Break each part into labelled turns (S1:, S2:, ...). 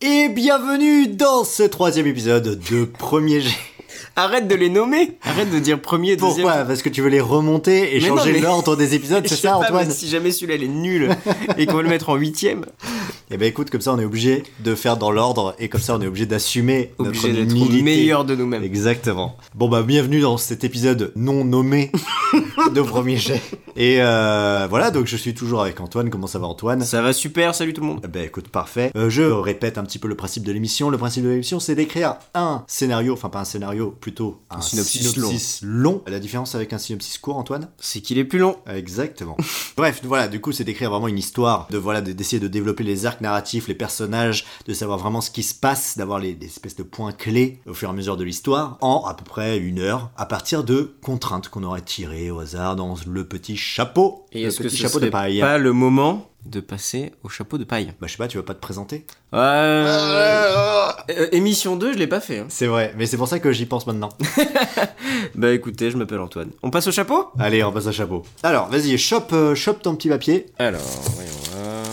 S1: et bienvenue dans ce troisième épisode de Premier G.
S2: Arrête de les nommer Arrête de dire premier, deuxième.
S1: Pourquoi Parce que tu veux les remonter et
S2: Mais non,
S1: changer
S2: mais-
S1: l'ordre des épisodes,
S2: Je
S1: c'est
S2: sais
S1: ça
S2: pas, mais
S1: Antoine
S2: Si jamais celui-là il est nul et qu'on va le mettre en huitième,
S1: Eh ben écoute, comme ça on est obligé de faire dans l'ordre et comme ça on est obligé d'assumer notre
S2: obligé d'être
S1: nullité.
S2: meilleur de nous-mêmes.
S1: Exactement. Bon bah bienvenue dans cet épisode non nommé de Premier Jet. Et euh, voilà, donc je suis toujours avec Antoine. Comment ça va Antoine
S2: Ça va super, salut tout le monde.
S1: Eh Ben écoute, parfait. Euh, je répète un petit peu le principe de l'émission. Le principe de l'émission, c'est d'écrire un scénario, enfin pas un scénario, plutôt un
S2: Synopsis
S1: long. La différence avec un synopsis court, Antoine
S2: C'est qu'il est plus long.
S1: Exactement. Bref, voilà, du coup, c'est d'écrire vraiment une histoire, de voilà, de- d'essayer de développer les arcs narratifs, les personnages, de savoir vraiment ce qui se passe, d'avoir les, les espèces de points clés au fur et à mesure de l'histoire, en à peu près une heure, à partir de contraintes qu'on aurait tirées au hasard dans le petit chapeau,
S2: Et
S1: le
S2: est-ce
S1: petit
S2: que ce
S1: chapeau de
S2: serait
S1: paille.
S2: pas le moment de passer au chapeau de paille
S1: Bah je sais pas, tu veux pas te présenter
S2: Euh, euh, Émission 2, je l'ai pas fait. hein.
S1: C'est vrai, mais c'est pour ça que j'y pense maintenant.
S2: Bah écoutez, je m'appelle Antoine. On passe au chapeau
S1: Allez, on passe à chapeau. Alors, vas-y, chope, euh, chope ton petit papier.
S2: Alors, voyons voir.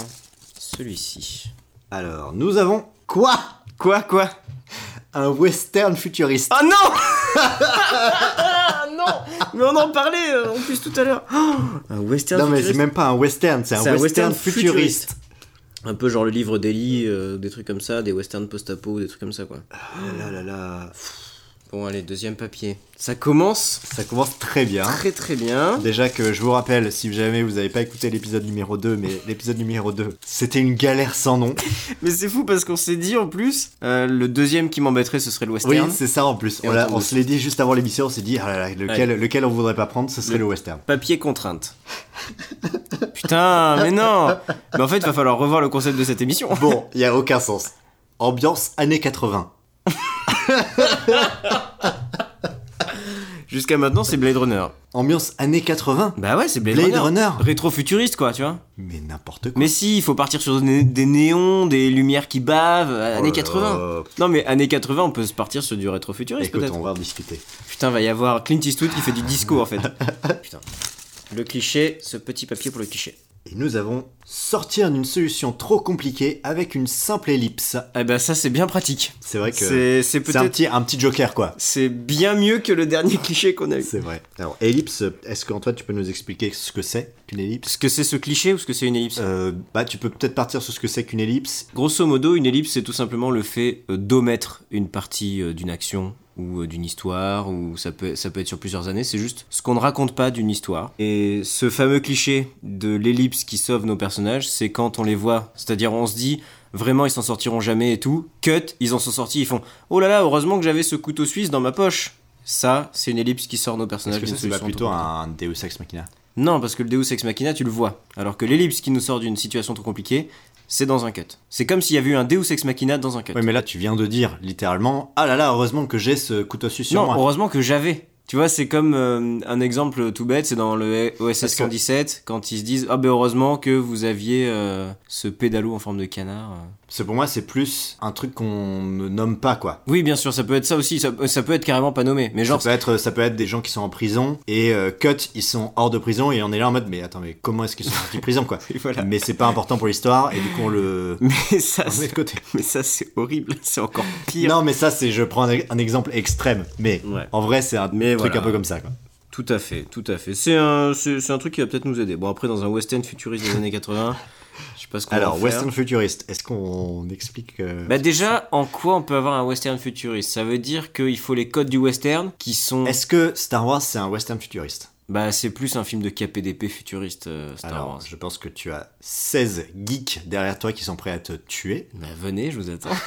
S2: Celui-ci.
S1: Alors, nous avons quoi
S2: Quoi, quoi
S1: Un western futuriste.
S2: Oh non Ah, Non Mais on en parlait euh, en plus tout à l'heure. Oh, un western
S1: non mais c'est
S2: futuriste.
S1: même pas un western, c'est un,
S2: C'est un
S1: western
S2: western
S1: futuriste.
S2: Un peu genre le livre d'Eli, euh, des trucs comme ça, des westerns post-apo, des trucs comme ça quoi.
S1: Oh là là là.
S2: Bon allez, deuxième papier. Ça commence
S1: Ça commence très bien.
S2: très très bien.
S1: Déjà que je vous rappelle, si jamais vous n'avez pas écouté l'épisode numéro 2, mais l'épisode numéro 2, c'était une galère sans nom.
S2: Mais c'est fou parce qu'on s'est dit en plus, euh, le deuxième qui m'embêterait ce serait le
S1: Oui,
S2: western.
S1: c'est ça en plus.
S2: Et
S1: On, l'a-
S2: on tombe
S1: on se l'est dit juste avant l'émission, on s'est dit, ah là là, lequel, lequel on voudrait pas prendre, ce serait
S2: Le-
S1: le western.
S2: Papier contrainte. Putain, mais non Mais en fait, il va falloir revoir le concept de cette émission.
S1: Bon, il y a aucun sens. Ambiance années 80.
S2: Jusqu'à maintenant, c'est Blade Runner.
S1: Ambiance années 80
S2: Bah ouais, c'est Blade,
S1: Blade Runner.
S2: Rétro-futuriste quoi, tu vois.
S1: Mais n'importe quoi.
S2: Mais si, il faut partir sur des des néons, des lumières qui bavent, euh, années
S1: Oh là
S2: 80.
S1: là.
S2: Non mais années 80, on peut se partir sur du rétrofuturiste
S1: Écoute,
S2: peut-être.
S1: on va en discuter.
S2: Putain, va y avoir Clint Eastwood qui fait du disco en fait. Putain. Le cliché, ce petit papier pour le cliché.
S1: Et nous avons sortir d'une solution trop compliquée avec une simple ellipse.
S2: Eh ben ça c'est bien pratique.
S1: C'est vrai que
S2: C'est c'est
S1: c'est un
S2: peut-être
S1: petit, un petit joker quoi.
S2: c'est bien mieux que le dernier cliché qu'on a eu.
S1: C'est vrai. Alors ellipse, est-ce qu'Antoine tu peux nous expliquer ce que c'est qu'une ellipse
S2: Ce que c'est ce cliché ou ce que c'est une ellipse
S1: Euh, Bah tu peux peut-être partir sur ce que c'est qu'une ellipse.
S2: Grosso modo, une ellipse, c'est tout simplement le fait euh, d'omettre une partie euh, d'une action ou euh, d'une histoire, ou ça peut, ça peut être sur plusieurs années, c'est juste ce qu'on ne raconte pas d'une histoire. Et ce fameux cliché de l'ellipse qui sauve nos personnages, c'est quand on les voit, c'est-à-dire on se dit vraiment ils s'en sortiront jamais et tout, cut, ils en sont sortis, ils font oh là là, heureusement que j'avais ce couteau suisse dans ma poche. Ça, c'est une ellipse qui sort nos
S1: Est-ce
S2: personnages.
S1: que ça
S2: d'une
S1: c'est pas
S2: solution
S1: plutôt
S2: trop compliquée.
S1: un Deus Ex Machina
S2: Non, parce que le Deus Ex Machina, tu le vois. Alors que l'ellipse qui nous sort d'une situation trop compliquée, c'est dans un cut. C'est comme s'il y avait eu un Deus Ex Machina dans un cut.
S1: Oui mais là tu viens de dire littéralement ah là là heureusement que j'ai ce couteau suisse sur
S2: non,
S1: moi.
S2: heureusement que j'avais. Tu vois, c'est comme euh, un exemple tout bête, c'est dans le
S1: Parce
S2: OSS
S1: que-
S2: 117, quand ils se disent Ah ben heureusement que vous aviez euh, ce pédalo en forme de canard. euh.
S1: C'est pour moi c'est plus un truc qu'on ne nomme pas quoi.
S2: Oui, bien sûr, ça peut être ça aussi, ça, euh, ça peut être carrément pas nommé. Mais genre,
S1: ça peut être ça peut être des gens qui sont en prison et euh, cut ils sont hors de prison et on est là en mode mais attends mais comment est-ce qu'ils sont sortis de prison quoi
S2: Oui, voilà.
S1: mais c'est pas important pour l'histoire et du coup on le
S2: mais ça,
S1: on le met
S2: c'est-
S1: de côté
S2: mais ça, c'est horrible, c'est encore pire.
S1: non mais ça c'est je prends un, un exemple extrême mais
S2: Ouais.
S1: en vrai c'est un
S2: Mais
S1: truc
S2: voilà.
S1: un peu comme ça quoi
S2: Tout à fait, tout à fait. C'est un, c'est c'est un truc qui va peut-être nous aider. Bon, après, dans un western futuriste des années 80, je sais pas ce qu'on va en
S1: alors
S2: faire.
S1: western futuriste est-ce qu'on explique euh,
S2: Bah déjà, en quoi on peut avoir un western futuriste Ça veut dire qu'il faut les codes du western qui sont...
S1: est-ce que Star Wars c'est un western futuriste
S2: Bah c'est plus un film de KPDP futuriste, euh, Star
S1: alors
S2: Wars.
S1: je pense que tu as 16 geeks derrière toi qui sont prêts à te tuer
S2: Bah venez, je vous attends.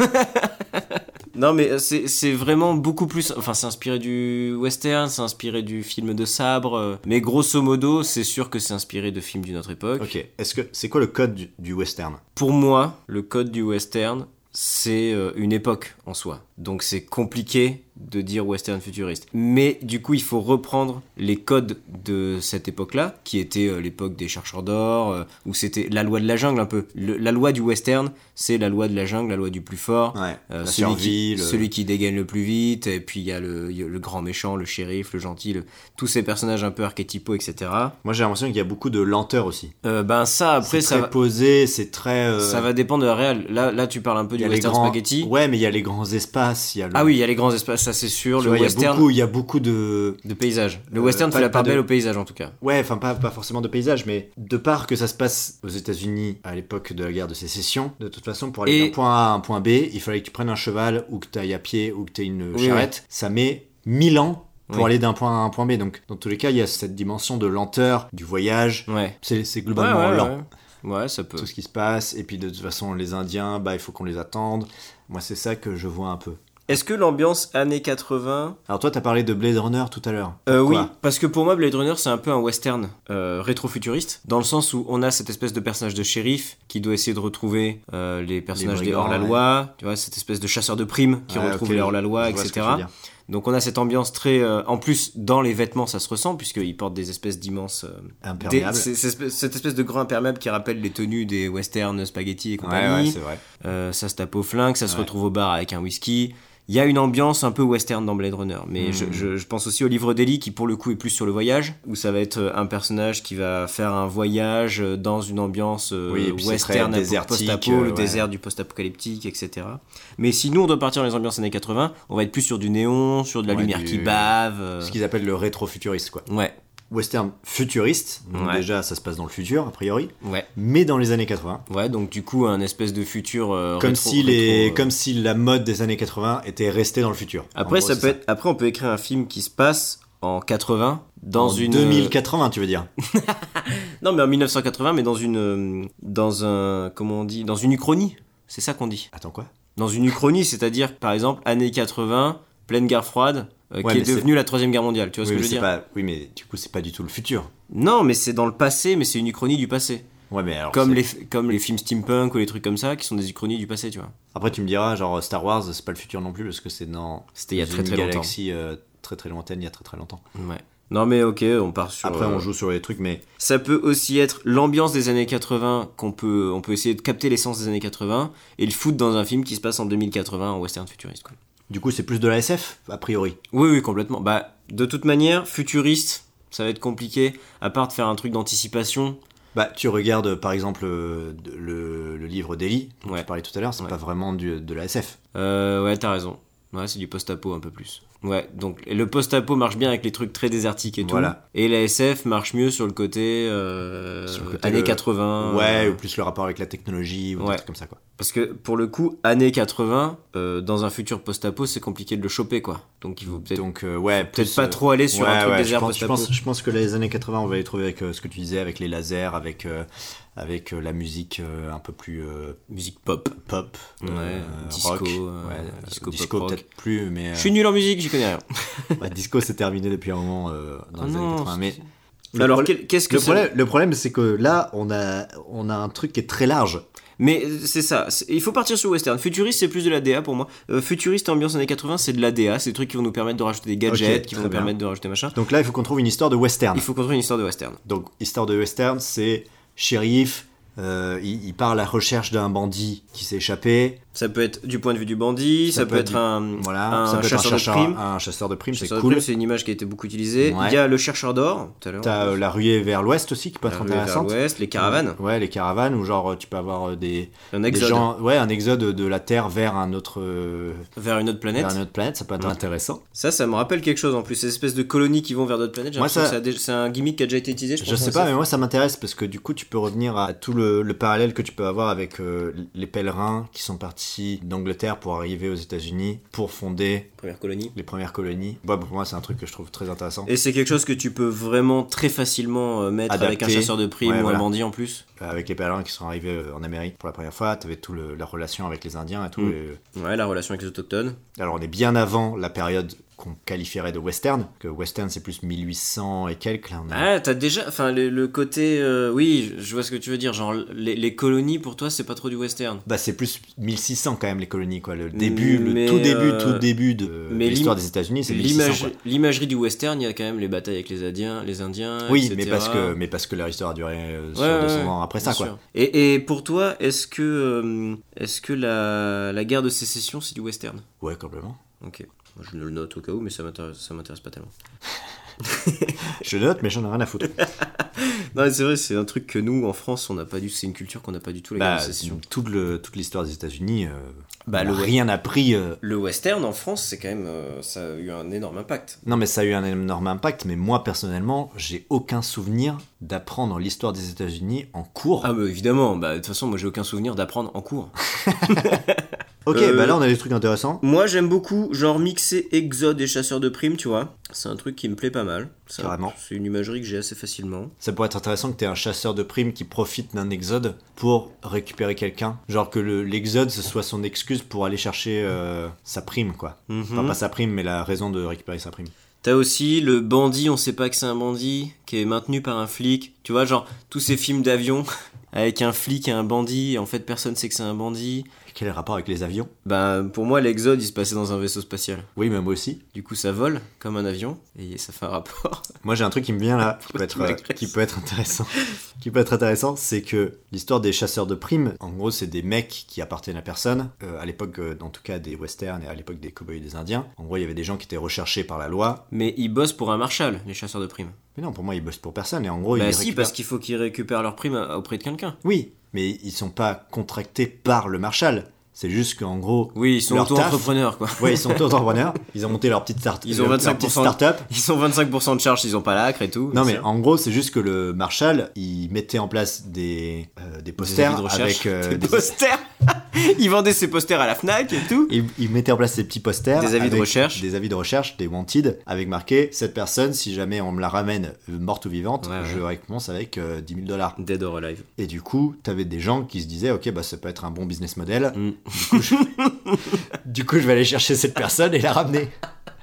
S2: non mais euh, c'est c'est vraiment beaucoup plus... Enfin c'est inspiré du western, c'est inspiré du film de sabre, euh, mais grosso modo c'est sûr que c'est inspiré de films d'une autre époque.
S1: ok est-ce que c'est quoi le code du, du western
S2: Pour moi, le code du western, c'est euh, une époque en soi. Donc c'est compliqué de dire western futuriste. Mais du coup, il faut reprendre les codes de cette époque-là, qui était euh, l'époque des chercheurs d'or, euh, où c'était la loi de la jungle un peu. Le- la loi du western, c'est la loi de la jungle, la loi du plus fort.
S1: Ouais,
S2: Euh,
S1: la
S2: celui,
S1: survie,
S2: qui,
S1: le-
S2: celui qui dégaine le plus vite, et puis il y a le, il y a le grand méchant, le shérif, le gentil, le- tous ces personnages un peu archétypaux, etc.
S1: Moi, j'ai l'impression qu'il y a beaucoup de lenteur aussi.
S2: Euh, ben ça, après,
S1: C'est
S2: ça
S1: très
S2: va,
S1: posé, c'est très. euh,
S2: ça va dépendre de la réelle. Là, là, tu parles un peu
S1: il y
S2: du
S1: a les
S2: western
S1: grands-
S2: spaghetti.
S1: Ouais, mais il y a les grands espaces. Il y a le...
S2: Ah oui, il y a les grands espaces, ça c'est sûr.
S1: Tu
S2: Le
S1: vois, il y a
S2: western
S1: beaucoup- il y a beaucoup de.
S2: de paysage. Le
S1: Euh,
S2: western
S1: pas-
S2: fait la
S1: pas
S2: part
S1: de-
S2: belle au paysage en tout cas.
S1: Ouais, enfin pas, pas forcément de paysage, mais de part que ça se passe aux États-Unis à l'époque de la guerre de sécession, de toute façon pour aller
S2: Et-
S1: d'un point A à un point B, il fallait que tu prennes un cheval ou que tu ailles à pied ou que tu aies une
S2: Oui,
S1: charrette. Ça met 1000 ans pour
S2: Oui.
S1: aller d'un point A à un point B. Donc dans tous les cas, il y a cette dimension de lenteur, du voyage.
S2: Ouais.
S1: C'est c'est
S2: Ouais,
S1: globalement
S2: ouais,
S1: lent
S2: ouais. Ouais, ça peut.
S1: tout ce qui se passe. Et puis de toute façon, les Indiens, bah il faut qu'on les attende. Moi, c'est ça que je vois un peu.
S2: Est-ce que l'ambiance années 80
S1: Alors toi, t'as parlé de Blade Runner tout à l'heure.
S2: Euh, oui,
S1: Pourquoi
S2: parce que pour moi, Blade Runner, c'est un peu un western euh, rétro-futuriste, dans le sens où on a cette espèce de personnage de shérif qui doit essayer de retrouver euh, les personnages des
S1: brigands,
S2: hors-la-loi, tu vois, cette espèce de chasseur de primes qui
S1: Ouais,
S2: retrouve
S1: ok,
S2: les
S1: je vois
S2: hors-la-loi,
S1: ce
S2: etc.
S1: que tu veux dire.
S2: Donc on a cette ambiance très... euh, en plus, dans les vêtements, ça se ressent, puisqu'ils portent des espèces d'immenses... euh, des-
S1: Imperméable.
S2: c'est- c'est espèce- cette espèce de grand imperméable qui rappelle les tenues des westerns spaghetti et compagnie.
S1: Ouais, ouais, c'est vrai.
S2: Euh, ça se tape au flingue, ça se
S1: Ouais.
S2: retrouve au bar avec un whisky. Il y a une ambiance un peu western dans Blade Runner, mais
S1: Mm.
S2: je, je- je pense aussi au livre d'Eli qui pour le coup est plus sur le voyage, où ça va être euh, un personnage qui va faire un voyage euh, dans une ambiance euh,
S1: Oui, et puis c'est
S2: western,
S1: très
S2: à-
S1: désertique,
S2: post-apo,
S1: euh,
S2: le
S1: ouais.
S2: désert du post-apocalyptique, etc. Mais si nous on doit partir dans les ambiances années 80, on va être plus sur du néon, sur de la
S1: Ouais,
S2: lumière
S1: du-
S2: qui bave. euh,
S1: Ce qu'ils appellent le rétro-futuriste, quoi.
S2: Ouais,
S1: Western futuriste, donc
S2: Ouais.
S1: déjà ça se passe dans le futur, a priori,
S2: ouais,
S1: mais dans les années 80.
S2: ouais. Donc du coup un espèce de futur. euh,
S1: Comme,
S2: rétro-
S1: si les,
S2: rétro, euh,
S1: comme si la mode des années 80 était restée dans le futur.
S2: Après,
S1: En gros,
S2: ça
S1: c'est
S2: peut être- Après, on peut écrire un film qui se passe en 80 dans
S1: En
S2: une euh,
S1: 2080, tu veux dire
S2: Non, mais en 1980, mais dans une euh, dans un comment on dit dans une uchronie. C'est ça qu'on dit.
S1: Attends quoi
S2: Dans une uchronie, c'est-à-dire par exemple années 80, pleine guerre froide,
S1: Ouais,
S2: euh, qui est
S1: mais c'est-
S2: devenue la troisième guerre mondiale. Tu vois
S1: oui,
S2: ce que
S1: mais
S2: je veux
S1: c'est
S2: dire
S1: pas- oui, mais du coup, c'est pas du tout le futur.
S2: Non, mais c'est dans le passé, mais c'est une uchronie du passé.
S1: Ouais, mais alors.
S2: Comme
S1: c'est-
S2: les comme les films steampunk ou les trucs comme ça, qui sont des uchronies du passé, tu vois.
S1: Après, tu me diras, genre Star Wars, c'est pas le futur non plus, parce que c'est dans.
S2: C'était il y a
S1: dans
S2: très
S1: une
S2: très longtemps.
S1: galaxie euh, très très lointaine, il y a très très longtemps.
S2: Ouais. Non mais ok, on part sur.
S1: Après,
S2: euh,
S1: on joue sur les trucs, mais
S2: Ça peut aussi être l'ambiance des années 80 qu'on peut, on peut essayer de capter l'essence des années 80 et le foutre dans un film qui se passe en 2080 en western futuriste. quoi.
S1: du coup, c'est plus de la SF, a priori.
S2: Oui, oui, complètement. Bah, de toute manière, futuriste, ça va être compliqué à part de faire un truc d'anticipation.
S1: Bah, tu regardes par exemple euh, de- le, le livre d'Eli, dont
S2: Ouais.
S1: tu parlais tout à l'heure, c'est
S2: Ouais.
S1: pas vraiment du- de la SF.
S2: Euh, ouais, t'as raison. Ouais, c'est du post-apo un peu plus. Ouais, donc et le post-apo marche bien avec les trucs très désertiques et tout.
S1: Voilà.
S2: Et la SF marche mieux sur le côté, euh,
S1: Sur le côté
S2: années
S1: le-
S2: 80.
S1: ouais,
S2: euh,
S1: ou plus le rapport avec la technologie, ou des
S2: Ouais.
S1: trucs comme ça quoi.
S2: Parce que pour le coup, années 80, euh, dans un futur post-apo, c'est compliqué de le choper quoi. Donc il faut peut-être
S1: Donc, euh, ouais,
S2: peut-être
S1: plus,
S2: pas
S1: euh,
S2: trop aller sur
S1: ouais,
S2: un truc
S1: ouais,
S2: désert
S1: je pense, je,
S2: post-apo.
S1: pense, je pense que les années 80, on va les trouver avec euh, ce que tu disais, avec les lasers, avec, euh, avec euh, la musique euh, un peu plus euh,
S2: Musique pop.
S1: pop,
S2: Ouais,
S1: euh,
S2: disco,
S1: rock.
S2: euh,
S1: Ouais,
S2: disco,
S1: disco
S2: pop rock.
S1: peut-être plus, mais euh,
S2: Je suis nul en musique, j'y connais rien.
S1: bah, disco c'est terminé depuis un moment euh, dans
S2: Ah
S1: les
S2: non,
S1: années 80. Mais
S2: c'est- Alors quel- qu'est-ce que
S1: le
S2: ça-
S1: problème, le problème c'est que là, on a, on a un truc qui est très large.
S2: Mais euh, c'est ça, c'est- il faut partir sur western. Futuriste, c'est plus de la DA pour moi. Euh, futuriste et ambiance années 80, c'est de la DA, c'est des trucs qui vont nous permettre de rajouter des
S1: Ok,
S2: gadgets, qui
S1: très
S2: vont nous
S1: bien. Ah.
S2: permettre de rajouter machin.
S1: Donc là, il faut qu'on trouve une histoire de western.
S2: Il faut construire une histoire de western.
S1: Donc, histoire de western, c'est shérif, euh, il, il part à la recherche d'un bandit qui s'est échappé.
S2: Ça peut être du point de vue du bandit, ça, peut être
S1: du-
S2: un,
S1: Voilà,
S2: Mm. un
S1: ça peut être
S2: chasseur de primes.
S1: un chasseur de primes, c'est
S2: Chasseur de
S1: cool.
S2: primes, C'est une image qui a été beaucoup utilisée.
S1: Ouais.
S2: Il y a le chercheur d'or, tout à l'heure.
S1: T'as euh, la ruée vers l'ouest aussi qui peut
S2: La
S1: être
S2: ruée vers
S1: intéressante.
S2: l'ouest, les caravanes.
S1: Ouais, les caravanes, où genre tu peux avoir euh, des,
S2: Un
S1: des
S2: exode
S1: gens. Ouais, un exode de la Terre vers un autre, euh,
S2: vers une autre planète.
S1: vers une autre planète, ça peut être
S2: Ouais.
S1: intéressant.
S2: Ça, ça me rappelle quelque chose en plus, ces espèces de colonies qui vont vers d'autres planètes. j'ai
S1: Moi,
S2: l'impression
S1: ça-
S2: que ça a déjà- C'est un gimmick qui a déjà été utilisé, je,
S1: Je
S2: pense,
S1: sais
S2: en
S1: pas, mais
S2: SF.
S1: moi ça m'intéresse parce que du coup tu peux revenir à tout le, le parallèle que tu peux avoir avec euh, les pèlerins qui sont partis d'Angleterre pour arriver aux États-Unis pour fonder
S2: Première colonie.
S1: les premières colonies. Bah, pour moi c'est un truc que je trouve très intéressant.
S2: Et c'est quelque chose que tu peux vraiment très facilement euh, mettre avec un
S1: Adapter.
S2: chasseur de primes
S1: Ouais,
S2: ou
S1: voilà.
S2: un bandit en plus.
S1: Euh, Avec les pèlerins qui sont arrivés euh, en Amérique pour la première fois, t'avais tout le- la relation avec les Indiens et tout.
S2: Mm.
S1: et, euh,
S2: Ouais, la relation avec les autochtones.
S1: alors on est bien avant la période qu'on qualifierait de western, que western c'est plus 1800 et quelques là. On a-
S2: Ah, t'as déjà. Enfin, le, le côté. euh, oui, je- je vois ce que tu veux dire. Genre, les, les colonies, pour toi, c'est pas trop du western.
S1: Bah c'est plus 1600 quand même les colonies quoi, le début, le
S2: Mais,
S1: tout début,
S2: euh,
S1: tout début de
S2: mais
S1: l'histoire
S2: l'im-
S1: des États-Unis, c'est 1600
S2: L'image-
S1: quoi.
S2: L'imagerie du western, il y a quand même les batailles avec les Indiens, les Indiens
S1: Oui,
S2: etc..
S1: mais parce que mais parce que leur histoire a duré euh, sur
S2: Ouais, ouais,
S1: 200
S2: ouais,
S1: ans après ça
S2: bien
S1: quoi.
S2: sûr. Et, et pour toi, est-ce que, euh, est-ce que la, la guerre de sécession, c'est du western
S1: Ouais, complètement.
S2: Ok. Moi, je le note au cas où, mais ça m'intéresse ça m'intéresse pas tellement.
S1: Je note mais j'en ai rien à foutre.
S2: Non, mais c'est vrai, c'est un truc que nous, en France, on n'a pas du C'est une culture qu'on n'a pas du tout, la
S1: bah,
S2: guerre de sécession.
S1: toute le toute l'histoire des États-Unis euh,
S2: Bah,
S1: on a
S2: le-
S1: rien appris euh,
S2: Le western, en France, c'est quand même. euh, ça a eu un énorme impact.
S1: Non, mais ça a eu un énorme impact, mais moi personnellement, j'ai aucun souvenir d'apprendre l'histoire des États-Unis en cours.
S2: Ah, bah évidemment, bah de toute façon, moi, j'ai aucun souvenir d'apprendre en cours.
S1: ok,
S2: euh,
S1: bah là on a des trucs intéressants.
S2: Moi, j'aime beaucoup, genre, mixer Exode et Chasseur de Primes, tu vois. C'est un truc qui me plaît pas mal. C'est un-
S1: Carrément.
S2: C'est une imagerie que j'ai assez facilement.
S1: Ça pourrait être intéressant que tu un chasseur de primes qui profite d'un exode pour récupérer quelqu'un. Genre que le- l'exode, ce soit son excuse pour aller chercher euh, sa prime, quoi. Enfin,
S2: Mhm.
S1: pas sa prime, mais la raison de récupérer sa prime.
S2: T'as aussi le bandit, on sait pas que c'est un bandit, qui est maintenu par un flic. Tu vois, genre, tous ces films d'avion avec un flic et un bandit, et en fait, personne sait que c'est un bandit.
S1: Quel est le rapport avec les avions
S2: Bah, pour moi, l'Exode, il se passait dans un vaisseau spatial.
S1: Oui, mais moi aussi.
S2: Du coup, ça vole comme un avion, et ça fait un rapport.
S1: Moi, j'ai un truc qui me vient là, qui peut être, euh, qui peut être intéressant. qui peut être intéressant, c'est que l'histoire des chasseurs de primes, en gros, c'est des mecs qui appartiennent à personne. Euh, à l'époque, euh, en tout cas, des westerns et à l'époque des cowboys et des indiens. En gros, il y avait des gens qui étaient recherchés par la loi.
S2: Mais ils bossent pour un marshal, les chasseurs de primes.
S1: Mais non, pour moi, ils bossent pour personne. Et en gros,
S2: bah,
S1: Oh, ils
S2: si,
S1: récupèrent-
S2: parce qu'il faut qu'ils récupèrent leurs primes a- auprès de quelqu'un.
S1: Oui, mais ils sont pas contractés par le Marshal. C'est juste qu'en gros,
S2: Oui, ils sont
S1: Leur taf.
S2: auto-entrepreneurs, quoi.
S1: ouais, ils sont auto-entrepreneurs, ils ont monté leur petite start-up.
S2: Ils ont 25% de- hein.
S1: start-up.
S2: Ils ont 25% de charge, ils ont pas l'acre et tout.
S1: Non mais
S2: C'est-
S1: en gros, c'est juste que le Marshal, il mettait en place des, euh, des
S2: Des avis
S1: posters
S2: de recherche,
S1: avec euh,
S2: des
S1: des-
S2: posters. ils vendaient ses posters à la Fnac et tout.
S1: il, il mettait en place des petits posters
S2: Des avis de
S1: avec
S2: recherche.
S1: des avis de recherche, des wanted avec marqué cette personne si jamais on me la ramène euh, morte ou vivante,
S2: Ouais, ouais.
S1: je récompense avec euh, 10 000 dollars.
S2: Dead or Alive.
S1: Et du coup, t'avais des gens qui se disaient, ok, bah ça peut être un bon business model.
S2: Mm.
S1: Du, coup, je... du coup, je vais aller chercher cette personne et la ramener.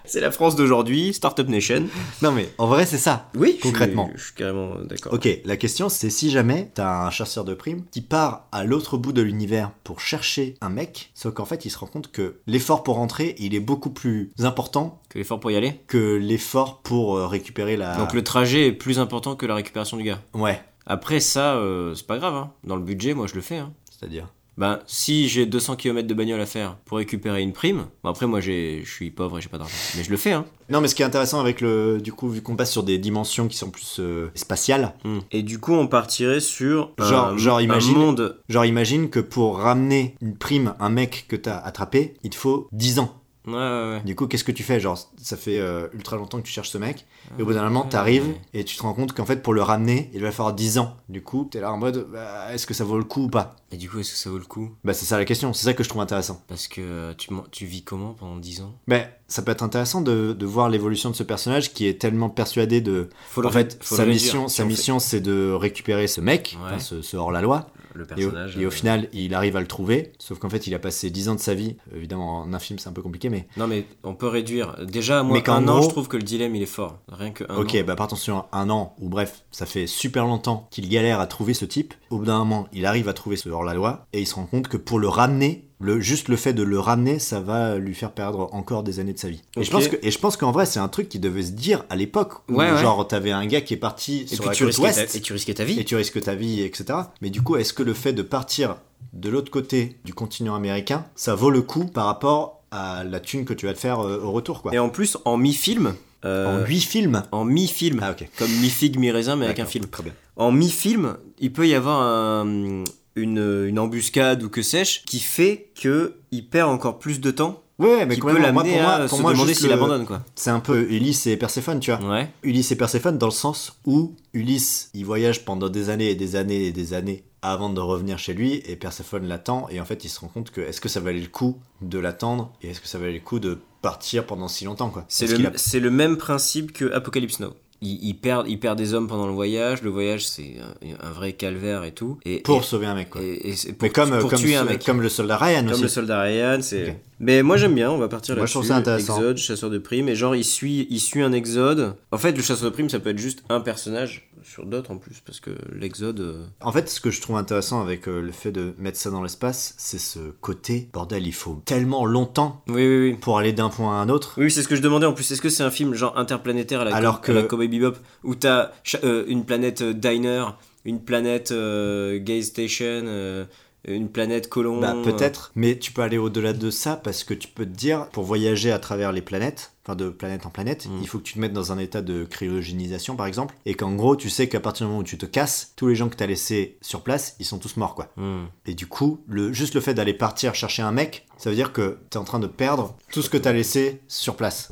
S2: C'est la France d'aujourd'hui, Startup Nation.
S1: Non mais en vrai, c'est ça.
S2: Oui,
S1: Concrètement.
S2: Je suis, je suis carrément euh, d'accord.
S1: Ok, la question c'est si jamais t'as un chasseur de primes qui part à l'autre bout de l'univers pour chercher un mec, sauf qu'en fait il se rend compte que l'effort pour rentrer il est beaucoup plus important
S2: Que l'effort pour y aller.
S1: que l'effort pour euh, récupérer la.
S2: Donc le trajet est plus important que la récupération du gars.
S1: Ouais,
S2: Après ça, euh, c'est pas grave. hein. Dans le budget, moi je le fais. hein.
S1: c'est-à-dire.
S2: Ben, si j'ai 200 km de bagnole à faire pour récupérer une prime, bon après moi j'ai- je suis pauvre et j'ai pas d'argent, mais je le fais hein.
S1: Non mais ce qui est intéressant avec le. Du coup, vu qu'on passe sur des dimensions qui sont plus euh, spatiales,
S2: Et du coup on partirait sur
S1: un- Genre- genre, un imagine-
S2: monde.
S1: genre imagine que pour ramener une prime, un mec que t'as attrapé, il te faut 10 ans.
S2: Ouais ouais ouais.
S1: Du coup, qu'est-ce que tu fais Genre, ça fait euh, ultra longtemps que tu cherches ce mec, et au bout d'un moment,
S2: Ah,
S1: t'arrives, et tu te rends compte qu'en fait, pour le ramener, il va falloir 10 ans. Du coup, t'es là en mode, bah, est-ce que ça vaut le coup ou pas
S2: Et du coup est-ce que ça vaut le coup
S1: Bah, c'est ça la question, c'est ça que je trouve intéressant.
S2: Parce que euh, tu, man- tu vis comment pendant 10 ans
S1: Mais ça peut être intéressant de, de voir l'évolution de ce personnage qui est tellement persuadé de.
S2: Faut
S1: En fait,
S2: faut
S1: sa
S2: réduire.
S1: mission,
S2: Si
S1: sa
S2: on fait-
S1: mission c'est de récupérer ce mec,
S2: Ouais.
S1: enfin, ce, ce hors-la-loi,
S2: le
S1: et au,
S2: personnage.
S1: et au
S2: euh,
S1: final, il arrive à le trouver, sauf qu'en fait, il a passé 10 ans de sa vie, évidemment, en un film, c'est un peu compliqué, mais.
S2: Non mais on peut réduire. Déjà moi
S1: Mais qu'en
S2: un an
S1: gros-
S2: je trouve que le dilemme il est fort. Rien que un
S1: Ok,
S2: an.
S1: bah partons sur un an, ou bref, ça fait super longtemps qu'il galère à trouver ce type. Au bout d'un moment, il arrive à trouver ce hors-la-loi, et il se rend compte que pour le ramener, le, juste le fait de le ramener, ça va lui faire perdre encore des années de sa vie. Et, je
S2: Ok.
S1: pense que, et je pense qu'en vrai, c'est un truc qui devait se dire à l'époque, où
S2: Ouais, ouais.
S1: genre t'avais un gars qui est parti
S2: Et
S1: sur
S2: puis
S1: la
S2: tu
S1: côte
S2: risquais ta,
S1: ouest,
S2: et tu risquais ta vie.
S1: et tu risques ta vie, etc. Mais du coup, est-ce que le fait de partir de l'autre côté du continent américain, ça vaut le coup par rapport à la thune que tu vas te faire euh, au retour, quoi
S2: Et en plus en mi-film. euh,
S1: En 8 films
S2: en mi-film.
S1: Ah ok.
S2: Comme mi-figue, mi-raisin, mais avec un
S1: D'accord,
S2: film.
S1: Très bien.
S2: En mi-film, il peut y avoir un- une, une embuscade ou que sais-je qui fait que il perd encore plus de temps.
S1: Ouais, mais
S2: qui
S1: quand
S2: peut
S1: même, moi,
S2: l'amener
S1: pour moi,
S2: à
S1: pour
S2: se
S1: moi,
S2: demander
S1: juste
S2: s'il
S1: le- Ah,
S2: abandonne Mm. quoi.
S1: C'est un peu Ulysse et Perséphone, tu vois.
S2: Ouais.
S1: Ulysse et Perséphone dans le sens où Ulysse, il voyage pendant des années et des années et des années avant de revenir chez lui, et Perséphone l'attend, et en fait, il se rend compte que est-ce que ça valait le coup de l'attendre, et est-ce que ça valait le coup de partir pendant si longtemps, quoi.
S2: C'est
S1: Est-ce qu'il
S2: le,
S1: a-
S2: c'est le même principe que Apocalypse Now. Il, il perd, il perd des hommes pendant le voyage. Le voyage, c'est un, un vrai calvaire et tout. Et,
S1: Pour sauver un mec,
S2: et,
S1: quoi.
S2: et- et c'est pour,
S1: mais comme,
S2: pour
S1: comme,
S2: tuer un
S1: ce-
S2: mec.
S1: comme le soldat Ryan
S2: Comme
S1: aussi.
S2: le soldat Ryan, c'est.
S1: Ok.
S2: Mais moi j'aime bien, on va partir
S1: Moi, je
S2: là-dessus.
S1: trouve ça intéressant.
S2: Exode, chasseur de primes, et genre il suit, il suit un exode. En fait, le chasseur de primes, ça peut être juste un personnage sur d'autres en plus, parce que l'exode. euh,
S1: En fait, ce que je trouve intéressant avec euh, le fait de mettre ça dans l'espace, c'est ce côté, bordel, il faut tellement longtemps
S2: Oui, oui, oui.
S1: pour aller d'un point à un autre.
S2: Oui, c'est ce que je demandais en plus. Est-ce que c'est un film genre interplanétaire à la,
S1: Alors
S2: Alors que... la
S1: que-
S2: Cowboy Bebop où t'as cha- euh, une planète euh, diner, une planète euh, gay station, euh, une planète colon
S1: Bah peut-être, mais tu peux aller au-delà de ça parce que tu peux te dire, pour voyager à travers les planètes, enfin de planète en planète,
S2: Mm.
S1: il faut que tu te mettes dans un état de cryogénisation par exemple, et qu'en gros tu sais qu'à partir du moment où tu te casses, tous les gens que t'as laissés sur place, ils sont tous morts quoi.
S2: euh. Hmm.
S1: Et du coup, le, juste le fait d'aller partir chercher un mec, ça veut dire que t'es en train de perdre tout ce que t'as laissé sur place.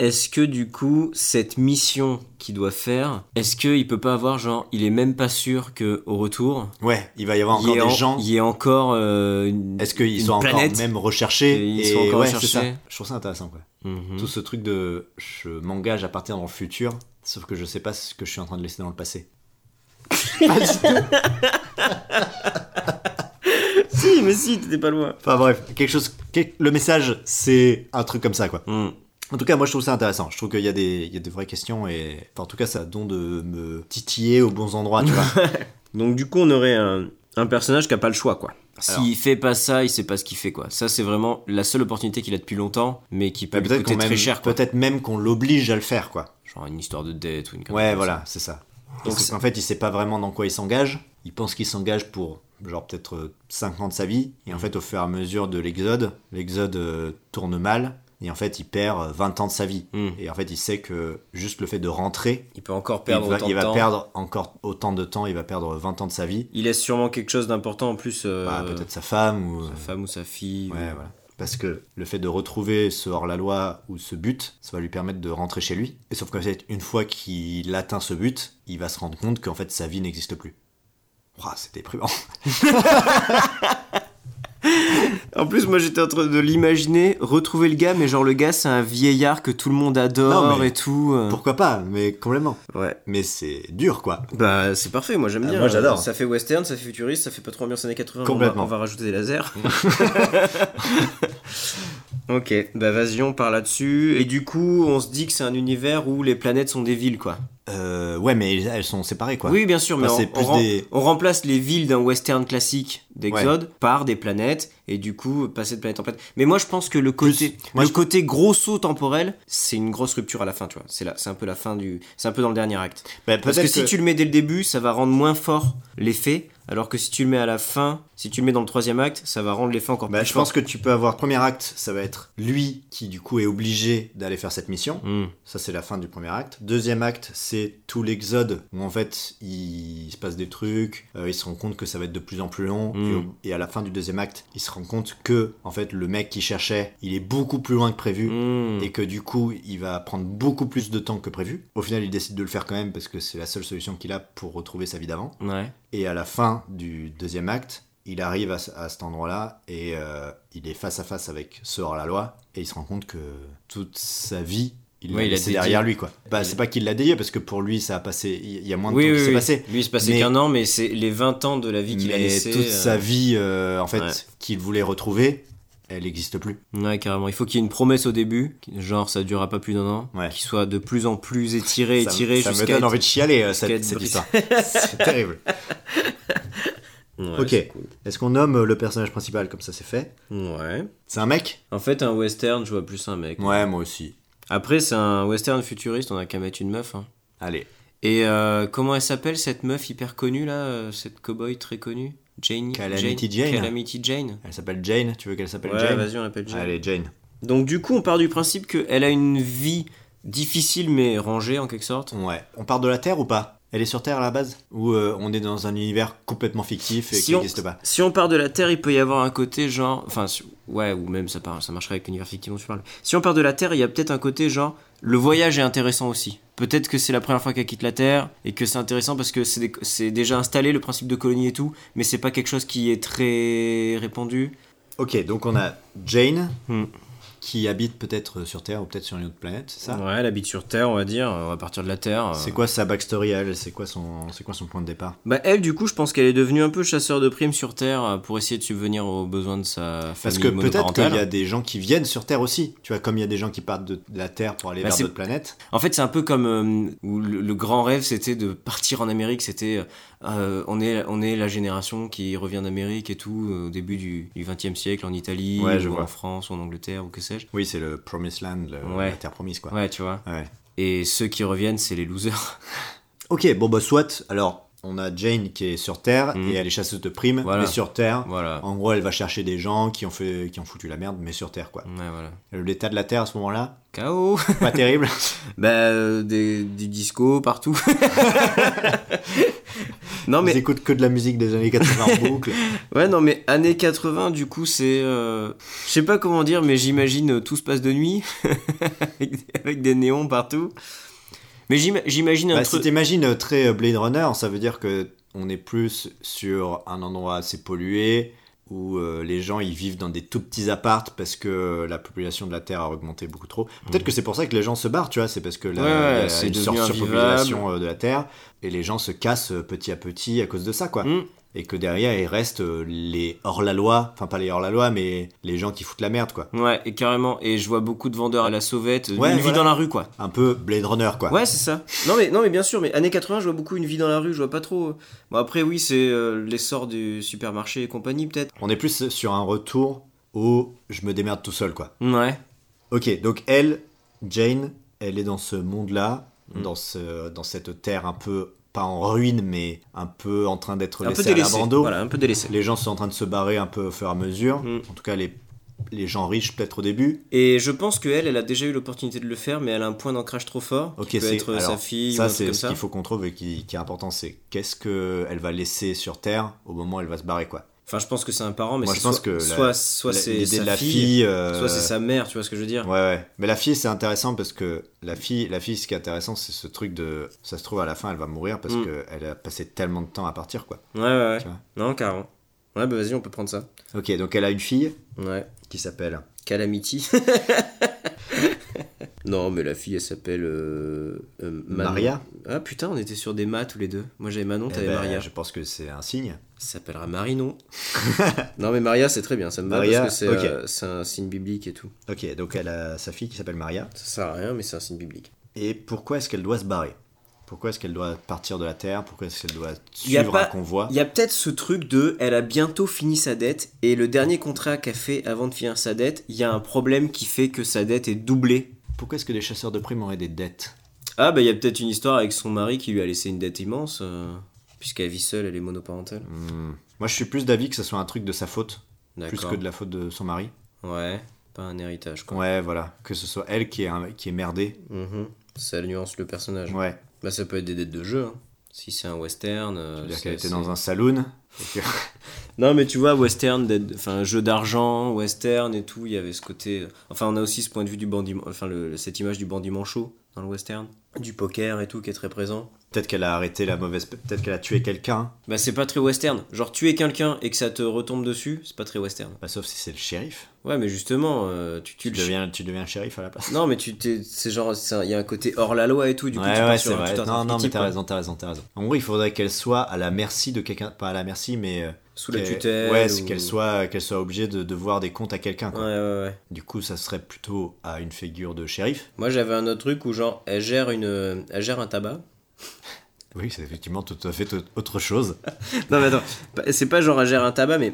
S2: Est-ce que du coup, cette mission qu'il doit faire, est-ce qu'il peut pas avoir genre, il est même pas sûr que au retour,
S1: Ouais, il va y avoir
S2: il y
S1: encore
S2: ait
S1: des
S2: en-
S1: gens.
S2: il y ait encore. euh, une-
S1: Est-ce qu'ils
S2: une
S1: sont
S2: planète
S1: encore même recherchés
S2: Et ils sont encore
S1: ouais, c'est
S2: recherchés.
S1: ça. Je trouve ça intéressant quoi.
S2: Mhm.
S1: Tout ce truc de je m'engage à partir dans le futur, sauf que je sais pas ce que je suis en train de laisser dans le passé. Pas du tout.
S2: Si, mais si, t'étais pas loin.
S1: enfin bref, quelque chose. quel- Le message, c'est un truc comme ça quoi.
S2: Hmm.
S1: En tout cas, moi je trouve ça intéressant. Je trouve qu'il y, a des- il y a des vraies questions et. Enfin, en tout cas, ça a don de me titiller aux bons endroits, tu vois.
S2: Donc du coup, on aurait un, un personnage qui a pas le choix, quoi.
S1: Alors.
S2: S'il fait pas ça, il sait pas ce qu'il fait, quoi. Ça, c'est vraiment la seule opportunité qu'il a depuis longtemps, mais qui peut
S1: Bah,
S2: lui
S1: peut-être
S2: coûter
S1: qu'on
S2: très
S1: même-
S2: cher, quoi.
S1: peut-être même qu'on l'oblige à le faire quoi.
S2: Genre une histoire de dette ou une connerie
S1: Ouais,
S2: comme
S1: voilà, c'est ça.
S2: Donc,
S1: Donc
S2: c'est-
S1: en fait, il sait pas vraiment dans quoi il s'engage. Il pense qu'il s'engage pour genre peut-être euh, 5 ans de sa vie. Et en
S2: Mm.
S1: fait, au fur et à mesure de l'exode, l'exode euh, tourne mal. Et en fait, il perd euh, 20 ans de sa vie.
S2: ça. Hmm.
S1: Et en fait, il sait que juste le fait de rentrer,
S2: Il peut encore
S1: il
S2: perdre
S1: va,
S2: autant
S1: il
S2: de
S1: va
S2: temps.
S1: perdre encore autant de temps. Il va perdre 20 ans de sa vie.
S2: Il laisse sûrement quelque chose d'important en plus. euh,
S1: Bah, peut-être sa femme ou.
S2: Sa femme ou sa fille.
S1: Ouais,
S2: ou-
S1: voilà. Parce que le fait de retrouver ce hors-la-loi ou ce but, ça va lui permettre de rentrer chez lui. Et sauf qu'en fait, une fois qu'il atteint ce but, il va se rendre compte qu'en fait, sa vie n'existe plus. Ouah, c'est déprimant.
S2: En plus, moi j'étais en train de l'imaginer, retrouver le gars, mais genre le gars c'est un vieillard que tout le monde adore
S1: Non, mais-
S2: et tout. euh.
S1: Pourquoi pas, mais complètement.
S2: Ouais.
S1: Mais c'est dur, quoi.
S2: Bah c'est parfait, moi j'aime
S1: Ah,
S2: bien.
S1: moi, j'adore.
S2: Ça fait western, ça fait futuriste, ça fait pas trop ambiance années 80.
S1: Complètement.
S2: On va, on va rajouter des lasers. ok, bah vas-y, on part là-dessus. Et du coup, on se dit que c'est un univers où les planètes sont des villes, quoi.
S1: Euh, ouais, mais elles sont séparées, quoi.
S2: Oui, bien sûr, mais
S1: Enfin,
S2: on-
S1: c'est
S2: on,
S1: plus
S2: rem-
S1: des-
S2: on remplace les villes d'un western classique d'Exode par des planètes, et du coup, passer de planète en planète. Mais moi, je pense que le côté,
S1: moi,
S2: le
S1: je-
S2: côté grosso temporel, c'est une grosse rupture à la fin, tu vois. C'est là, c'est un peu la fin du, c'est un peu dans le dernier acte.
S1: Bah,
S2: Parce que,
S1: peut-être
S2: si
S1: que-
S2: tu le mets dès le début, ça va rendre moins fort l'effet, alors que si tu le mets à la fin, si tu le mets dans le troisième acte, ça va rendre l'effet encore
S1: Bah,
S2: plus
S1: je
S2: fort.
S1: pense que tu peux avoir premier acte, ça va être lui qui du coup est obligé d'aller faire cette mission.
S2: Hmm.
S1: Ça, c'est la fin du premier acte. Deuxième acte, c'est tout l'exode, où en fait, il se passe des trucs, euh, il se rend compte que ça va être de plus en plus long,
S2: Mm.
S1: et, au- et à la fin du deuxième acte, il se rend compte que, en fait, le mec qu'il cherchait, il est beaucoup plus loin que prévu,
S2: Hmm.
S1: et que du coup, il va prendre beaucoup plus de temps que prévu. Au final, il décide de le faire quand même, parce que c'est la seule solution qu'il a pour retrouver sa vie d'avant.
S2: Ouais.
S1: Et à la fin du deuxième acte, il arrive à, ce- à cet endroit-là et euh, il est face à face avec ce hors-la-loi et il se rend compte que toute sa vie, il
S2: Ouais,
S1: l'a
S2: il a
S1: laissé
S2: dédié.
S1: derrière lui. quoi. Bah,
S2: Il-
S1: c'est pas qu'il l'a dédié parce que pour lui, ça a passé. Il y a moins de
S2: Oui,
S1: temps
S2: oui,
S1: qui s'est
S2: oui.
S1: passé.
S2: Lui, il se passait
S1: Mais-
S2: qu'un an, mais c'est les 20 ans de la vie qu'il a
S1: Mais
S2: laissé.
S1: toute
S2: euh,
S1: sa vie, euh, en fait,
S2: ouais.
S1: qu'il voulait retrouver, elle n'existe plus.
S2: Ouais, carrément. Il faut qu'il y ait une promesse au début, qui- genre ça durera pas plus d'un an,
S1: Ouais.
S2: qui soit de plus en plus étiré,
S1: ça
S2: étiré
S1: ça me
S2: jusqu'à.
S1: donne envie de chialer euh,
S2: jusqu'à
S1: cette,
S2: être
S1: cette
S2: brisé.
S1: histoire. c'est terrible.
S2: Ouais,
S1: Ok.
S2: c'est cool.
S1: Est-ce qu'on nomme euh, le personnage principal comme ça c'est fait
S2: Ouais.
S1: C'est un mec
S2: En fait, un western, je vois plus un mec.
S1: Ouais, moi aussi.
S2: Après, c'est un western futuriste, on a qu'à mettre une meuf. hein.
S1: Allez.
S2: Et euh, comment elle s'appelle cette meuf hyper connue là, euh, cette cowboy très connue Jane.
S1: Calamity Jane.
S2: Calamity Jane.
S1: Elle s'appelle Jane. Tu veux qu'elle s'appelle
S2: Ouais,
S1: Jane
S2: vas-y, on l'appelle Jane.
S1: Allez, Jane.
S2: Donc du coup, on part du principe qu'elle a une vie difficile mais rangée en quelque sorte.
S1: Ouais. On part de la Terre ou pas Elle est sur Terre à la base Ou euh, on est dans un univers complètement fictif et
S2: Si
S1: qui
S2: on-
S1: n'existe pas
S2: Si on part de la Terre, il peut y avoir un côté genre. Enfin, si- ouais, ou même ça, part, ça marcherait avec l'univers fictif dont tu parles. Si on part de la Terre, il y a peut-être un côté genre. Le voyage est intéressant aussi. Peut-être que c'est la première fois qu'elle quitte la Terre et que c'est intéressant parce que c'est des- c'est déjà installé le principe de colonie et tout, mais c'est pas quelque chose qui est très répandu.
S1: Ok, donc on a Jane,
S2: Hmm.
S1: qui habite peut-être euh, sur Terre ou peut-être sur une autre planète, c'est ça
S2: Ouais, elle habite sur Terre, on va dire, on va partir de la Terre. euh.
S1: C'est quoi sa backstory à elle C'est quoi, son... c'est quoi son point de départ
S2: Bah elle, du coup, je pense qu'elle est devenue un peu chasseur de primes sur Terre euh, pour essayer de subvenir aux besoins de sa
S1: Parce
S2: famille
S1: que peut-être
S2: monoparentale.
S1: qu'il y a des gens qui viennent sur Terre aussi. Tu vois, comme il y a des gens qui partent de de la Terre pour aller
S2: Bah,
S1: vers
S2: c'est-
S1: d'autres planètes.
S2: En fait, c'est un peu comme euh, où le, le grand rêve, c'était de partir en Amérique. C'était euh, on est on est la génération qui revient d'Amérique et tout euh, au début du du XXe siècle en Italie,
S1: Ouais, je
S2: ou
S1: vois.
S2: en France, ou en Angleterre, ou que sais-je.
S1: Oui, c'est le Promised Land, le-
S2: Ouais.
S1: la Terre promise, quoi.
S2: Bah, Ouais, tu vois.
S1: Ouais.
S2: Et ceux qui reviennent, c'est les losers.
S1: Ok, bon, bah, soit. Alors, on a Jane qui est sur Terre
S2: Mhm.
S1: et elle est chasseuse de primes,
S2: Voilà.
S1: mais sur Terre.
S2: voilà.
S1: En gros, elle va chercher des gens qui ont, fait, qui ont foutu la merde, mais sur Terre, quoi.
S2: Ouais, voilà.
S1: L'état de la Terre à ce moment-là,
S2: K.O.
S1: pas terrible.
S2: bah, euh, des, du disco partout. non,
S1: On
S2: mais
S1: écoute que de la musique des années 80 en boucle.
S2: Ouais, non, mais années 80, du coup, c'est. euh, Je sais pas comment dire, mais j'imagine euh, tout se passe de nuit, avec, des- avec des néons partout. Mais j'im- j'imagine un
S1: Bah, si
S2: truc.
S1: t'imagines euh, très euh, Blade Runner, ça veut dire que on est plus sur un endroit assez pollué où euh, les gens ils vivent dans des tout petits appartes parce que euh, la population de la Terre a augmenté beaucoup trop. Peut-être que c'est pour ça que les gens se barrent, tu vois, c'est parce que la,
S2: Mm. Ouais, ouais,
S1: la-
S2: c'est
S1: une
S2: devenu
S1: surpopulation euh, de la Terre et les gens se cassent euh, petit à petit à cause de ça, quoi.
S2: Hmm.
S1: Et que derrière il reste euh, les hors-la-loi, enfin pas les hors-la-loi, mais les gens qui foutent la merde, quoi.
S2: Ouais, et carrément. Et je vois beaucoup de vendeurs à la sauvette, euh,
S1: Ouais,
S2: une vie
S1: voilà.
S2: dans la rue, quoi.
S1: Un peu Blade Runner, quoi.
S2: Ouais, c'est ça. Non mais, non, mais bien sûr, mais années 80, je vois beaucoup une vie dans la rue, je vois pas trop. euh. Bon, après, oui, c'est euh, l'essor du supermarché et compagnie, peut-être.
S1: On est plus sur un retour où je me démerde tout seul, quoi.
S2: Ouais.
S1: Ok, donc elle, Jane, elle est dans ce monde-là,
S2: Mm.
S1: dans, ce, dans cette terre un peu, pas en ruine, mais un peu en train d'être
S2: Un peu
S1: laissée à
S2: délaissé.
S1: l'abandon.
S2: Voilà, un peu délaissé.
S1: Les gens sont en train de se barrer un peu au fur et à mesure,
S2: Mm.
S1: en tout cas les, les gens riches peut-être au début.
S2: Et je pense qu'elle, elle a déjà eu l'opportunité de le faire, mais elle a un point d'ancrage trop fort.
S1: Ok,
S2: qui peut
S1: c'est-
S2: être euh, sa
S1: alors,
S2: fille ou
S1: ça,
S2: un truc
S1: c'est
S2: comme
S1: ce
S2: ça.
S1: qu'il faut qu'on trouve et qui, qui est important, c'est qu'est-ce qu'elle va laisser sur Terre au moment où elle va se barrer, quoi.
S2: Enfin, je pense que c'est un parent, mais
S1: Moi,
S2: c'est
S1: je pense
S2: soit,
S1: que la-
S2: soit, soit
S1: La-
S2: c'est
S1: L'idée
S2: sa
S1: de la
S2: fille,
S1: fille... euh,
S2: soit c'est sa mère, tu vois ce que je veux dire.
S1: Ouais, ouais. Mais la fille, c'est intéressant parce que la fille, la fille, ce qui est intéressant, c'est ce truc de. Ça se trouve, à la fin, elle va mourir parce
S2: Mm.
S1: que qu'elle a passé tellement de temps à partir, quoi.
S2: Ouais, ouais, ouais.
S1: Tu vois.
S2: Non, carrément. Ouais, bah vas-y, on peut prendre ça.
S1: Ok, donc elle a une fille
S2: Ouais.
S1: qui s'appelle.
S2: Calamity. non, mais la fille, elle s'appelle. euh, euh, Manon.
S1: Maria
S2: Ah putain, on était sur des mâts tous les deux. Moi j'avais Manon,
S1: Eh
S2: t'avais
S1: ben,
S2: Maria.
S1: Je pense que c'est un signe.
S2: Ça s'appellera Marinon. non, mais Maria, c'est très bien, ça me va
S1: Maria,
S2: parce que c'est
S1: ok.
S2: euh, c'est un signe biblique et tout.
S1: Ok, donc elle a sa fille qui s'appelle Maria.
S2: Ça sert à rien, mais c'est un signe biblique.
S1: Et pourquoi est-ce qu'elle doit se barrer Pourquoi est-ce qu'elle doit partir de la Terre Pourquoi est-ce qu'elle doit
S2: Y a
S1: suivre
S2: pas-
S1: un convoi
S2: Il y a peut-être ce truc de elle a bientôt fini sa dette et le dernier contrat qu'a fait avant de finir sa dette, il y a un problème qui fait que sa dette est doublée.
S1: Pourquoi est-ce que les chasseurs de primes auraient des dettes
S2: Ah bah il y a peut-être une histoire avec son mari qui lui a laissé une dette immense euh, puisqu'elle vit seule, elle est monoparentale.
S1: Hmm. Moi, je suis plus d'avis que ce soit un truc de sa faute, plus
S2: D'accord.
S1: que de la faute de son mari.
S2: Ouais, pas un héritage quoi.
S1: Ouais, voilà. Que ce soit elle qui est, un- qui est merdée.
S2: Mhm. Ça nuance le personnage.
S1: Ouais.
S2: Bah ça peut être des dettes de jeu. hein. Si c'est un western, euh,
S1: C'est-à-dire
S2: c'est-
S1: qu'elle était
S2: c'est-
S1: dans un saloon. et que-
S2: Non, mais tu vois, western, dead- enfin, jeu d'argent, western et tout, il y avait ce côté. Enfin, on a aussi ce point de vue du bandit, enfin, le- cette image du bandit manchot dans le western, du poker et tout qui est très présent.
S1: Peut-être qu'elle a arrêté la mauvaise. Peut-être qu'elle a tué quelqu'un.
S2: Bah, c'est pas très western. Genre, tuer quelqu'un et que ça te retombe dessus, c'est pas très western.
S1: Bah, sauf si c'est le shérif.
S2: Ouais, mais justement, euh, tu
S1: Tu
S2: tues le
S1: deviens, tu deviens le shérif à la place.
S2: chi- Non, mais tu t'es- c'est genre, c'est un- il y a un côté hors la loi et tout, du coup,
S1: ouais,
S2: tu
S1: ouais,
S2: passes
S1: c'est
S2: sur un
S1: vrai.
S2: tout un
S1: Non, non, mais
S2: archétype,
S1: t'as
S2: quoi.
S1: raison, t'as raison, t'as raison. En gros, il faudrait qu'elle soit à la merci de quelqu'un. Pas à la merci, mais. euh,
S2: Sous la
S1: qu'elle-
S2: tutelle.
S1: Ouais,
S2: ou-
S1: c'est qu'elle soit, qu'elle soit obligée de devoir des comptes à quelqu'un.
S2: Ouais,
S1: quoi.
S2: ouais, ouais.
S1: Du coup, ça serait plutôt à une figure de shérif.
S2: Moi, j'avais un autre truc où, genre, elle gère, une... euh, elle gère un tabac.
S1: Oui, c'est effectivement tout à fait tout- autre chose.
S2: Non mais attends, pas- c'est pas genre elle gère un tabac, mais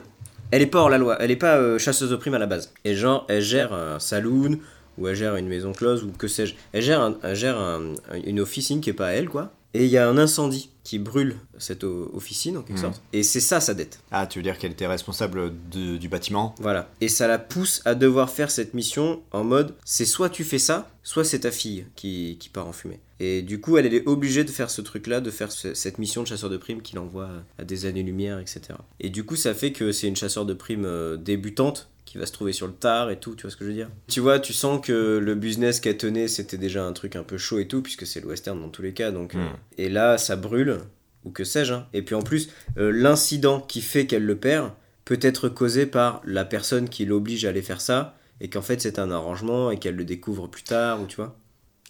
S2: elle est pas hors la loi, elle est pas euh, chasseuse de primes à la base. Et genre elle gère un saloon, ou elle gère une maison close, ou que sais-je. Elle gère, un- elle gère un- une officine qui est pas à elle, quoi. Et il y a un incendie qui brûle cette o- officine, en quelque
S1: Mhm.
S2: sorte. Et c'est ça sa dette.
S1: Ah, tu veux dire qu'elle était responsable de- du bâtiment
S2: Voilà. Et ça la pousse à devoir faire cette mission en mode c'est soit tu fais ça, soit c'est ta fille qui, qui part en fumée. Et du coup, elle, elle est obligée de faire ce truc-là, de faire ce- cette mission de chasseur de primes qui l'envoie à des années-lumière, etc. Et du coup, ça fait que c'est une chasseur de primes euh, débutante qui va se trouver sur le tard et tout, tu vois ce que je veux dire Tu vois, tu sens que le business qu'elle tenait, c'était déjà un truc un peu chaud et tout, puisque c'est le western dans tous les cas, donc... euh,
S1: Mm.
S2: Et là, ça brûle, ou que sais-je. hein. Et puis en plus, euh, l'incident qui fait qu'elle le perd peut être causé par la personne qui l'oblige à aller faire ça, et qu'en fait c'est un arrangement et qu'elle le découvre plus tard, ou tu vois.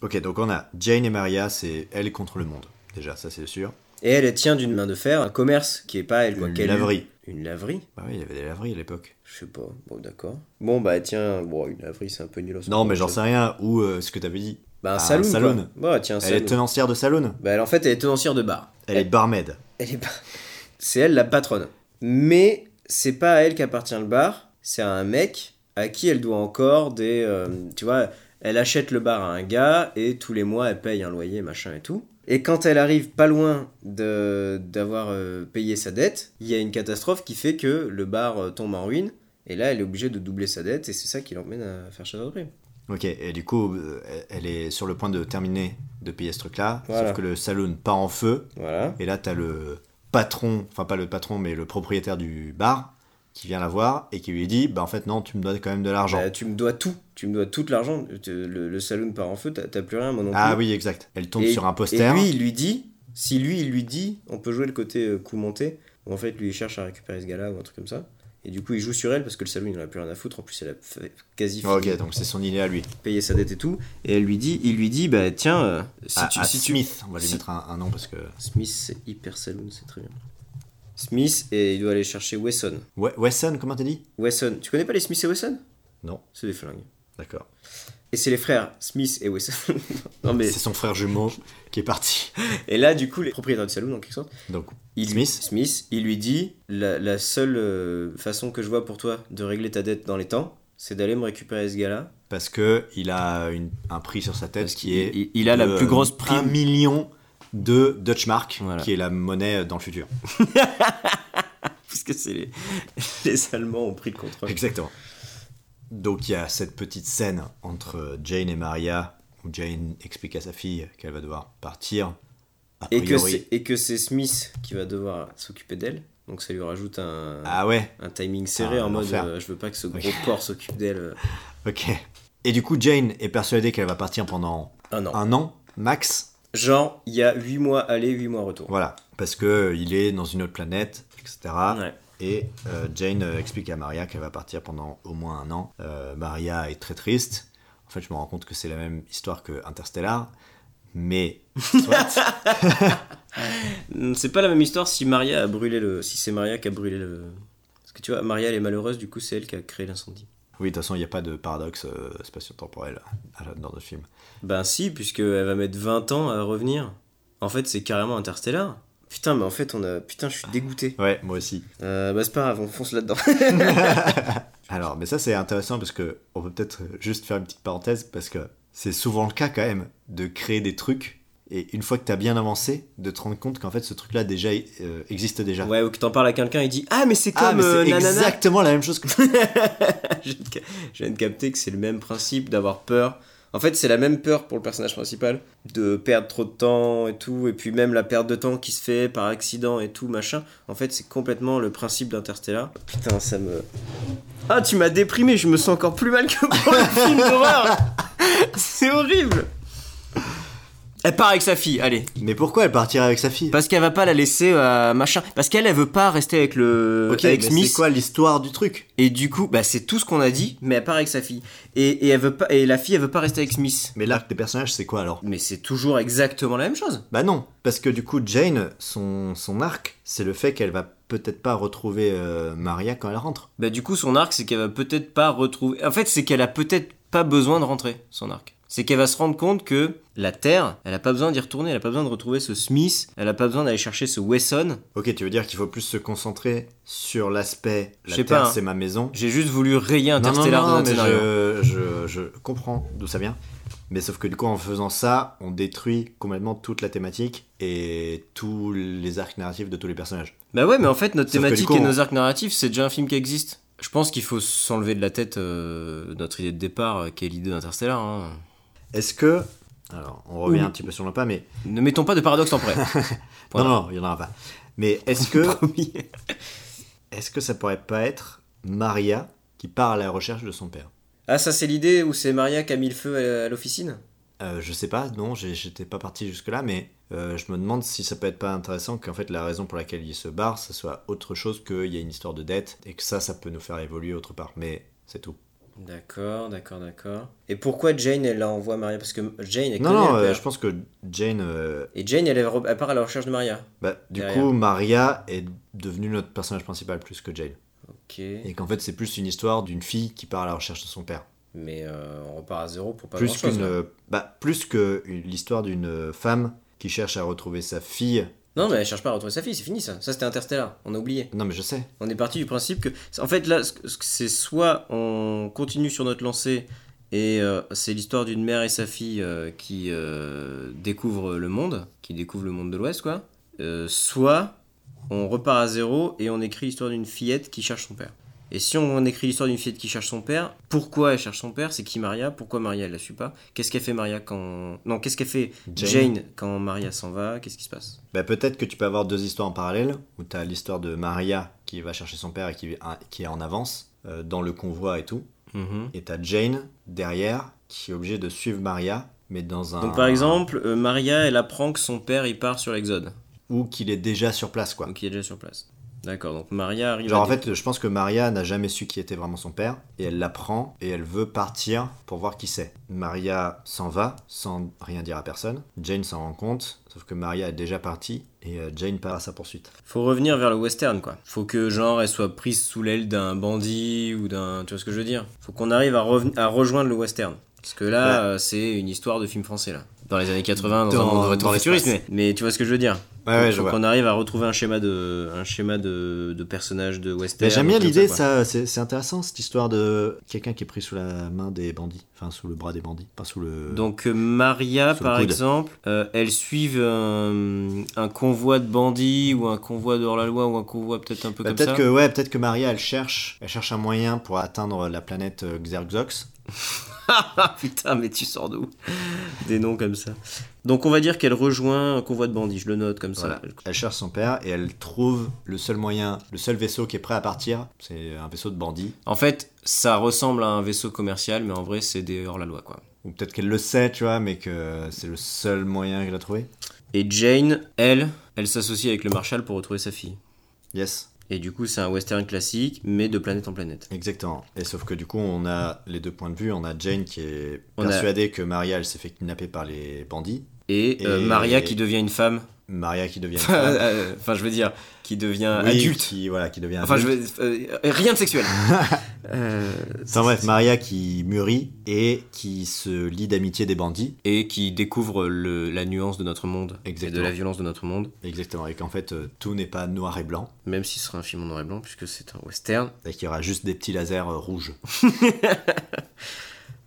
S1: Ok, donc on a Jane et Maria, c'est elle contre le monde. Déjà, ça c'est sûr.
S2: Et elle elle tient d'une main de fer un commerce qui est pas elle, quoi.
S1: Une
S2: qu'elle-
S1: laverie.
S2: Une laverie
S1: Bah oui, il y avait des laveries à l'époque.
S2: Je sais pas, bon d'accord. Bon bah tiens, bon, une laverie c'est un peu nul en ce
S1: Non,
S2: moment,
S1: mais j'en
S2: je-
S1: sais rien. Ou euh, ce que t'avais dit.
S2: Bah un
S1: Ah,
S2: saloon.
S1: un saloon.
S2: quoi. Ouais, tiens, un
S1: Elle est
S2: saloon.
S1: tenancière de saloon.
S2: Bah, elle, en fait elle est tenancière de bar.
S1: Elle est barmaid.
S2: Elle est pas... C'est elle la patronne. Mais c'est pas à elle qu'appartient le bar, c'est à un mec à qui elle doit encore des... euh, tu vois, elle achète le bar à un gars et tous les mois elle paye un loyer, machin et tout. Et quand elle arrive pas loin de- d'avoir euh, payé sa dette, il y a une catastrophe qui fait que le bar euh, tombe en ruine. Et là, elle est obligée de doubler sa dette et c'est ça qui l'emmène à faire chasse prime.
S1: Ok, et du coup, euh, elle est sur le point de terminer de payer ce truc-là.
S2: Voilà.
S1: Sauf que le saloon part en feu.
S2: Voilà.
S1: Et là, t'as le patron, enfin pas le patron, mais le propriétaire du bar qui vient la voir et qui lui dit Bah en fait, non, tu me donnes quand même de l'argent.
S2: Bah, tu me dois tout. Tu me dois tout l'argent. Te- Le, le saloon part en feu, t'as t'as plus rien, moi non plus.
S1: ah oui, exact. Elle tombe
S2: Et-
S1: sur un poster.
S2: Et lui, il lui dit, si lui, il lui dit, on peut jouer le côté euh, coup monté, où en fait, lui, il cherche à récupérer ce gars-là ou un truc comme ça. Et du coup, il joue sur elle parce que le salon, il n'en a plus rien à foutre. En plus, elle a fait- quasi fini
S1: Ok, donc c'est son idée à lui.
S2: de payer sa dette et tout. Et elle lui dit, il lui dit, bah tiens, euh, si
S1: à,
S2: tu.
S1: à
S2: si
S1: Ah,
S2: tu-
S1: Smith, on va lui
S2: si-
S1: mettre un, un nom parce que.
S2: Smith, c'est hyper saloon, c'est très bien. Smith, et il doit aller chercher Wesson.
S1: We- Wesson, comment t'as dit
S2: Wesson, tu connais pas les Smith et Wesson
S1: Non,
S2: C'est des flingues.
S1: d'accord.
S2: Et c'est les frères Smith et Wesson. non mais.
S1: C'est son frère jumeau qui est parti.
S2: Et là, du coup, les propriétaires du salon, en quelque sorte,
S1: Donc,
S2: Il-
S1: Smith
S2: Smith, il lui dit la, la seule euh, façon que je vois pour toi de régler ta dette dans les temps, c'est d'aller me récupérer ce gars-là.
S1: parce que il a une- un prix sur sa tête
S2: Parce
S1: qui
S2: qu'il-
S1: est.
S2: il- il a la
S1: de,
S2: plus grosse
S1: euh,
S2: prime.
S1: Un million de Dutch Mark,
S2: Voilà.
S1: qui est la monnaie dans le futur.
S2: Parce que c'est les, les Allemands ont pris le contrôle.
S1: Exactement. Donc il y a cette petite scène entre Jane et Maria où Jane explique à sa fille qu'elle va devoir partir. A
S2: Et que,
S1: priori.
S2: c'est, et que c'est Smith qui va devoir s'occuper d'elle. Donc ça lui rajoute un,
S1: Ah ouais,
S2: un timing serré
S1: Ah,
S2: en mode
S1: l'enfer.
S2: euh, je veux pas que ce gros
S1: Ok.
S2: porc s'occupe d'elle. euh.
S1: ok. Et du coup, Jane est persuadée qu'elle va partir pendant
S2: Ah non.
S1: un an, max.
S2: Genre, il y a 8 mois aller, 8 mois retour.
S1: Voilà, parce que euh, il est dans une autre planète, etc.
S2: Ouais.
S1: Et euh, Jane euh, explique à Maria qu'elle va partir pendant au moins un an. Euh, Maria est très triste. En fait, je me rends compte que c'est la même histoire que Interstellar, mais soit.
S2: Mm, C'est pas la même histoire si Maria a brûlé le. Si c'est Maria qui a brûlé le. Parce que tu vois, Maria elle est malheureuse, du coup c'est elle qui a créé l'incendie.
S1: oui, de toute façon, il n'y a pas de paradoxe euh, spatio-temporel euh, dans le film.
S2: Ben si, puisque elle va mettre 20 ans à revenir. En fait, c'est carrément Interstellar. Putain, mais en fait, on a. Putain, je suis dégoûté.
S1: Ouais, moi aussi.
S2: Euh, bah, c'est pas grave, on fonce là-dedans.
S1: Alors, mais ça c'est intéressant parce que on peut peut-être juste faire une petite parenthèse parce que c'est souvent le cas quand même de créer des trucs et une fois que t'as bien avancé, de te rendre compte qu'en fait ce truc-là déjà euh, existe déjà.
S2: ouais, ou que t'en parles à quelqu'un, il dit Ah, mais c'est comme
S1: Ah, mais
S2: euh,
S1: c'est
S2: nanana.
S1: exactement la même chose que
S2: je, viens de... ca- je viens de capter que c'est le même principe d'avoir peur. En fait, c'est la même peur pour le personnage principal de perdre trop de temps et tout, et puis même la perte de temps qui se fait par accident et tout, machin. En fait, c'est complètement le principe d'Interstellar. Putain, ça me. Ah, tu m'as déprimé, je me sens encore plus mal que pour le film d'horreur. C'est horrible. Elle part avec sa fille, allez.
S1: Mais pourquoi elle partirait avec sa fille
S2: Parce qu'elle va pas la laisser à machin. Parce qu'elle, elle veut pas rester avec le.
S1: Ok,
S2: avec
S1: mais
S2: Smith.
S1: c'est quoi l'histoire du truc
S2: Et du coup, bah, c'est tout ce qu'on a dit, mais elle part avec sa fille. Et, et, elle veut pas, et la fille, elle veut pas rester avec Smith.
S1: Mais l'arc des personnages, c'est quoi alors
S2: Mais c'est toujours exactement la même chose.
S1: Bah non, parce que du coup, Jane, son, son arc, c'est le fait qu'elle va peut-être pas retrouver euh, Maria quand elle rentre.
S2: Bah, du coup, son arc, c'est qu'elle va peut-être pas retrouver. En fait, c'est qu'elle a peut-être pas besoin de rentrer, son arc. C'est qu'elle va se rendre compte que la Terre, elle a pas besoin d'y retourner, elle a pas besoin de retrouver ce Smith, elle a pas besoin d'aller chercher ce Wesson.
S1: Ok, tu veux dire qu'il faut plus se concentrer sur l'aspect
S2: Je
S1: la
S2: sais
S1: Terre,
S2: pas, hein.
S1: c'est ma maison.
S2: J'ai juste voulu rayer
S1: Non, non,
S2: Interstellar
S1: non,
S2: de notre
S1: mais
S2: scénario.
S1: je, je, je comprends d'où ça vient. Mais sauf que du coup, en faisant ça, on détruit complètement toute la thématique et tous les arcs narratifs de tous les personnages.
S2: Bah ouais, mais en fait, notre
S1: Sauf que du
S2: thématique
S1: coup,
S2: et
S1: on-
S2: nos arcs narratifs, c'est déjà un film qui existe. Je pense qu'il faut s'enlever de la tête euh, notre idée de départ, euh, qui est l'idée d'Interstellar. hein.
S1: Est-ce que. Alors, on revient
S2: Oui.
S1: un petit peu sur le pas, mais.
S2: Ne mettons pas de paradoxe en prêt.
S1: Ah
S2: Voilà.
S1: Non, non, il n'y en aura pas. Mais est-ce que. est-ce que ça pourrait pas être Maria qui part à la recherche de son père
S2: ah, ça, c'est l'idée où c'est Maria qui a mis le feu à, à l'officine
S1: Euh, Je sais pas, non, j'ai- j'étais pas parti jusque-là, mais euh, je me demande si ça peut être pas intéressant qu'en fait la raison pour laquelle il se barre, ça soit autre chose qu'il y a une histoire de dette et que ça, ça peut nous faire évoluer autre part. Mais c'est tout.
S2: D'accord, d'accord, d'accord. Et pourquoi Jane, elle la envoie à Maria Parce que Jane, elle
S1: Non,
S2: connaît
S1: non,
S2: le
S1: euh,
S2: père.
S1: je pense que Jane. euh,
S2: Et Jane, elle, est re- elle part à la recherche de Maria.
S1: bah, du
S2: Derrière.
S1: coup, Maria est devenue notre personnage principal plus que Jane.
S2: Ok.
S1: Et qu'en fait, c'est plus une histoire d'une fille qui part à la recherche de son père.
S2: Mais euh, on repart à zéro pour pas
S1: plus
S2: grand-chose, hein.
S1: qu'une.
S2: là.
S1: euh, bah, plus que une- l'histoire d'une euh, femme qui cherche à retrouver sa fille.
S2: Non, mais elle cherche pas à retrouver sa fille, c'est fini ça. Ça, c'était Interstellar. On a oublié.
S1: Non, mais je sais.
S2: On est parti du principe que. En fait, là, ce que- ce que c'est soit on continue sur notre lancée et euh, c'est l'histoire d'une mère et sa fille euh, qui euh, découvrent le monde, qui découvrent le monde de l'Ouest, quoi. Euh, soit on repart à zéro et on écrit l'histoire d'une fillette qui cherche son père. Et si on écrit l'histoire d'une fillette qui cherche son père, pourquoi elle cherche son père C'est qui Maria Pourquoi Maria elle la suit pas Qu'est-ce qu'elle fait Maria quand non Qu'est-ce qu'elle fait
S1: Jane.
S2: Jane quand Maria s'en va Qu'est-ce qui se passe
S1: Bah, peut-être que tu peux avoir deux histoires en parallèle, où tu as l'histoire de Maria qui va chercher son père et qui, un- qui est en avance euh, dans le convoi et tout,
S2: Mhm.
S1: et tu as Jane derrière qui est obligée de suivre Maria, mais dans un.
S2: Donc par exemple, euh, Maria, elle apprend que son père, il part sur l'Exode.
S1: Ou qu'il est déjà sur place, quoi.
S2: Donc il est déjà sur place. D'accord, donc Maria arrive
S1: Bah. Genre
S2: à
S1: en fait, je pense que Maria n'a jamais su qui était vraiment son père, et elle l'apprend, et elle veut partir pour voir qui c'est. Maria s'en va, sans rien dire à personne. Jane s'en rend compte, sauf que Maria est déjà partie, et euh, Jane part à sa poursuite.
S2: Faut revenir vers le western, quoi. Faut que, genre, elle soit prise sous l'aile d'un bandit ou d'un... Tu vois ce que je veux dire Faut qu'on arrive à, reven- à rejoindre le western. Parce que là, euh, c'est une histoire de film français, là. Dans les années 80, dans,
S1: Dans-
S2: un monde
S1: dans l'espace.
S2: rétrofuturiste, mais... mais tu vois ce que je veux dire
S1: Ouais, ouais,
S2: Faut
S1: je vois.
S2: qu'on arrive à retrouver un schéma de, un schéma de, de personnage de western.
S1: Mais j'aime bien
S2: un truc
S1: l'idée,
S2: comme
S1: ça, c'est c'est intéressant cette histoire de quelqu'un qui est pris sous la main des bandits, enfin sous le bras des bandits, pas sous le.
S2: Donc euh, Maria,
S1: Sous le
S2: par
S1: coude.
S2: exemple, euh, elle suit un, un convoi de bandits ou un convoi de hors-la-loi ou un convoi peut-être un peu
S1: Bah,
S2: comme ça.
S1: peut-être que ouais, peut-être que Maria, elle cherche, elle cherche un moyen pour atteindre la planète euh, Xerxox.
S2: Ah putain, mais tu sors d'où Des noms comme ça. Donc on va dire qu'elle rejoint un convoi de bandits, je le note comme ça.
S1: Voilà. Elle cherche son père et elle trouve le seul moyen, le seul vaisseau qui est prêt à partir, c'est un vaisseau de bandits.
S2: En fait, ça ressemble à un vaisseau commercial, mais en vrai, c'est des hors-la-loi quoi.
S1: Ou peut-être qu'elle le sait, tu vois, mais que c'est le seul moyen qu'elle a trouvé.
S2: Et Jane, elle, elle s'associe avec le Marshall pour retrouver sa fille.
S1: Yes,
S2: Et du coup, c'est un western classique, mais de planète en planète.
S1: exactement. Et sauf que du coup, on a les deux points de vue. On a Jane qui est
S2: On a-
S1: persuadée que Maria, elle s'est fait kidnapper par les bandits.
S2: Et, euh,
S1: Et-
S2: Maria qui devient une femme.
S1: Maria qui devient une femme.
S2: Euh, Enfin, je veux dire, qui devient
S1: Oui,
S2: adulte.
S1: Qui, voilà, qui devient
S2: Enfin, je
S1: adulte.
S2: veux, euh, rien de sexuel. Euh,
S1: Enfin bref, Maria qui mûrit et qui se lie d'amitié des bandits.
S2: et qui découvre le- la nuance de notre monde et de
S1: Exactement.
S2: la violence de notre monde,
S1: Exactement, et qu'en fait, euh, tout n'est pas noir et blanc,
S2: même si ce sera un film en noir et blanc puisque c'est un western.
S1: et qu'il y aura juste des petits lasers euh, rouges.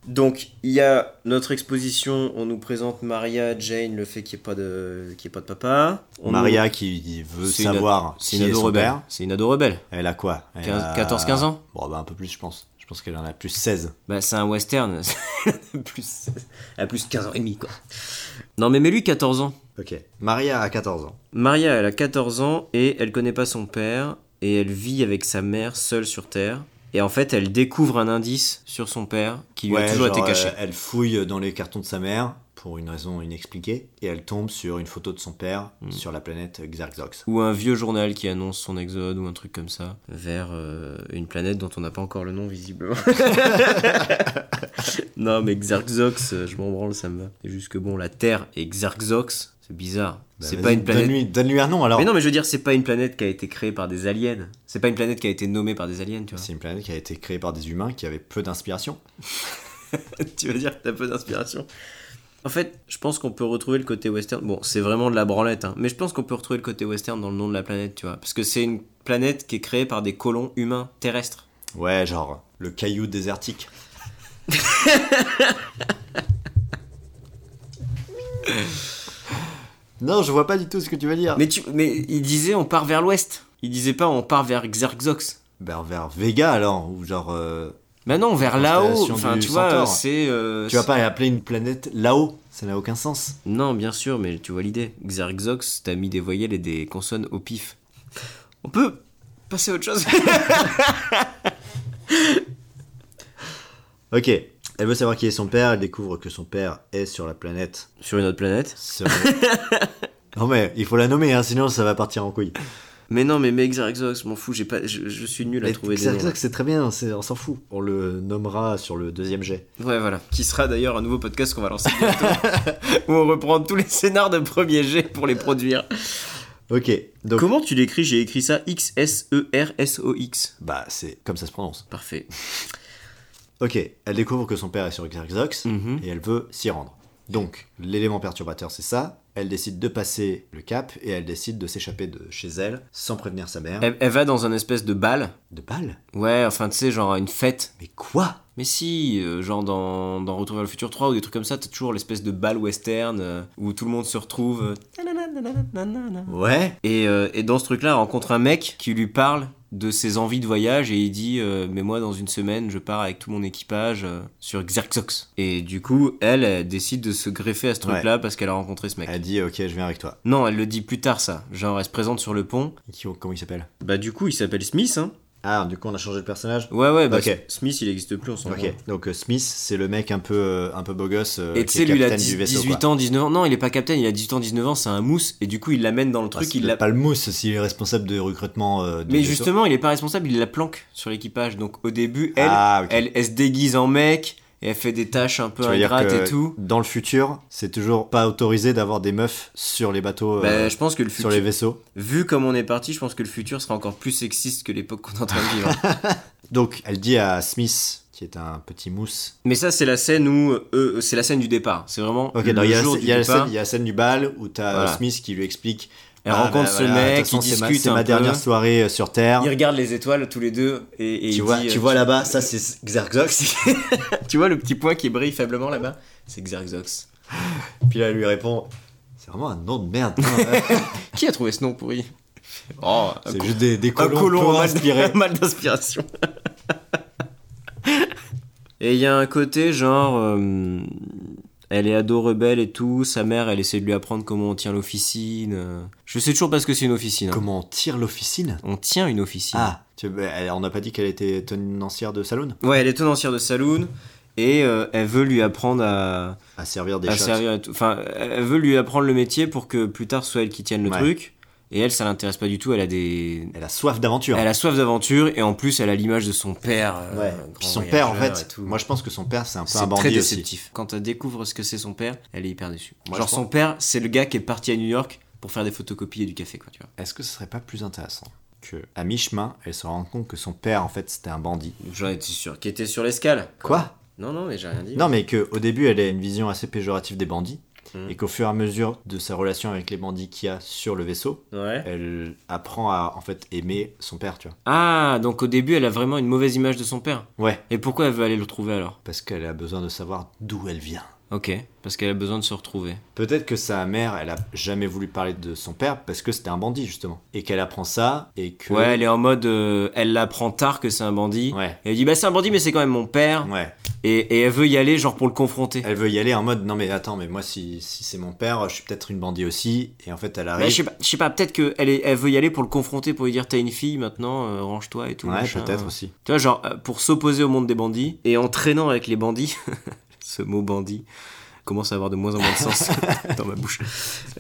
S2: Donc il y a notre exposition, on nous présente Maria, Jane, le fait qu'il n'y ait pas de qu'il y ait pas de papa. On
S1: Maria qui veut
S2: C'est une-
S1: savoir
S2: nous-
S1: qui
S2: c'est une
S1: est
S2: ado
S1: son
S2: rebelle.
S1: père.
S2: C'est une ado rebelle.
S1: Elle a quoi Elle
S2: 15
S1: a-
S2: 14-15 ans.
S1: Bon, bah un peu plus, je pense. Je pense qu'elle en a plus 16.
S2: Bah c'est un western. plus à plus 15 ans et demi quoi. Non mais mais lui 14 ans.
S1: Ok. Maria a 14 ans.
S2: Maria, elle a 14 ans et elle connaît pas son père et elle vit avec sa mère seule sur Terre. Et en fait, elle découvre un indice sur son père qui lui a toujours
S1: genre,
S2: été caché.
S1: euh, elle fouille dans les cartons de sa mère, pour une raison inexpliquée, et elle tombe sur une photo de son père
S2: Hmm.
S1: sur la planète Xerxox.
S2: Ou un vieux journal qui annonce son exode ou un truc comme ça vers euh, une planète dont on n'a pas encore le nom visiblement. non mais Xarxox, euh, je m'en branle, ça me va. C'est juste que bon, la Terre et Xarxox, c'est bizarre.
S1: Bah,
S2: c'est
S1: vas-y,
S2: pas une planète.
S1: Donne-lui donne-lui un nom alors.
S2: Mais non, mais je veux dire, c'est pas une planète qui a été créée par des aliens. C'est pas une planète qui a été nommée par des aliens, tu vois.
S1: C'est une planète qui a été créée par des humains qui avaient peu d'inspiration.
S2: tu veux dire que t'as peu d'inspiration En fait, je pense qu'on peut retrouver le côté western. Bon, c'est vraiment de la branlette, hein, mais je pense qu'on peut retrouver le côté western dans le nom de la planète, tu vois. Parce que c'est une planète qui est créée par des colons humains terrestres.
S1: Ouais, genre le caillou désertique. non, je vois pas du tout ce que tu veux dire.
S2: Mais, tu, mais il disait on part vers l'ouest. Il disait pas on part vers Xerxox.
S1: Bah, vers Vega alors, ou genre. euh,
S2: Maintenant, vers là-haut.
S1: Constellation
S2: Enfin,
S1: du
S2: tu vois,
S1: Centaure.
S2: euh, c'est. euh,
S1: Tu vas
S2: c'est-
S1: pas appeler une planète là-haut, ça n'a aucun sens.
S2: Non, bien sûr, mais tu vois l'idée. Xerxox, t'as mis des voyelles et des consonnes au pif. On peut passer à autre chose.
S1: Ok, elle veut savoir qui est son père, elle découvre que son père est sur la planète.
S2: Sur une autre planète.
S1: Sur- non mais il faut la nommer, hein, sinon ça va partir en couille.
S2: Mais non, mais Mexarexox, je m'en fous, j'ai pas, je, je suis nul à
S1: Mais
S2: trouver des noms.
S1: Xerxes, c'est très bien, c'est- on s'en fout. On le nommera sur le deuxième jet.
S2: Ouais, voilà. Qui sera d'ailleurs un nouveau podcast qu'on va lancer bientôt, où on reprend tous les scénars de premier jet pour les produire.
S1: Ok, donc.
S2: Comment tu l'écris J'ai écrit ça E X-S-E-R-S-O-X.
S1: bah, c'est comme ça se prononce.
S2: Parfait.
S1: Ok, elle découvre que son père est sur Xerxox
S2: Mhm.
S1: et elle veut s'y rendre. Donc, l'élément perturbateur, c'est ça. Elle décide de passer le cap et elle décide de s'échapper de chez elle sans prévenir sa mère.
S2: Elle, elle va dans un espèce de bal.
S1: De balle
S2: Ouais, enfin, tu sais, genre une fête.
S1: Mais quoi
S2: Mais si, euh, genre dans, dans Retour vers le futur 3 ou des trucs comme ça, t'as toujours l'espèce de bal western euh, où tout le monde se retrouve. euh, nanananananana.
S1: Ouais
S2: Et, euh, et dans ce truc-là, elle rencontre un mec qui lui parle de ses envies de voyage et il dit euh, mais moi dans une semaine je pars avec tout mon équipage euh, sur Xerxox et du coup elle, elle décide de se greffer à ce truc là parce qu'elle a rencontré ce mec
S1: Elle dit, ok, je viens avec toi.
S2: non elle le dit plus tard ça genre elle se présente sur le pont
S1: Et qui- Comment il s'appelle
S2: bah du coup il s'appelle Smith hein
S1: Ah, du coup, on a changé de personnage
S2: ouais ouais bah
S1: Ok.
S2: S- Smith il existe plus on s'en
S1: Ok,
S2: fout.
S1: donc euh, Smith, c'est le mec un peu, euh, un peu beau gosse euh,
S2: et tu
S1: qui
S2: sais
S1: est
S2: lui il a
S1: capitaine
S2: 10
S1: du vaisseau.
S2: 18
S1: quoi.
S2: ans 19 ans non il est pas capitaine il a 18 ans 19 ans c'est un mousse et du coup il l'amène dans le
S1: Ah,
S2: truc
S1: c'est
S2: il
S1: le
S2: l'a
S1: palmousse s'il est responsable de recrutement euh, de
S2: mais
S1: vaisseau.
S2: justement il est pas responsable il la planque sur l'équipage donc au début elle
S1: Ah, ok.
S2: Elle, elle se déguise en mec et elle fait des tâches un peu
S1: Tu veux dire
S2: ingrates
S1: que
S2: et tout.
S1: Dans le futur, c'est toujours pas autorisé d'avoir des meufs sur les bateaux, euh,
S2: Bah, je pense que le
S1: sur
S2: futur,
S1: les vaisseaux.
S2: vu comme on est parti, je pense que le futur sera encore plus sexiste que l'époque qu'on est en train de vivre.
S1: Donc, elle dit à Smith, qui est un petit mousse.
S2: Mais ça, c'est la scène où euh, euh, c'est la scène du départ. C'est vraiment
S1: Ok,
S2: le
S1: non, il y a,
S2: jour
S1: il
S2: du
S1: y a la
S2: départ.
S1: scène- il y a la scène du bal où t'as
S2: Voilà.
S1: euh, Smith qui lui explique.
S2: Elle
S1: Ah,
S2: rencontre
S1: bah,
S2: ce
S1: voilà, de
S2: mec,
S1: toute façon,
S2: ils
S1: c'est ma-
S2: discutent
S1: C'est
S2: un
S1: ma
S2: peu.
S1: dernière soirée euh, sur Terre.
S2: Ils regardent les étoiles tous les deux et, et
S1: Tu
S2: il
S1: vois,
S2: dit,
S1: tu
S2: euh,
S1: vois là-bas, ça c'est Xerxox.
S2: tu vois le petit point qui brille faiblement là-bas, c'est Xerxox.
S1: Puis là, elle lui répond. C'est vraiment un nom de merde. hein.
S2: Qui a trouvé ce nom pourri Oh, un
S1: c'est
S2: con-
S1: juste des, des
S2: un
S1: colons,
S2: colon
S1: peu
S2: mal,
S1: inspirés.
S2: mal d'inspiration. et il y a un côté genre. euh, elle est ado rebelle et tout. Sa mère, elle essaie de lui apprendre comment on tient l'officine. euh. Je sais toujours pas ce que c'est une officine. hein.
S1: Comment on tire l'officine
S2: On tient une officine.
S1: Ah, tu- bah, elle- on n'a pas dit qu'elle était tenancière de saloon
S2: Ouais, elle est tenancière de saloon. Et euh, elle veut lui apprendre à,
S1: À servir des
S2: à
S1: shots.
S2: servir et tout. Enfin, elle veut lui apprendre le métier pour que plus tard ce soit elle qui tienne le
S1: Ouais.
S2: truc. Et elle, ça l'intéresse pas du tout. Elle a des,
S1: Elle a soif d'aventure.
S2: Elle a soif d'aventure et en plus elle a l'image de son père. euh,
S1: Ouais.
S2: grand
S1: Puis son père, en
S2: voyageur et
S1: fait,
S2: tout.
S1: moi je pense que son père, c'est un peu un
S2: c'est
S1: bandit
S2: très
S1: aussi.
S2: déceptif. Quand elle découvre ce que c'est son père, elle est hyper déçue.
S1: Moi,
S2: Genre
S1: je
S2: son père, c'est le gars qui est parti à New York pour faire des photocopies et du café quoi, tu vois.
S1: Est-ce que ce serait pas plus intéressant que, à mi-chemin, elle se rende compte que son père, en fait, c'était un bandit
S2: J'en étais sûr. Qui était sur l'escale
S1: Quoi
S2: Non non mais j'ai rien dit.
S1: Non, mais que au début, elle a une vision assez péjorative des bandits.
S2: Mhm.
S1: Et qu'au fur et à mesure de sa relation avec les bandits qu'il y a sur le vaisseau,
S2: Ouais.
S1: elle apprend à en fait aimer son père, tu vois.
S2: Ah donc au début elle a vraiment une mauvaise image de son père.
S1: Ouais,
S2: Et pourquoi elle veut aller le retrouver alors
S1: parce qu'elle a besoin de savoir d'où elle vient.
S2: Ok. Parce qu'elle a besoin de se retrouver.
S1: Peut-être que sa mère, elle a jamais voulu parler de son père parce que c'était un bandit justement, et qu'elle apprend ça et que
S2: Ouais elle est en mode, euh, elle l'apprend tard que c'est un bandit.
S1: ouais,
S2: Et elle dit bah c'est un bandit mais c'est quand même mon père.
S1: ouais.
S2: Et, et elle veut y aller genre pour le confronter.
S1: Elle veut y aller en mode non mais attends mais moi si, si c'est mon père je suis peut-être une bandit aussi et en fait elle
S2: Ouais,
S1: arrive
S2: Bah, je sais pas, je sais pas peut-être qu'elle elle veut y aller pour le confronter, pour lui dire t'as une fille maintenant, euh, range-toi et tout.
S1: ouais
S2: machin.
S1: peut-être aussi
S2: Tu vois, genre euh, pour s'opposer au monde des bandits et en traînant avec les bandits, ce mot bandit commence à avoir de moins en moins de sens dans ma bouche.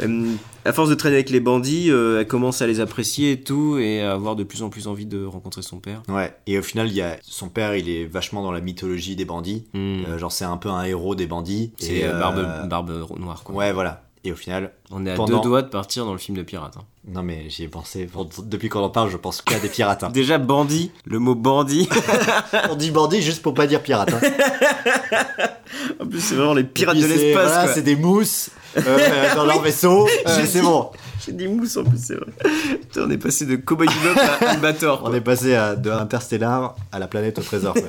S2: Euh, à force de traîner avec les bandits, euh, elle commence à les apprécier et tout et à avoir de plus en plus envie de rencontrer son père.
S1: ouais et au final il y a son père il est vachement dans la mythologie des bandits
S2: Hmm.
S1: Euh, genre c'est un peu un héros des bandits
S2: C'est
S1: et,
S2: euh,
S1: euh,
S2: barbe, barbe noire quoi.
S1: ouais voilà et au final
S2: On est à
S1: pendant-
S2: deux doigts de partir dans le film de pirate. hein.
S1: non mais j'y ai pensé depuis qu'on en parle je pense qu'à des pirates hein.
S2: Déjà bandit, le mot bandit.
S1: on dit bandit juste pour pas dire pirate hein.
S2: en plus c'est vraiment les pirates
S1: Et
S2: de
S1: puis, c'est-
S2: l'espace.
S1: voilà,
S2: quoi.
S1: c'est des mousses euh, euh, dans leur vaisseau Euh,
S2: J'ai
S1: c'est
S2: dit-
S1: bon
S2: J'ai dit mousse en plus, c'est vrai. Putain, on est passé de Cowboy Bebop à Albator.
S1: On
S2: quoi.
S1: est passé à, de Interstellar à la planète au trésor. quoi.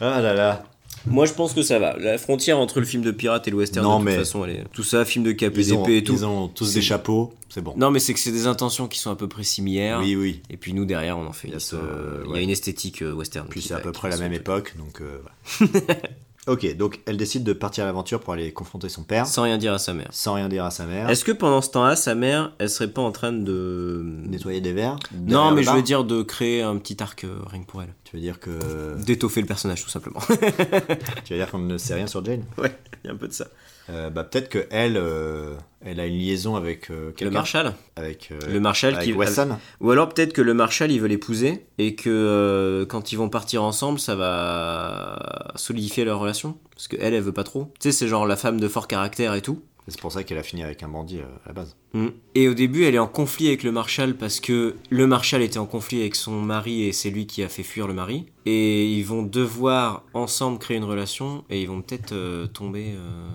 S1: ah là là.
S2: Moi, je pense que ça va. La frontière entre le film de pirate et le western,
S1: Non,
S2: de toute
S1: mais-
S2: façon, elle est... Tout ça, film de
S1: Ils ont,
S2: KPDP et tout.
S1: ils ont tous
S2: C'est-
S1: des chapeaux, c'est bon.
S2: Non, mais c'est que c'est des intentions qui sont à peu près similaires.
S1: Oui, oui.
S2: Et puis nous, derrière, on en fait une
S1: Il y a ce-
S2: histoire. Il y a
S1: ouais.
S2: une esthétique euh, western.
S1: Puis
S2: qui
S1: c'est à
S2: va-
S1: peu
S2: qui
S1: près la
S2: va
S1: même
S2: se-
S1: époque, donc euh, voilà. ok, donc elle décide de partir à l'aventure pour aller confronter son père,
S2: Sans rien dire à sa mère.
S1: sans rien dire à sa mère,
S2: Est-ce que pendant ce temps-là, sa mère, elle serait pas en train de.
S1: nettoyer des verres. derrière
S2: Non,
S1: le
S2: mais je
S1: bar.
S2: veux dire de créer un petit arc euh, rien que pour elle.
S1: Tu veux dire que
S2: D'étoffer le personnage, tout simplement.
S1: tu veux dire qu'on ne sait rien sur Jane
S2: ouais, il y a un peu de ça.
S1: Euh, Bah peut-être que elle, euh, Elle a une liaison avec euh, quelqu'un.
S2: Le Marshal
S1: Avec, euh,
S2: Le Marshal
S1: avec
S2: qui.
S1: Wesson.
S2: Ou alors peut-être que le Marshal il veut l'épouser et que euh, quand ils vont partir ensemble ça va solidifier leur relation parce que elle elle veut pas trop. Tu sais c'est genre la femme de fort caractère et tout.
S1: C'est pour ça qu'elle a fini avec un bandit euh, à la base.
S2: Mm. Et au début, elle est en conflit avec le Marshal parce que le Marshal était en conflit avec son mari et c'est lui qui a fait fuir le mari. Et ils vont devoir ensemble créer une relation et ils vont peut-être euh, tomber, euh,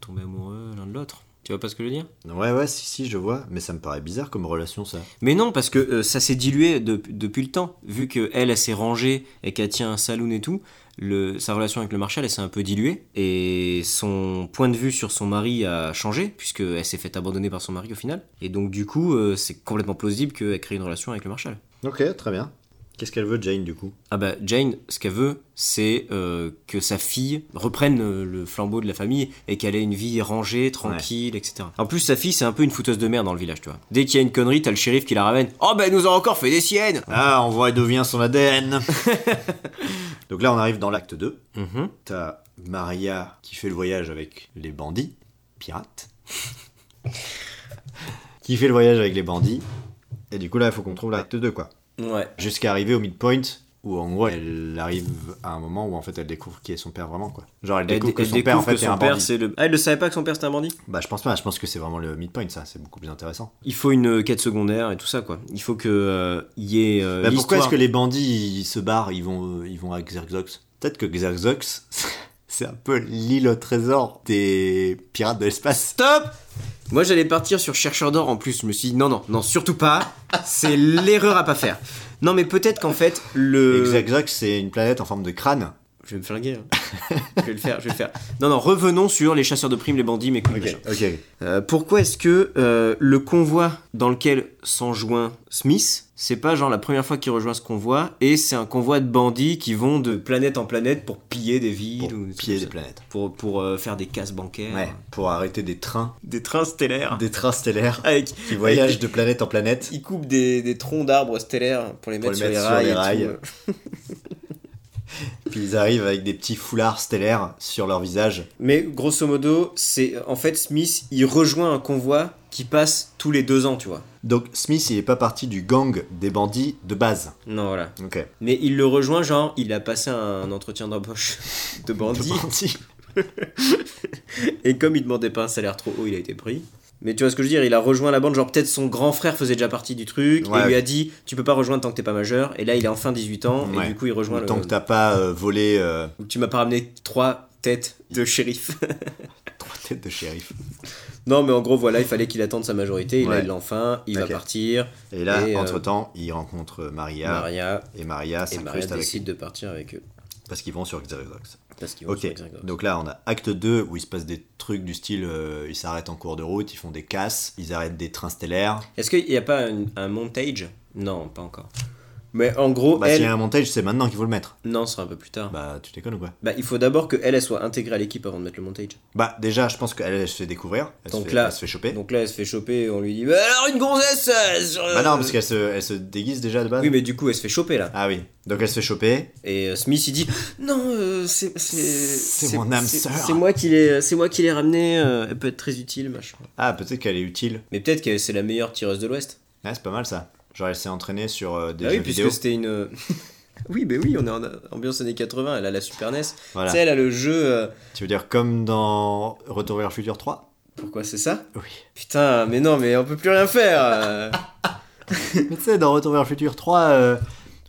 S2: tomber amoureux l'un de l'autre. Tu vois pas ce que je veux dire
S1: Ouais, ouais, si, si, je vois. Mais ça me paraît bizarre comme relation, ça.
S2: Mais non, parce que euh, ça s'est dilué de- depuis le temps. Vu qu'elle, elle, elle s'est rangée et qu'elle tient un saloon et tout, le, sa relation avec le Marshal, elle s'est un peu diluée. Et son point de vue sur son mari a changé, puisqu'elle s'est fait abandonner par son mari au final. Et donc, du coup, euh, c'est complètement plausible qu'elle crée une relation avec le Marshal.
S1: Ok, très bien. Qu'est-ce qu'elle veut, Jane, du coup
S2: Ah bah, Jane, ce qu'elle veut, c'est euh, que sa fille reprenne euh, le flambeau de la famille et qu'elle ait une vie rangée, tranquille, etc. En plus, sa fille, c'est un peu une fouteuse de merde dans le village, tu vois. Dès qu'il y a une connerie, t'as le shérif qui la ramène. Oh bah, elle nous a encore fait des siennes
S1: Ah, on voit d'où vient son ADN Donc là, on arrive dans l'acte 2.
S2: Mhm.
S1: T'as Maria qui fait le voyage avec les bandits, pirates. qui fait le voyage avec les bandits. Et du coup, là, il faut qu'on trouve l'acte 2, quoi.
S2: Ouais.
S1: Jusqu'à arriver au midpoint, où en gros, elle arrive à un moment où en fait, elle découvre qui est son père vraiment, quoi. Genre, elle
S2: Elle,
S1: découvre que
S2: elle
S1: son père, en
S2: découvre
S1: fait,
S2: que
S1: est
S2: son
S1: un
S2: père,
S1: bandit.
S2: c'est le. Ah, elle ne savait pas que son père c'était un bandit
S1: Bah, je pense pas, je pense que c'est vraiment le midpoint, ça, c'est beaucoup plus intéressant.
S2: Il faut une euh, quête secondaire et tout ça, quoi. Il faut que euh, y ait. euh,
S1: Bah, pourquoi
S2: l'histoire.
S1: est-ce que les bandits ils se barrent, ils vont, euh, ils vont à Xerxox Peut-être que Xerxox, c'est un peu l'île au trésor des pirates de l'espace.
S2: Stop Moi, j'allais partir sur Chercheur d'or en plus. Je me suis dit, non, non, non, surtout pas. C'est l'erreur à pas faire. Non, mais peut-être qu'en fait, le.
S1: Et Xerxox, c'est une planète en forme de crâne.
S2: Je vais me flinguer. hein. je vais le faire, je vais le faire. Non, non, revenons sur les chasseurs de primes, les bandits, mes couilles, machin.
S1: ok.
S2: Euh, pourquoi est-ce que euh, le convoi dans lequel s'enjoint Smith, c'est pas genre la première fois qu'il rejoint ce convoi et c'est un convoi de bandits qui vont de planète en planète pour piller des villes
S1: Pour
S2: ou
S1: piller des
S2: pour-
S1: planètes.
S2: pour, pour euh, faire des casses bancaires,
S1: Ouais, pour arrêter des trains,
S2: des trains stellaires.
S1: des trains stellaires
S2: Avec,
S1: qui voyagent de planète en planète.
S2: ils coupent des, des troncs d'arbres stellaires pour les
S1: Pour
S2: mettre,
S1: les mettre
S2: sur, les
S1: sur
S2: rails
S1: les
S2: et
S1: rails.
S2: tout. euh.
S1: Puis ils arrivent avec des petits foulards stellaires sur leur visage.
S2: Mais grosso modo, c'est en fait Smith, il rejoint un convoi qui passe tous les deux ans, tu vois.
S1: Donc Smith, il est pas parti du gang des bandits de base.
S2: Non, voilà.
S1: Ok.
S2: Mais il le rejoint, genre, il a passé un entretien d'embauche de bandit.
S1: De bandits.
S2: Et comme il demandait pas un salaire trop haut, il a été pris. Mais tu vois ce que je veux dire, il a rejoint la bande, genre peut-être son grand frère faisait déjà partie du truc,
S1: Ouais.
S2: et lui a dit tu peux pas rejoindre tant que t'es pas majeur, et là il a enfin 18 ans,
S1: Ouais.
S2: et du coup il rejoint le...
S1: Tant que t'as pas euh, volé euh,
S2: Tu m'as pas ramené trois têtes de shérif.
S1: trois têtes de shérif.
S2: non mais en gros voilà, il fallait qu'il attende sa majorité, et là
S1: Ouais.
S2: il l'a enfin, il
S1: Ok.
S2: va partir,
S1: Et là,
S2: Et, euh,
S1: entre-temps, ils rencontrent Maria,
S2: Maria,
S1: et Maria
S2: et Maria
S1: s'incruste avec
S2: décide de partir avec eux.
S1: parce qu'ils vont sur Xerox.
S2: Parce qu'ils vont
S1: Ok,
S2: sur Xerxes.
S1: donc là on a acte 2 où il se passe des trucs du style euh, ils s'arrêtent en cours de route, ils font des casses, ils arrêtent des trains stellaires.
S2: Est-ce qu'il n'y a pas un, un montage Non, pas encore. Mais en gros,
S1: Bah,
S2: Oh, elle...
S1: s'il y a un montage, c'est maintenant qu'il faut le mettre.
S2: Non, ce sera un peu plus tard. Bah,
S1: Bah, tu déconnes ou quoi
S2: il faut d'abord que elle, elle soit intégrée à l'équipe avant de mettre le montage.
S1: Bah, déjà, je pense qu'elle elle se fait découvrir, elle,
S2: Donc
S1: se, fait,
S2: là-
S1: elle se fait choper.
S2: Donc là, elle se fait choper, on lui dit Bah alors une gonzesse euh, sur- euh,
S1: Bah, non, parce qu'elle se, elle se déguise déjà de base.
S2: Oui, mais du coup, elle se fait choper là.
S1: Ah oui, donc elle se fait choper.
S2: Et euh, Smith, il dit Non, euh, c'est. C'est
S1: C'est mon âme
S2: c'est-
S1: sœur.
S2: C'est moi qui l'ai c'est moi qui l'ai ramenée, euh, elle peut être très utile, machin.
S1: Ah, peut-être qu'elle est utile.
S2: Mais peut-être que c'est la meilleure tireuse de l'Ouest.
S1: Ah, c'est pas mal ça. Genre, elle s'est entraînée sur euh, des
S2: Ah
S1: jeux
S2: oui,
S1: vidéo.
S2: puisque c'était une. oui, mais oui, on est en euh, ambiance années 80, elle a la Super NES.
S1: Voilà.
S2: Tu sais, elle a le jeu. euh,
S1: Tu veux dire comme dans Retour vers le futur 3
S2: Pourquoi c'est ça
S1: Oui.
S2: Putain, mais non, mais on peut plus rien faire. euh.
S1: Mais tu sais, dans Retour vers le futur 3, euh,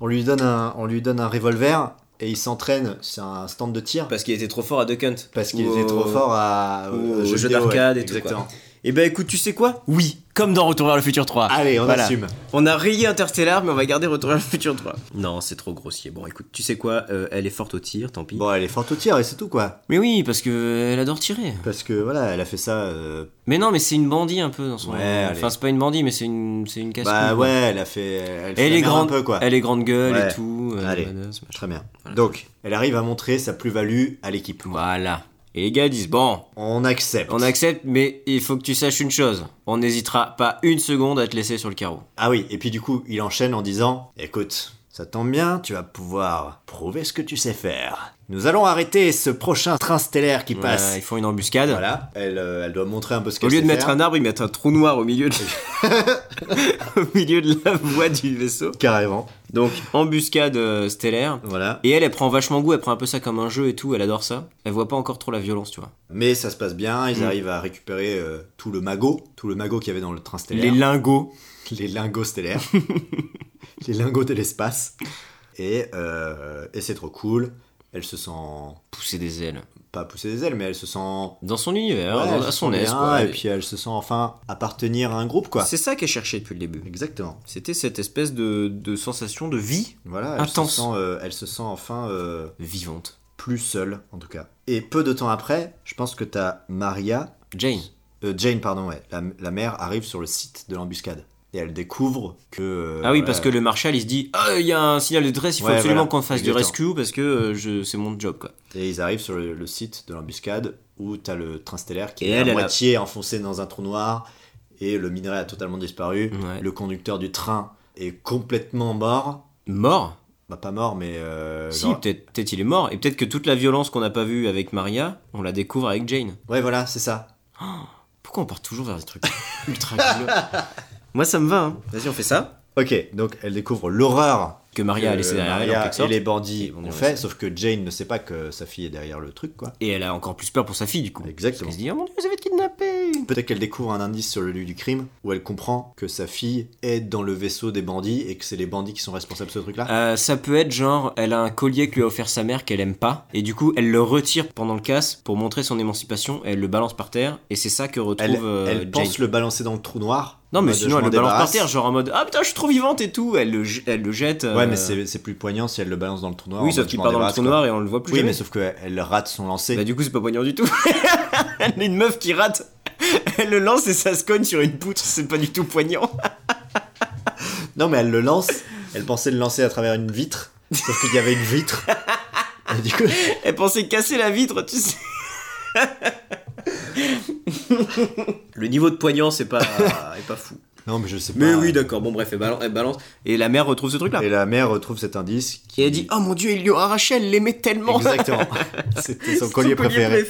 S1: on, lui donne un, on lui donne un revolver et il s'entraîne sur un stand de tir
S2: Parce qu'il était trop fort à Duck Hunt.
S1: parce qu'il
S2: Ou
S1: était
S2: au-
S1: trop fort à,
S2: ou
S1: aux
S2: aux
S1: jeux
S2: jeux
S1: vidéo,
S2: d'arcade
S1: ouais,
S2: et tout, quoi.
S1: Exactement.
S2: Eh ben écoute, tu sais quoi Ah, Oui, comme dans Retour vers le futur 3.
S1: Allez, on
S2: Voilà.
S1: assume.
S2: On a rayé Interstellar, mais on va garder Retour vers le futur 3. Non, c'est trop grossier. Bon, écoute, tu sais quoi Euh, Elle est forte au tir, tant pis.
S1: Bon, elle est forte au tir et c'est tout quoi.
S2: Mais oui, parce que euh, elle adore tirer.
S1: Parce que voilà, elle a fait ça. euh,
S2: Mais non, mais c'est une bandit un peu dans son.
S1: Ouais, elle
S2: enfin,
S1: est-
S2: c'est pas une bandit, mais c'est une, c'est une casse.
S1: bah ouais, elle a fait. Elle, fait
S2: Elle
S1: la
S2: est
S1: merde
S2: grande,
S1: un peu quoi.
S2: Elle est grande gueule
S1: Ouais.
S2: et tout. euh,
S1: Allez.
S2: badass, machin.
S1: Très bien. Donc, elle arrive à montrer sa plus-value à l'équipe.
S2: Voilà. Et les gars disent bon,
S1: On accepte.
S2: On accepte, mais il faut que tu saches une chose. On n'hésitera pas une seconde à te laisser sur le carreau.
S1: Ah oui, et puis du coup, il enchaîne en disant Écoute, ça tombe bien, tu vas pouvoir prouver ce que tu sais faire. Nous allons arrêter ce prochain train stellaire qui passe.
S2: Voilà, ils font une embuscade.
S1: Voilà, elle, euh, elle doit montrer un peu ce
S2: Au
S1: qu'elle
S2: lieu de
S1: sait
S2: mettre
S1: faire.
S2: un arbre, ils mettent un trou noir au milieu de, au milieu de la voie du vaisseau.
S1: Carrément.
S2: Donc, embuscade euh, stellaire.
S1: Voilà.
S2: Et elle, elle prend vachement goût, elle prend un peu ça comme un jeu et tout, elle adore ça. Elle voit pas encore trop la violence, tu vois.
S1: Mais ça se passe bien, ils
S2: Mm.
S1: arrivent à récupérer euh, tout le magot, tout le magot qu'il y avait dans le train stellaire.
S2: Les lingots.
S1: les lingots stellaires, les lingots de l'espace. Et, euh, et c'est trop cool. Elle se sent
S2: Pousser des ailes.
S1: pas pousser des ailes, mais elle se sent.
S2: Dans son univers,
S1: Ouais,
S2: dans-
S1: elle
S2: à
S1: se
S2: son
S1: sent
S2: aise,
S1: bien,
S2: quoi.
S1: Et puis bah. elle se sent enfin appartenir à un groupe, quoi.
S2: C'est ça qu'elle cherchait depuis le début.
S1: Exactement.
S2: C'était cette espèce de, de sensation de vie
S1: Voilà, elle,
S2: Intense.
S1: Se, sent, euh, elle se sent enfin euh,
S2: vivante.
S1: plus seule, en tout cas. Et peu de temps après, je pense que t'as Maria,
S2: Jane.
S1: euh, Jane, pardon, ouais, la, la mère arrive sur le site de l'embuscade. Et elle découvre que. euh,
S2: Ah oui,
S1: voilà,
S2: parce que le Marshal, il se dit Ah, il y a un signal de détresse, il faut
S1: Ouais,
S2: absolument
S1: voilà.
S2: qu'on fasse du
S1: Exactement.
S2: rescue parce que euh, je, c'est mon job, quoi.
S1: Et ils arrivent sur le, le site de l'embuscade où t'as le train stellaire qui est
S2: Et elle,
S1: à
S2: elle a-
S1: moitié enfoncé dans un trou noir et le minerai a totalement disparu.
S2: Ouais.
S1: Le conducteur du train est complètement mort.
S2: Mort
S1: Bah, pas mort, mais. euh,
S2: Si,
S1: genre-
S2: peut-être peut-être il est mort. Et peut-être que toute la violence qu'on n'a pas vue avec Maria, on la découvre avec Jane.
S1: Ouais, voilà, c'est ça.
S2: Pourquoi on part toujours vers des trucs ultra violents Moi, ça me va. hein. Vas-y, on fait ça.
S1: Ok, donc elle découvre l'horreur
S2: Que Maria a
S1: que
S2: laissé derrière elle, en
S1: Maria
S2: quelque sorte.
S1: et les bandits
S2: Et on
S1: ont
S2: est
S1: fait,
S2: resté.
S1: sauf que Jane ne sait pas que sa fille est derrière le truc, quoi.
S2: Et elle a encore plus peur pour sa fille, du coup.
S1: Exactement.
S2: Elle se dit Oh mon dieu, vous avez kidnappé
S1: Peut-être qu'elle découvre un indice sur le lieu du crime où elle comprend que sa fille est dans le vaisseau des bandits et que c'est les bandits qui sont responsables de ce truc-là.
S2: Euh, ça peut être genre, elle a un collier que lui a offert sa mère qu'elle aime pas, et du coup, elle le retire pendant le casse pour montrer son émancipation, elle le balance par terre, et c'est ça que retrouve
S1: Elle,
S2: euh,
S1: elle
S2: Jane.
S1: pense le balancer dans le trou noir.
S2: Non, mais
S1: En mode,
S2: sinon,
S1: je
S2: elle
S1: m'en
S2: le balance par
S1: débarrasse.
S2: terre, genre en mode Ah putain, je suis trop vivante et tout, elle le, je- elle le jette. euh,
S1: Ouais, mais c'est c'est plus poignant si elle le balance dans le trou noir. en
S2: Oui,
S1: mode,
S2: sauf
S1: je
S2: qu'il
S1: m'en
S2: part dans le
S1: débarrasse,
S2: trou
S1: quoi.
S2: noir et on le voit plus.
S1: Oui,
S2: jamais.
S1: mais sauf qu'elle rate son lancer.
S2: Bah, du coup, c'est pas poignant du tout. elle est une meuf qui rate. Elle le lance et ça se cogne sur une poutre, c'est pas du tout poignant.
S1: Non, mais elle le lance. Elle pensait le lancer à travers une vitre. Sauf qu'il y avait une vitre. Et du coup,
S2: Elle pensait casser la vitre, tu sais. Le niveau de poignant, c'est pas, est pas fou.
S1: non, mais je sais pas.
S2: Mais oui, d'accord. Bon, bref, elle balan- elle balance, Et la mère retrouve ce truc-là.
S1: Et la mère retrouve cet indice. Qui...
S2: Et elle dit Oh mon dieu, ils lui ont arraché, elle l'aimait tellement.
S1: Exactement. C'était
S2: C'est
S1: son collier préféré.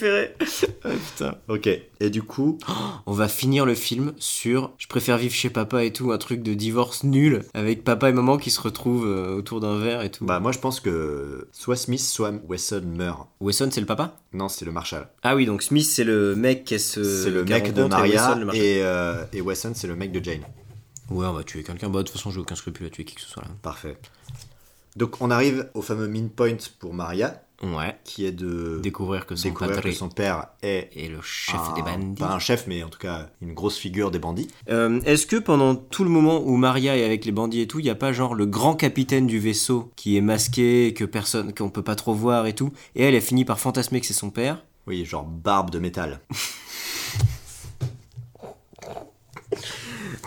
S2: Ah, putain.
S1: Ok. Et du coup,
S2: On va finir le film sur Je préfère vivre chez papa et tout, un truc de divorce nul avec papa et maman qui se retrouvent euh, autour d'un verre et tout.
S1: bah moi je pense que soit Smith, soit Wesson meurt.
S2: Wesson, c'est le papa
S1: Non, c'est le Marshall.
S2: Ah oui, donc Smith, c'est le mec Euh, qui se.
S1: c'est le
S2: qu'elle
S1: mec de
S2: rencontre et
S1: Maria
S2: Wesson, le
S1: et,
S2: marchand.
S1: euh, et Wesson, c'est le mec de Jane.
S2: Ouais, on va tuer quelqu'un. Bah, de toute façon, j'ai aucun scrupule à tuer qui que ce soit là.
S1: Parfait. Donc on arrive au fameux midpoint pour Maria,
S2: Ouais.
S1: qui est de
S2: Découvrir que son
S1: découvrir
S2: patrie
S1: que son Ah, bah. père est
S2: est le chef
S1: un-
S2: des bandits.
S1: pas un chef, mais en tout cas une grosse figure des bandits.
S2: Euh, Est-ce que pendant tout le moment où Maria est avec les bandits et tout, il n'y a pas genre le grand capitaine du vaisseau qui est masqué, que personne, qu'on peut pas trop voir et tout, et elle, elle finit par fantasmer que c'est son père
S1: Oui, genre barbe de métal.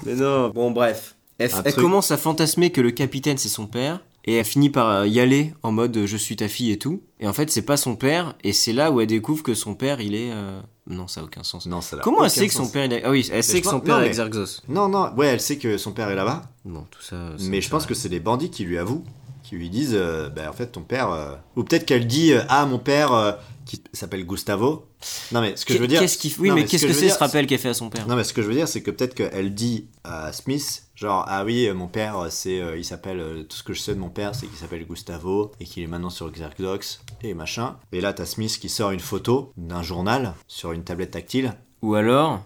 S2: Mais non, bon bref. Elle,
S1: Un
S2: elle
S1: truc-
S2: commence à fantasmer que le capitaine c'est son père, et elle finit par euh, y aller en mode euh, je suis ta fille et tout, et en fait c'est pas son père, et c'est là où elle découvre que son père il est... euh, Non, ça a aucun sens.
S1: Non, ça n'a
S2: Comment
S1: Bah, aucun
S2: elle sait que
S1: sens.
S2: son père il est... Ah oui, elle
S1: je
S2: sait que son
S1: pense-
S2: père
S1: non,
S2: est
S1: mais-
S2: Exarchos.
S1: Non, non, ouais, elle sait que son père est là-bas,
S2: Bon, tout ça... ça
S1: mais
S2: me
S1: je pense
S2: paraît-
S1: que c'est les bandits qui lui avouent, qui lui disent, euh, bah, en fait ton père, euh, ou peut-être qu'elle dit, euh, ah mon père euh, qui s'appelle Gustavo. Non mais ce que je veux dire.
S2: Qu'est-ce qu'il- Oui,
S1: Non,
S2: mais,
S1: ce
S2: qu'est-ce que
S1: je veux
S2: c'est
S1: dire,
S2: ce rappel qu'elle fait à son père
S1: Non, mais ce que je veux dire, c'est que peut-être qu'elle dit à Smith, genre, ah oui, euh, mon père, euh, c'est, euh, il s'appelle, euh, tout ce que je sais de mon père, c'est qu'il s'appelle Gustavo et qu'il est maintenant sur Xerxox et machin. Et là, t'as Smith qui sort une photo d'un journal sur une tablette tactile.
S2: Ou alors.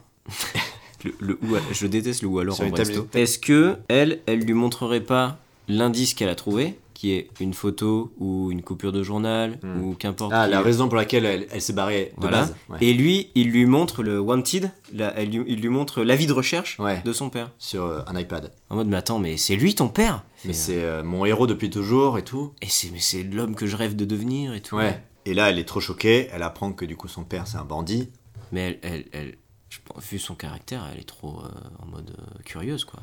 S2: le, le ou al- je déteste le ou alors
S1: Sur
S2: en
S1: une
S2: Bresto.
S1: tablette.
S2: Est-ce que elle, elle lui montrerait pas l'indice qu'elle a trouvé, qui est une photo ou une coupure de journal
S1: Hmm.
S2: ou qu'importe.
S1: Ah,
S2: qui-
S1: la raison pour laquelle elle, elle s'est barrée de
S2: Voilà.
S1: base. Ouais.
S2: Et lui, il lui montre le wanted, la- elle lui- il lui montre l'avis de recherche
S1: Ouais.
S2: de son père.
S1: Sur euh, un iPad.
S2: En mode, mais attends, mais c'est lui ton père
S1: Mais
S2: Fait,
S1: c'est euh, mon héros depuis toujours et tout.
S2: Et c'est mais c'est l'homme que je rêve de devenir et tout.
S1: Et là, elle est trop choquée. Elle apprend que du coup, son père, c'est un bandit.
S2: Mais elle, elle, elle- je pense- vu son caractère, elle est trop euh, en mode euh, curieuse quoi.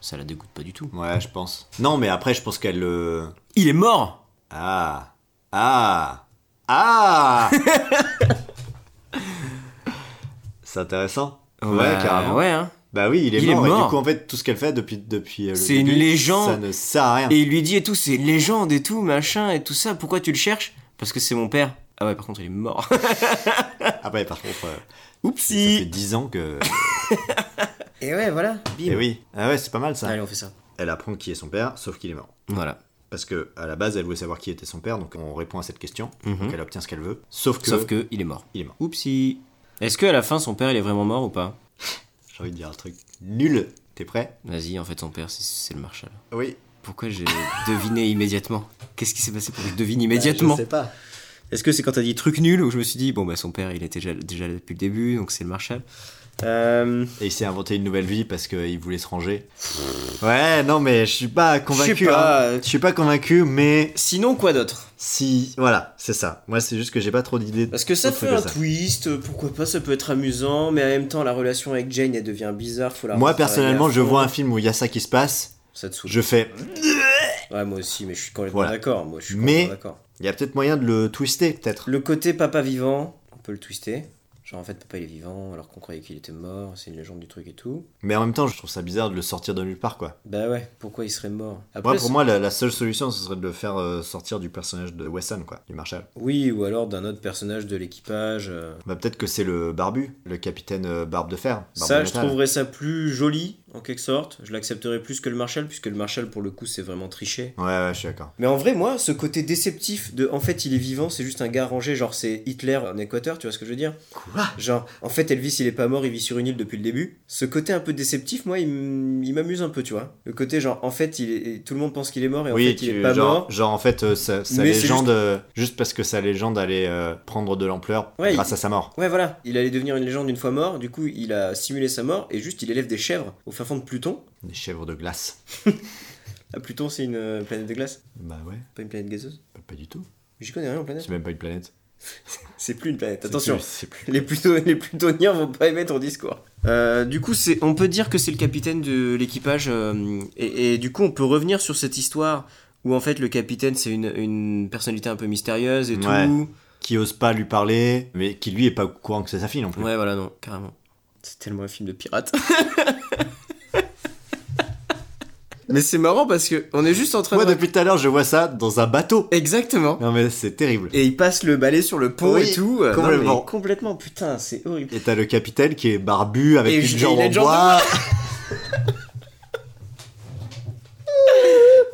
S2: Ça la dégoûte pas du tout.
S1: Ouais, je pense. Non, mais après, je pense qu'elle. euh,
S2: Il est mort
S1: Ah Ah Ah C'est intéressant. Ouais, carrément.
S2: Ouais, hein.
S1: Bah oui, il est,
S2: Il est
S1: mort, Et
S2: mort.
S1: du coup, en fait, tout ce qu'elle fait depuis, depuis euh, le
S2: C'est une
S1: début,
S2: légende.
S1: Ça ne sert à rien.
S2: Et il lui dit et tout, c'est une légende et tout, machin et tout ça, pourquoi tu le cherches Parce que c'est mon père. Ah ouais, par contre, il est mort.
S1: Ah ouais, par contre, euh, ça fait
S2: Oupsie
S1: 10 ans que.
S2: Et ouais, voilà. Bim.
S1: Eh oui. Ah ouais, c'est pas mal ça.
S2: Allez, on fait ça.
S1: Elle apprend qui est son père, sauf qu'il est mort.
S2: Voilà.
S1: Parce que à la base, elle voulait savoir qui était son père, donc on répond à cette question. Donc elle obtient ce qu'elle veut. Sauf que.
S2: Mhm. Sauf que il est mort.
S1: Il est mort.
S2: Oupsie. Est-ce que à la fin son père il est vraiment mort ou pas
S1: J'ai envie de dire un truc nul. T'es prêt
S2: Vas-y, en fait son père c'est- c'est le Marshal.
S1: Oui.
S2: Pourquoi j'ai deviné immédiatement Qu'est-ce qui s'est passé pour que je
S1: Bah,
S2: devine immédiatement
S1: Euh, pas.
S2: Est-ce que c'est quand t'as dit truc nul où je me suis dit bon bah son père il était déjà, déjà là depuis le début donc c'est le Marshal Euh,
S1: Et il s'est inventé une nouvelle vie parce qu'il voulait se ranger. Ouais, non, mais je suis pas convaincu.
S2: Je sais pas,
S1: hein.
S2: euh.
S1: Je suis pas convaincu, mais
S2: Sinon quoi d'autre
S1: si. Voilà, c'est ça. Moi, c'est juste que j'ai pas trop d'idées.
S2: Parce que ça
S1: autre
S2: fait
S1: que
S2: un twist, euh, pourquoi pas, ça peut être amusant, mais en même temps, la relation avec Jane, elle devient bizarre, faut la
S1: Moi,
S2: retravailler
S1: personnellement,
S2: à
S1: je
S2: fond.
S1: vois un film où il y a ça qui se passe.
S2: Ça te saoule.
S1: Je fais.
S2: Ouais, moi aussi, mais je suis complètement
S1: Voilà.
S2: d'accord, moi, je suis
S1: Mais-
S2: complètement d'accord.
S1: Il y a peut-être moyen de le twister, peut-être.
S2: Le côté papa vivant, on peut le twister. Genre, en fait, papa, il est vivant, alors qu'on croyait qu'il était mort, c'est une légende du truc et tout.
S1: Mais en même temps, je trouve ça bizarre de le sortir de nulle part, quoi.
S2: Bah ouais, pourquoi il serait mort
S1: Moi,
S2: Après,
S1: pour
S2: c'est-
S1: moi, la, la seule solution, ce serait de le faire euh, sortir du personnage de Wesson, quoi, du Marshall.
S2: Oui, ou alors d'un autre personnage de l'équipage. euh.
S1: Bah, peut-être que c'est le barbu, le capitaine euh, Barbe de Fer. Barbe
S2: Ça,
S1: de
S2: je
S1: métal.
S2: trouverais ça plus joli, en quelque sorte. Je l'accepterais plus que le Marshal, puisque le Marshal, pour le coup, c'est vraiment triché.
S1: Ouais, ouais, je suis d'accord.
S2: Mais en vrai, moi, ce côté déceptif de en fait il est vivant, c'est juste un gars rangé, genre c'est Hitler en Équateur, tu vois ce que je veux dire
S1: Quoi
S2: Genre, en fait Elvis il est pas mort, il vit sur une île depuis le début. Ce côté un peu déceptif, moi, il m- il m'amuse un peu, tu vois. Le côté genre en fait il est... tout le monde pense qu'il est mort et en
S1: oui,
S2: fait il
S1: tu-
S2: est pas
S1: genre,
S2: mort.
S1: genre, en fait, euh, sa, sa
S2: Mais c'est
S1: légende, euh, juste... parce que sa légende allait euh, prendre de l'ampleur
S2: Ouais,
S1: grâce
S2: il-
S1: à sa mort.
S2: Ouais, voilà, il allait devenir une légende une fois mort, du coup il a simulé sa mort et juste il élève des chèvres au fin fond de Pluton.
S1: Des chèvres de glace.
S2: Ah, Pluton c'est une euh, planète de glace,
S1: Bah ouais,
S2: pas une planète gazeuse
S1: pas, pas du tout.
S2: J'y connais rien en planète.
S1: C'est même pas une planète.
S2: C'est plus une planète,
S1: C'est
S2: attention.
S1: plus- C'est plus.
S2: Les, Pluto- les plutoniens vont pas aimer ton discours. Euh, du coup, c'est, on peut dire que c'est le capitaine de l'équipage. euh, et, et du coup, on peut revenir sur cette histoire où en fait le capitaine c'est une, une personnalité un peu mystérieuse et
S1: Ouais.
S2: tout.
S1: Qui ose pas lui parler, mais qui lui est pas au courant que c'est sa fille non plus.
S2: Ouais, voilà, non, carrément. C'est tellement un film de pirate. Mais c'est marrant parce que on est juste en train
S1: Moi,
S2: de.
S1: depuis tout à l'heure, je vois ça dans un bateau.
S2: Exactement.
S1: Non, mais c'est terrible.
S2: Et il passe le balai sur le pont
S1: Oui,
S2: et tout. euh, non, mais
S1: complètement.
S2: complètement, putain, c'est horrible.
S1: Et t'as le capitaine qui est barbu avec
S2: Et
S1: une
S2: je-
S1: jambe
S2: il a
S1: en
S2: une jambe de
S1: bois.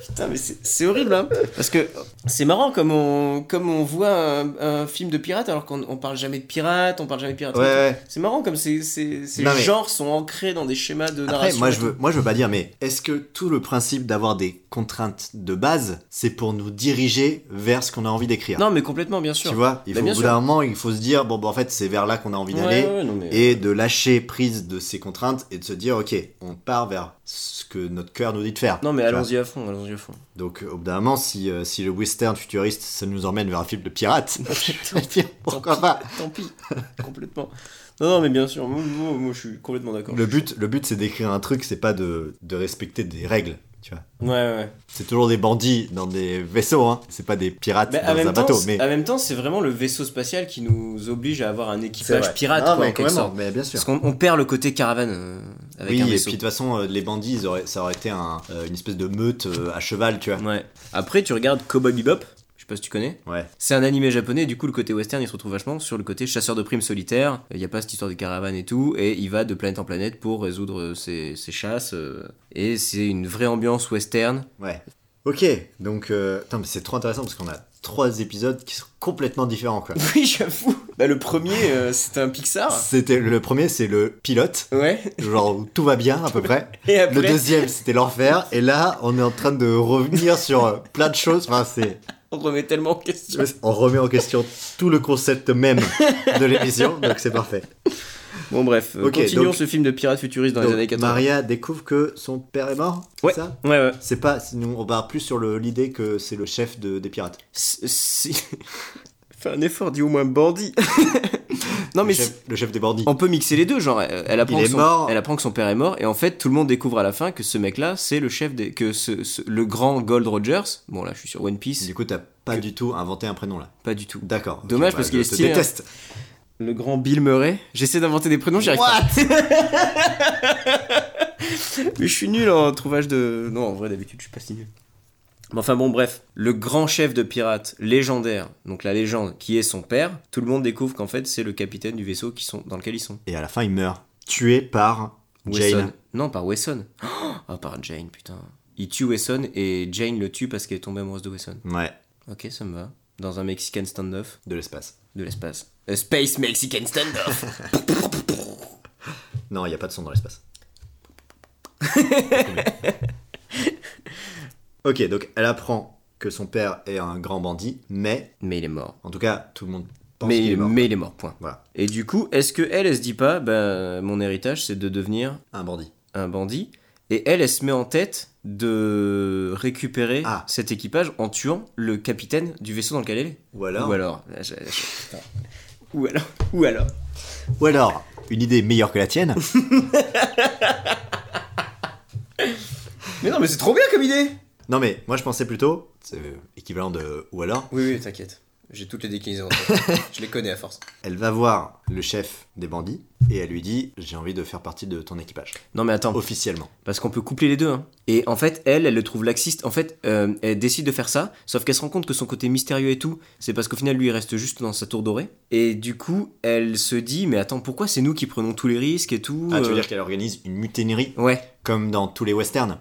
S2: Putain, mais c'est c'est horrible, hein Parce que c'est marrant comme on, comme on voit un, un film de pirate alors qu'on on parle jamais de pirate, on parle jamais de pirate.
S1: Ouais, ouais.
S2: C'est marrant comme ces, ces, ces
S1: Non, mais-
S2: genres sont ancrés dans des schémas de narration.
S1: Après, moi
S2: et
S1: je, veux, moi je veux pas dire, mais est-ce que tout le principe d'avoir des contraintes de base, c'est pour nous diriger vers ce qu'on a envie d'écrire
S2: tout. Non, mais complètement, bien sûr.
S1: Tu vois, il
S2: Bah,
S1: faut,
S2: bien
S1: au bout
S2: sûr.
S1: d'un moment, il faut se dire, bon, bah, en fait, c'est vers là qu'on a envie
S2: Ouais,
S1: d'aller,
S2: ouais, non, mais-
S1: et de lâcher prise de ces contraintes, et de se dire, ok, on part vers ce que notre cœur nous dit de faire.
S2: Non, mais
S1: Tu vois.
S2: allons-y à fond, allons-y à fond.
S1: Donc, au bout d'un moment, si, euh, si le western futuriste, ça nous emmène vers un film de pirate, je veux dire, pourquoi pas
S2: Tant pis, complètement. Non, non, mais bien sûr, moi, moi- moi, je suis complètement d'accord.
S1: Le but, le but c'est d'écrire un truc, c'est pas de, de respecter des règles, tu vois.
S2: Ouais, ouais, ouais.
S1: C'est toujours des bandits dans des vaisseaux, hein. C'est pas des pirates
S2: Mais en,
S1: dans un
S2: même temps,
S1: bateau,
S2: c'est-
S1: mais.
S2: en même temps, c'est vraiment le vaisseau spatial qui nous oblige à avoir un
S1: C'est
S2: équipage
S1: vrai.
S2: pirate,
S1: Non,
S2: quoi,
S1: mais
S2: en quelque
S1: complètement,
S2: sorte.
S1: mais bien sûr.
S2: Parce qu'on on perd le côté caravane euh, avec
S1: oui,
S2: un
S1: et
S2: vaisseau.
S1: puis de toute façon, euh, les bandits, ils auraient- ça aurait été un, euh, une espèce de meute euh, à cheval, tu vois.
S2: Ouais. Après, tu regardes Cowboy Bebop, je sais pas si tu connais.
S1: Ouais.
S2: C'est un animé japonais, du coup, le côté western, il se retrouve vachement sur le côté chasseur de primes solitaire. Il n'y a pas cette histoire de caravane et tout, et il va de planète en planète pour résoudre euh, ses, ses chasses. euh, et c'est une vraie ambiance western.
S1: Ouais. Ok, donc. euh, Putain, mais c'est trop intéressant parce qu'on a trois épisodes qui sont complètement différents, quoi.
S2: Oui, j'avoue. Bah, le premier, c'était un Pixar.
S1: C'était le premier, c'est le pilote,
S2: Ouais.
S1: genre où tout va bien à peu près.
S2: Et
S1: Le deuxième, c'était l'enfer. Et là, on est en train de revenir sur euh, plein de choses. Enfin, c'est
S2: on remet tellement en question.
S1: On remet en question tout le concept même de l'émission, donc c'est parfait.
S2: Bon, bref, euh,
S1: Ok,
S2: continuons
S1: donc-
S2: ce film de pirate futuriste dans
S1: Donc,
S2: les années 80.
S1: Maria découvre que son père est mort, c'est
S2: Ouais.
S1: ça
S2: Ouais, ouais.
S1: C'est pas, sinon on part plus sur le- l'idée que c'est le chef de- des pirates.
S2: Si- si- Fais un effort, dis au moins bandit. non,
S1: le,
S2: mais si-
S1: chef, le chef des bandits.
S2: on peut mixer les deux. Genre, elle, elle apprend
S1: Il
S2: que
S1: est
S2: son,
S1: mort.
S2: elle apprend que son père est mort, et en fait, tout le monde découvre à la fin que ce mec-là, c'est le chef des. que ce- ce- le grand Gold Rogers. Bon, là, je suis sur One Piece,
S1: Du coup, t'as pas
S2: Que-
S1: du tout inventé un prénom là.
S2: pas du tout.
S1: D'accord. ok,
S2: Dommage
S1: bah,
S2: parce
S1: je
S2: qu'il est
S1: te
S2: stylé, hein.
S1: déteste.
S2: Le grand Bill Murray. J'essaie d'inventer des prénoms, j'y arrive pas. mais je suis nul en trouvage de. Non, en vrai, d'habitude, je suis pas si nul. Mais Enfin bon, bref, le grand chef de pirates légendaire, donc la légende, qui est son père, tout le monde découvre qu'en fait c'est le capitaine du vaisseau qui sont, dans lequel ils sont.
S1: Et à la fin, il meurt, tué par
S2: Wesson.
S1: Jane.
S2: Non, par Wesson. Ah, par Jane, putain. Il tue Wesson et Jane le tue parce qu'elle est tombée amoureuse de Wesson.
S1: Ouais,
S2: Ok, ça me va. Dans un Mexican stand-off
S1: de l'espace.
S2: de l'espace. A space Mexican stand-off
S1: Non, il n'y a pas de son dans l'espace. ok, donc elle apprend que son père est un grand bandit, mais
S2: Mais il est mort.
S1: en tout cas, tout le monde pense
S2: Mais
S1: qu'il
S2: il,
S1: est mort.
S2: mais il est mort, point.
S1: Voilà,
S2: Et du coup, est-ce que elle, elle se dit pas, ben, mon héritage c'est de devenir
S1: un bandit.
S2: un bandit. Et elle, elle se met en tête de récupérer
S1: Ah.
S2: cet équipage en tuant le capitaine du vaisseau dans lequel elle est.
S1: Ou alors,
S2: Ou alors. là, je- je- putain. Ou alors. Ou alors.
S1: ou alors, une idée meilleure que la tienne.
S2: Mais non, mais c'est trop bien comme idée
S1: non mais moi je pensais plutôt, c'est euh, équivalent de ou alors,
S2: Oui, oui, t'inquiète. J'ai toutes les déclinaisons. en tête. je les connais à force.
S1: elle va voir le chef des bandits et elle lui dit j'ai envie de faire partie de ton équipage
S2: Non, mais attends.
S1: officiellement.
S2: Parce qu'on peut coupler les deux. hein. Et en fait, elle, elle le trouve laxiste. En fait, euh, elle décide de faire ça, sauf qu'elle se rend compte que son côté mystérieux et tout, c'est parce qu'au final, lui, il reste juste dans sa tour dorée. Et du coup, elle se dit, mais attends, pourquoi c'est nous qui prenons tous les risques et tout
S1: Ah tu veux
S2: euh,
S1: dire qu'elle organise une mutinerie
S2: Ouais.
S1: comme dans tous les westerns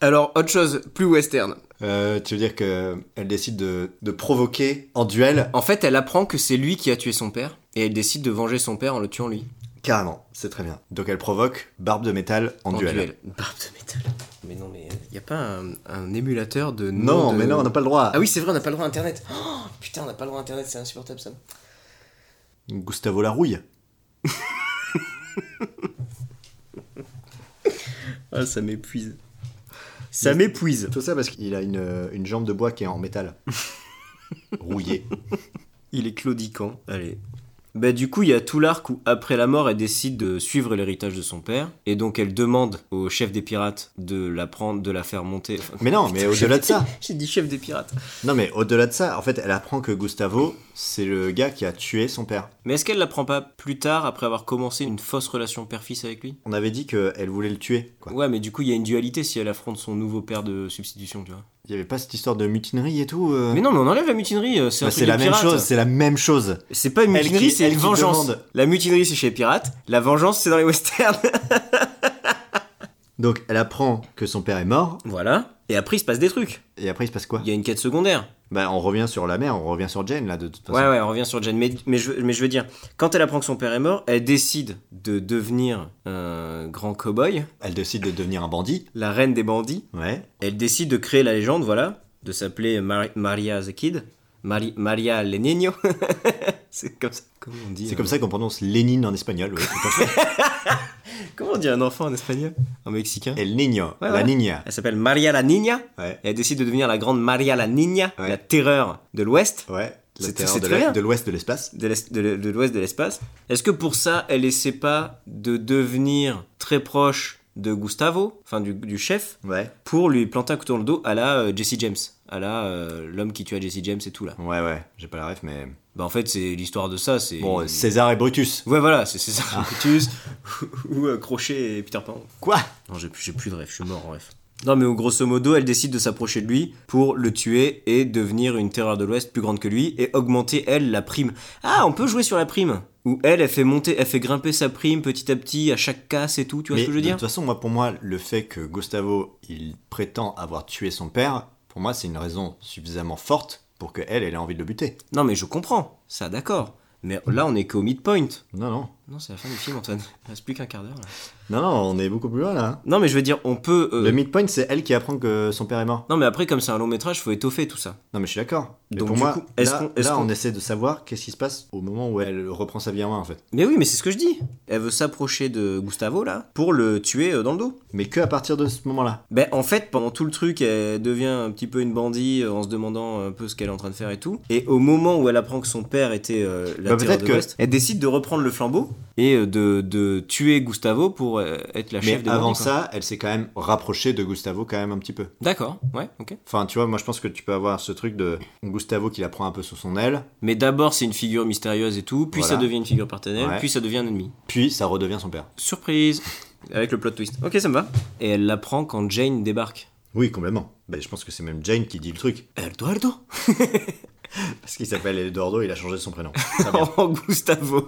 S2: Alors, autre chose, plus western.
S1: Euh, Tu veux dire que elle décide de, de provoquer en duel
S2: En fait, elle apprend que c'est lui qui a tué son père, et elle décide de venger son père en le tuant lui.
S1: Carrément, c'est très bien. Donc elle provoque Barbe de métal en,
S2: En
S1: duel.
S2: Barbe de métal. Mais non, mais euh, y a pas un, un émulateur de. nom
S1: Non,
S2: de-
S1: mais non, on n'a pas le droit.
S2: Ah oui, c'est vrai, on n'a pas le droit à Internet. Oh, putain, on n'a pas le droit à Internet, c'est insupportable ça.
S1: Gustavo Larouille.
S2: Ah, ça m'épuise. Ça m'épuise.
S1: Tout ça parce qu'il a une, euh, une jambe de bois qui est en métal. Rouillé.
S2: Il est claudiquant. Allez. Bah du coup, il y a tout l'arc où, après la mort, elle décide de suivre l'héritage de son père. Et donc, elle demande au chef des pirates de la prendre, de la faire monter. Enfin,
S1: Mais non, mais au-delà de ça.
S2: J'ai dit chef des pirates.
S1: Non, mais au-delà de ça, en fait, elle apprend que Gustavo, c'est le gars qui a tué son père.
S2: Mais est-ce qu'elle l'apprend pas plus tard après avoir commencé une fausse relation père-fils avec lui
S1: On avait dit qu'elle voulait le tuer. Quoi.
S2: Ouais, mais du coup, il y a une dualité si elle affronte son nouveau père de substitution, tu vois.
S1: Il y avait pas cette histoire de mutinerie et tout. euh
S2: Mais non, mais on enlève la mutinerie, euh, c'est
S1: Bah,
S2: un
S1: c'est
S2: truc
S1: la
S2: de
S1: même
S2: pirate.
S1: chose. C'est la même chose.
S2: C'est pas une
S1: Elle
S2: mutinerie,
S1: qui-
S2: c'est
S1: elle
S2: une
S1: qui
S2: vengeance.
S1: demande.
S2: La mutinerie, c'est chez les pirates, la vengeance, c'est dans les westerns.
S1: Donc elle apprend que son père est mort.
S2: voilà. Et après, il se passe des trucs.
S1: Et après, il se passe quoi
S2: Il y a une quête secondaire.
S1: Bah, on revient sur la mer, on revient sur Jane là de toute façon.
S2: Ouais, ouais, on revient sur Jane. Mais, mais, je, mais je veux dire, quand elle apprend que son père est mort, elle décide de devenir un grand cow-boy,
S1: Elle décide de devenir un bandit.
S2: la reine des bandits.
S1: Ouais.
S2: Elle décide de créer la légende, voilà, de s'appeler Mar- Maria the Kid, Mari- Maria Lenino. c'est comme ça. Comment on dit
S1: C'est
S2: euh,
S1: comme ça qu'on prononce Lénine en espagnol. ouais, tout à fait.
S2: Comment on dit un enfant en espagnol En mexicain
S1: El Niño,
S2: Ouais,
S1: la
S2: ouais.
S1: Niña.
S2: Elle s'appelle Maria la Niña.
S1: Ouais.
S2: Et elle décide de devenir la grande Maria la Niña,
S1: Ouais.
S2: la terreur de l'Ouest,
S1: Ouais. La
S2: C'est-
S1: terreur
S2: c'est
S1: de
S2: très
S1: l'E-
S2: bien.
S1: de l'ouest de l'espace.
S2: de l'Est- de l'E- de l'Ouest de l'espace. Est-ce que pour ça, elle essaie pas de devenir très proche de Gustavo, enfin du, du chef,
S1: Ouais.
S2: pour lui planter un couteau dans le dos à la euh, Jesse James, à la euh, l'homme qui tua Jesse James et tout là.
S1: Ouais, ouais. J'ai pas la ref, mais.
S2: Bah en fait, c'est l'histoire de ça, c'est
S1: Bon, Ah. euh, César et Brutus.
S2: Ouais, voilà, c'est César Brutus ou euh, Crochet et Peter Pan.
S1: Quoi
S2: Non, j'ai plus, j'ai plus de rêve, je suis mort en rêve. Non, mais au grosso modo, elle décide de s'approcher de lui pour le tuer et devenir une terreur de l'Ouest plus grande que lui et augmenter, elle, la prime. Ah, on peut jouer sur la prime Où elle, elle fait monter, elle fait grimper sa prime petit à petit à chaque casse et tout, tu vois
S1: Mais
S2: ce que je veux
S1: de
S2: dire
S1: toute façon, moi, pour moi, le fait que Gustavo, il prétend avoir tué son père, pour moi, c'est une raison suffisamment forte pour que elle, elle ait envie de le buter.
S2: Non, mais je comprends, ça d'accord. Mais là, on est qu'au midpoint.
S1: Non, non.
S2: Non, c'est la fin du film, Antoine. Il reste plus qu'un quart d'heure là.
S1: Non, non, on est beaucoup plus loin là. hein.
S2: Non, mais je veux dire, on peut. euh,
S1: Le midpoint, c'est elle qui apprend que son père est mort.
S2: Non, mais après, comme c'est un long métrage, faut étoffer tout ça.
S1: Non, mais je suis d'accord. Mais
S2: Donc,
S1: pour
S2: du
S1: moi,
S2: coup, est-ce
S1: là,
S2: qu'on- est-ce
S1: là, on
S2: qu'on-
S1: essaie de savoir qu'est-ce qui se passe au moment où elle reprend sa vie en main, en fait.
S2: Mais oui, mais c'est ce que je dis. Elle veut s'approcher de Gustavo là pour le tuer euh, dans le dos.
S1: Mais que à partir de ce moment-là.
S2: Ben en fait, pendant tout le truc, elle devient un petit peu une bandit euh, en se demandant un peu ce qu'elle est en train de faire et tout. Et au moment où elle apprend que son père était euh, la
S1: Bah,
S2: terreur
S1: peut-être
S2: de
S1: que-
S2: l'Ouest, elle décide de reprendre le flambeau et euh, de, de tuer Gustavo pour euh, être la chef
S1: Mais
S2: des
S1: avant
S2: bandits, quoi.
S1: ça, elle s'est quand même rapprochée de Gustavo quand même un petit peu.
S2: D'accord, ouais, ok.
S1: Enfin, tu vois, moi je pense que tu peux avoir ce truc de Gustavo qui la prend un peu sous son aile,
S2: Mais d'abord, c'est une figure mystérieuse et tout, puis
S1: Voilà.
S2: ça devient une figure partenaire,
S1: Ouais.
S2: puis ça devient un ennemi.
S1: puis ça redevient son père.
S2: Surprise Avec le plot twist. Ok, ça me va. Et elle l'apprend quand Jane débarque.
S1: Oui, complètement. Ben, je pense que c'est même Jane qui dit le truc.
S2: Eduardo
S1: Parce qu'il s'appelle Eduardo, il a changé son prénom. Ça merde.
S2: Oh, Gustavo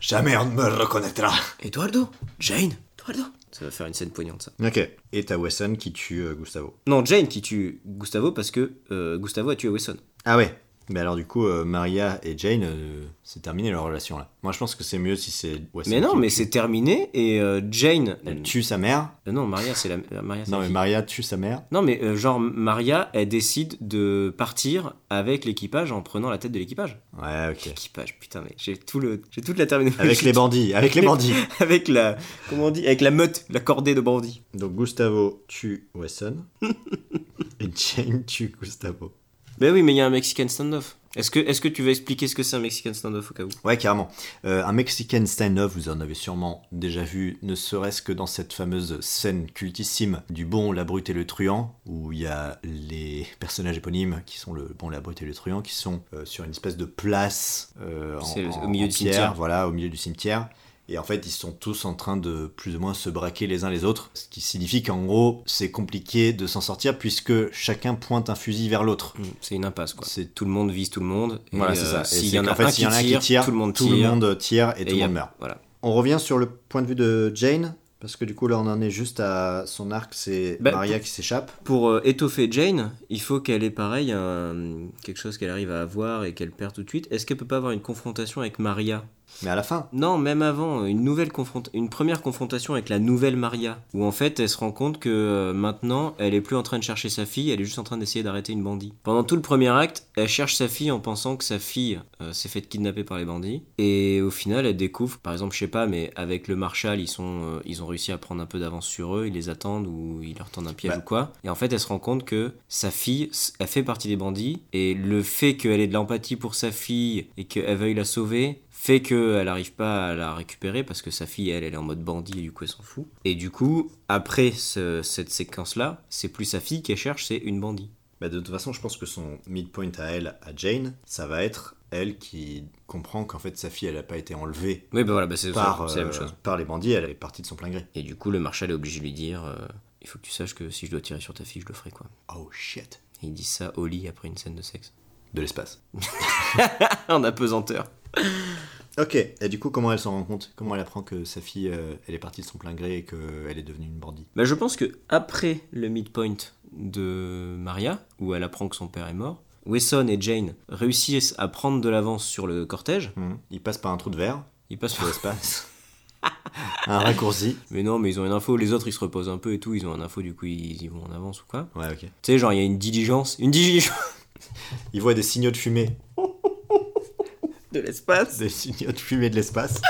S1: Jamais on ne me reconnaîtra.
S2: Eduardo Jane Eduardo Ça va faire une scène poignante, ça.
S1: Ok. Et t'as Wesson qui tue euh, Gustavo.
S2: Non, Jane qui tue Gustavo parce que euh, Gustavo a tué Wesson.
S1: Ah ouais. Mais alors du coup, euh, Maria et Jane, euh, c'est terminé leur relation là. Moi je pense que c'est mieux si c'est Wesson.
S2: Mais non,
S1: qui
S2: mais
S1: tue.
S2: c'est terminé et euh, Jane.
S1: Elle tue sa mère.
S2: Euh, non, Maria, c'est la. euh, Maria, c'est
S1: Non
S2: la
S1: mais
S2: fille.
S1: Maria tue sa mère.
S2: Non, mais euh, genre, Maria, elle décide de partir avec l'équipage en prenant la tête de l'équipage.
S1: Ouais, ok.
S2: L'équipage, putain, mais j'ai tout le, j'ai toute la terminologie.
S1: Avec les bandits, avec les bandits.
S2: avec la, comment on dit, avec la meute, la cordée de bandits.
S1: Donc Gustavo tue Wesson. et Jane tue Gustavo.
S2: Ben oui, mais il y a un Mexican standoff. Est-ce que, est-ce que tu veux expliquer ce que c'est un Mexican standoff au cas où
S1: Ouais, carrément. Euh, un Mexican stand-up, vous en avez sûrement déjà vu, ne serait-ce que dans cette fameuse scène cultissime du bon, la brute et le truand, où il y a les personnages éponymes qui sont le bon, la brute et le truand, qui sont euh, sur une espèce de place euh, en-
S2: C'est le-
S1: en-
S2: au milieu
S1: en
S2: du
S1: pierre,
S2: cimetière.
S1: Voilà, au milieu du cimetière. Et en fait, ils sont tous en train de plus ou moins se braquer les uns les autres, ce qui signifie qu'en gros, c'est compliqué de s'en sortir puisque chacun pointe un fusil vers l'autre.
S2: Hmm, C'est une impasse, quoi.
S1: C'est
S2: Tout le monde vise tout le monde. et,
S1: voilà, c'est ça.
S2: euh,
S1: Et
S2: S'il
S1: c'est
S2: y en a
S1: qu'en fait,
S2: un
S1: s'il y
S2: qui
S1: en a un
S2: tire, tout le monde
S1: tout
S2: tire.
S1: le monde tire et,
S2: et
S1: tout
S2: il
S1: le
S2: y a-
S1: monde meurt.
S2: Voilà.
S1: On revient sur le point de vue de Jane, parce que du coup là on en est juste à son arc, c'est
S2: Bah,
S1: Maria qui s'échappe.
S2: Pour euh, étoffer Jane, il faut qu'elle ait pareil un- quelque chose qu'elle arrive à avoir et qu'elle perd tout de suite. Est-ce qu'elle peut pas avoir une confrontation avec Maria
S1: Mais à la fin,
S2: Non, même avant, une, nouvelle confront- une première confrontation avec la nouvelle Maria, où en fait elle se rend compte que euh, maintenant elle est plus en train de chercher sa fille, elle est juste en train d'essayer d'arrêter une bandit. Pendant tout le premier acte, elle cherche sa fille en pensant que sa fille euh, s'est faite kidnapper par les bandits, et au final elle découvre, par exemple, je sais pas, mais avec le Marshal, ils, sont, euh, ils ont réussi à prendre un peu d'avance sur eux, ils les attendent ou ils leur tendent un piège
S1: Bah.
S2: ou quoi, et en fait elle se rend compte que sa fille, s- elle fait partie des bandits, et le fait qu'elle ait de l'empathie pour sa fille et qu'elle veuille la sauver, fait qu'elle n'arrive pas à la récupérer parce que sa fille, elle, elle est en mode bandit et du coup, elle s'en fout. Et du coup, après ce- cette séquence-là, c'est plus sa fille qu'elle cherche, c'est une bandit.
S1: bah, de toute façon je pense que son midpoint à elle, à Jane, ça va être elle qui comprend qu'en fait sa fille elle n'a pas été enlevée
S2: Oui, bah voilà, bah c'est
S1: par,
S2: c'est la même
S1: euh,
S2: chose.
S1: par les bandits, elle est partie de son plein gré.
S2: Et du coup, le marshal est obligé de lui dire euh, il faut que tu saches que si je dois tirer sur ta fille, je le ferai quoi.
S1: Oh shit,
S2: Et il dit ça au lit après une scène de sexe.
S1: de l'espace.
S2: en apesanteur.
S1: Ok, et du coup comment elle s'en rend compte Comment elle apprend que sa fille euh, elle est partie de son plein gré et qu'elle est devenue une bandit
S2: Bah, je pense que après le midpoint de Maria, où elle apprend que son père est mort, Wesson et Jane réussissent à prendre de l'avance sur le cortège.
S1: Hmm. Il passe par un trou de verre,
S2: Ils passent
S1: de l'espace. Ah. un raccourci.
S2: Mais non, mais ils ont une info, les autres ils se reposent un peu et tout, ils ont une info, du coup ils y vont en avance ou quoi.
S1: Ouais ok.
S2: Tu sais, genre il y a une diligence, une diligence
S1: Il voit des signaux de fumée,
S2: de l'espace.
S1: des signaux de fumée de l'espace.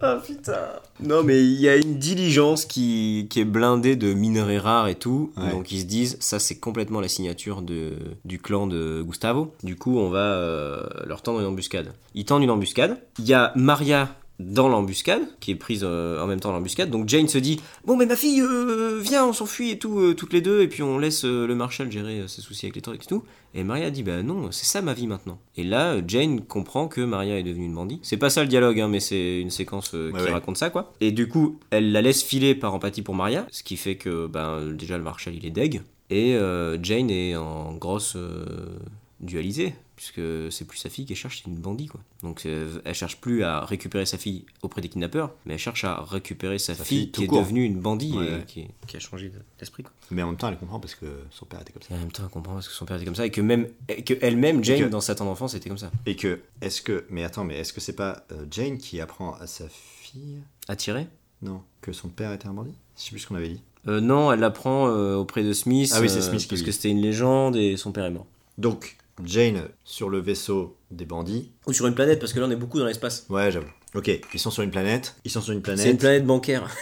S2: Ah putain. Non, mais il y a une diligence qui, qui est blindée de minerais rares et tout.
S1: Ouais.
S2: Donc ils se disent, ça c'est complètement la signature de, du clan de Gustavo. Du coup, on va euh, leur tendre une embuscade. Ils tendent une embuscade. Il y a Maria dans l'embuscade, qui est prise euh, en même temps l'embuscade. Donc Jane se dit, bon mais ma fille, euh, viens, on s'enfuit et tout, euh, toutes les deux, et puis on laisse euh, le Marshal gérer euh, ses soucis avec les trucs et tout. Et Maria dit bah non, c'est ça ma vie maintenant. Et là, euh, Jane comprend que Maria est devenue une bandit. C'est pas ça le dialogue, hein, mais c'est une séquence euh,
S1: Ouais,
S2: qui
S1: ouais.
S2: raconte ça quoi. Et du coup, elle la laisse filer par empathie pour Maria, ce qui fait que ben déjà le Marshal il est deg. Et euh, Jane est en grosse euh, dualisée, puisque c'est plus sa fille qu'elle cherche, c'est une bandit quoi. Donc euh, elle cherche plus à récupérer sa fille auprès des kidnappeurs, mais elle cherche à récupérer sa,
S1: Sa
S2: fille,
S1: fille tout
S2: qui est
S1: court.
S2: devenue une bandit
S1: Ouais,
S2: et
S1: ouais.
S2: Qui, est- qui a changé de- d'esprit quoi.
S1: Mais en même temps, elle comprend parce que son père était comme ça.
S2: Et en même temps, elle comprend parce que son père était comme ça et que même et que elle-même
S1: que-
S2: Jane dans sa tendre enfance était comme ça.
S1: Et que, est-ce que, mais attends, mais est-ce que c'est pas euh, Jane qui apprend à sa fille,
S2: Attirée
S1: non, que son père était un bandit Je sais plus ce qu'on avait dit.
S2: euh, Non, elle l'apprend euh, auprès de Smith.
S1: Ah oui, c'est
S2: euh,
S1: Smith qui
S2: parce
S1: lui
S2: que
S1: dit.
S2: c'était une légende et son père est mort.
S1: Donc, Jane sur le vaisseau des bandits.
S2: Ou sur une planète parce que là on est beaucoup dans l'espace.
S1: Ouais, j'avoue. Ok, ils sont sur une planète. Ils sont sur une planète.
S2: C'est une planète bancaire.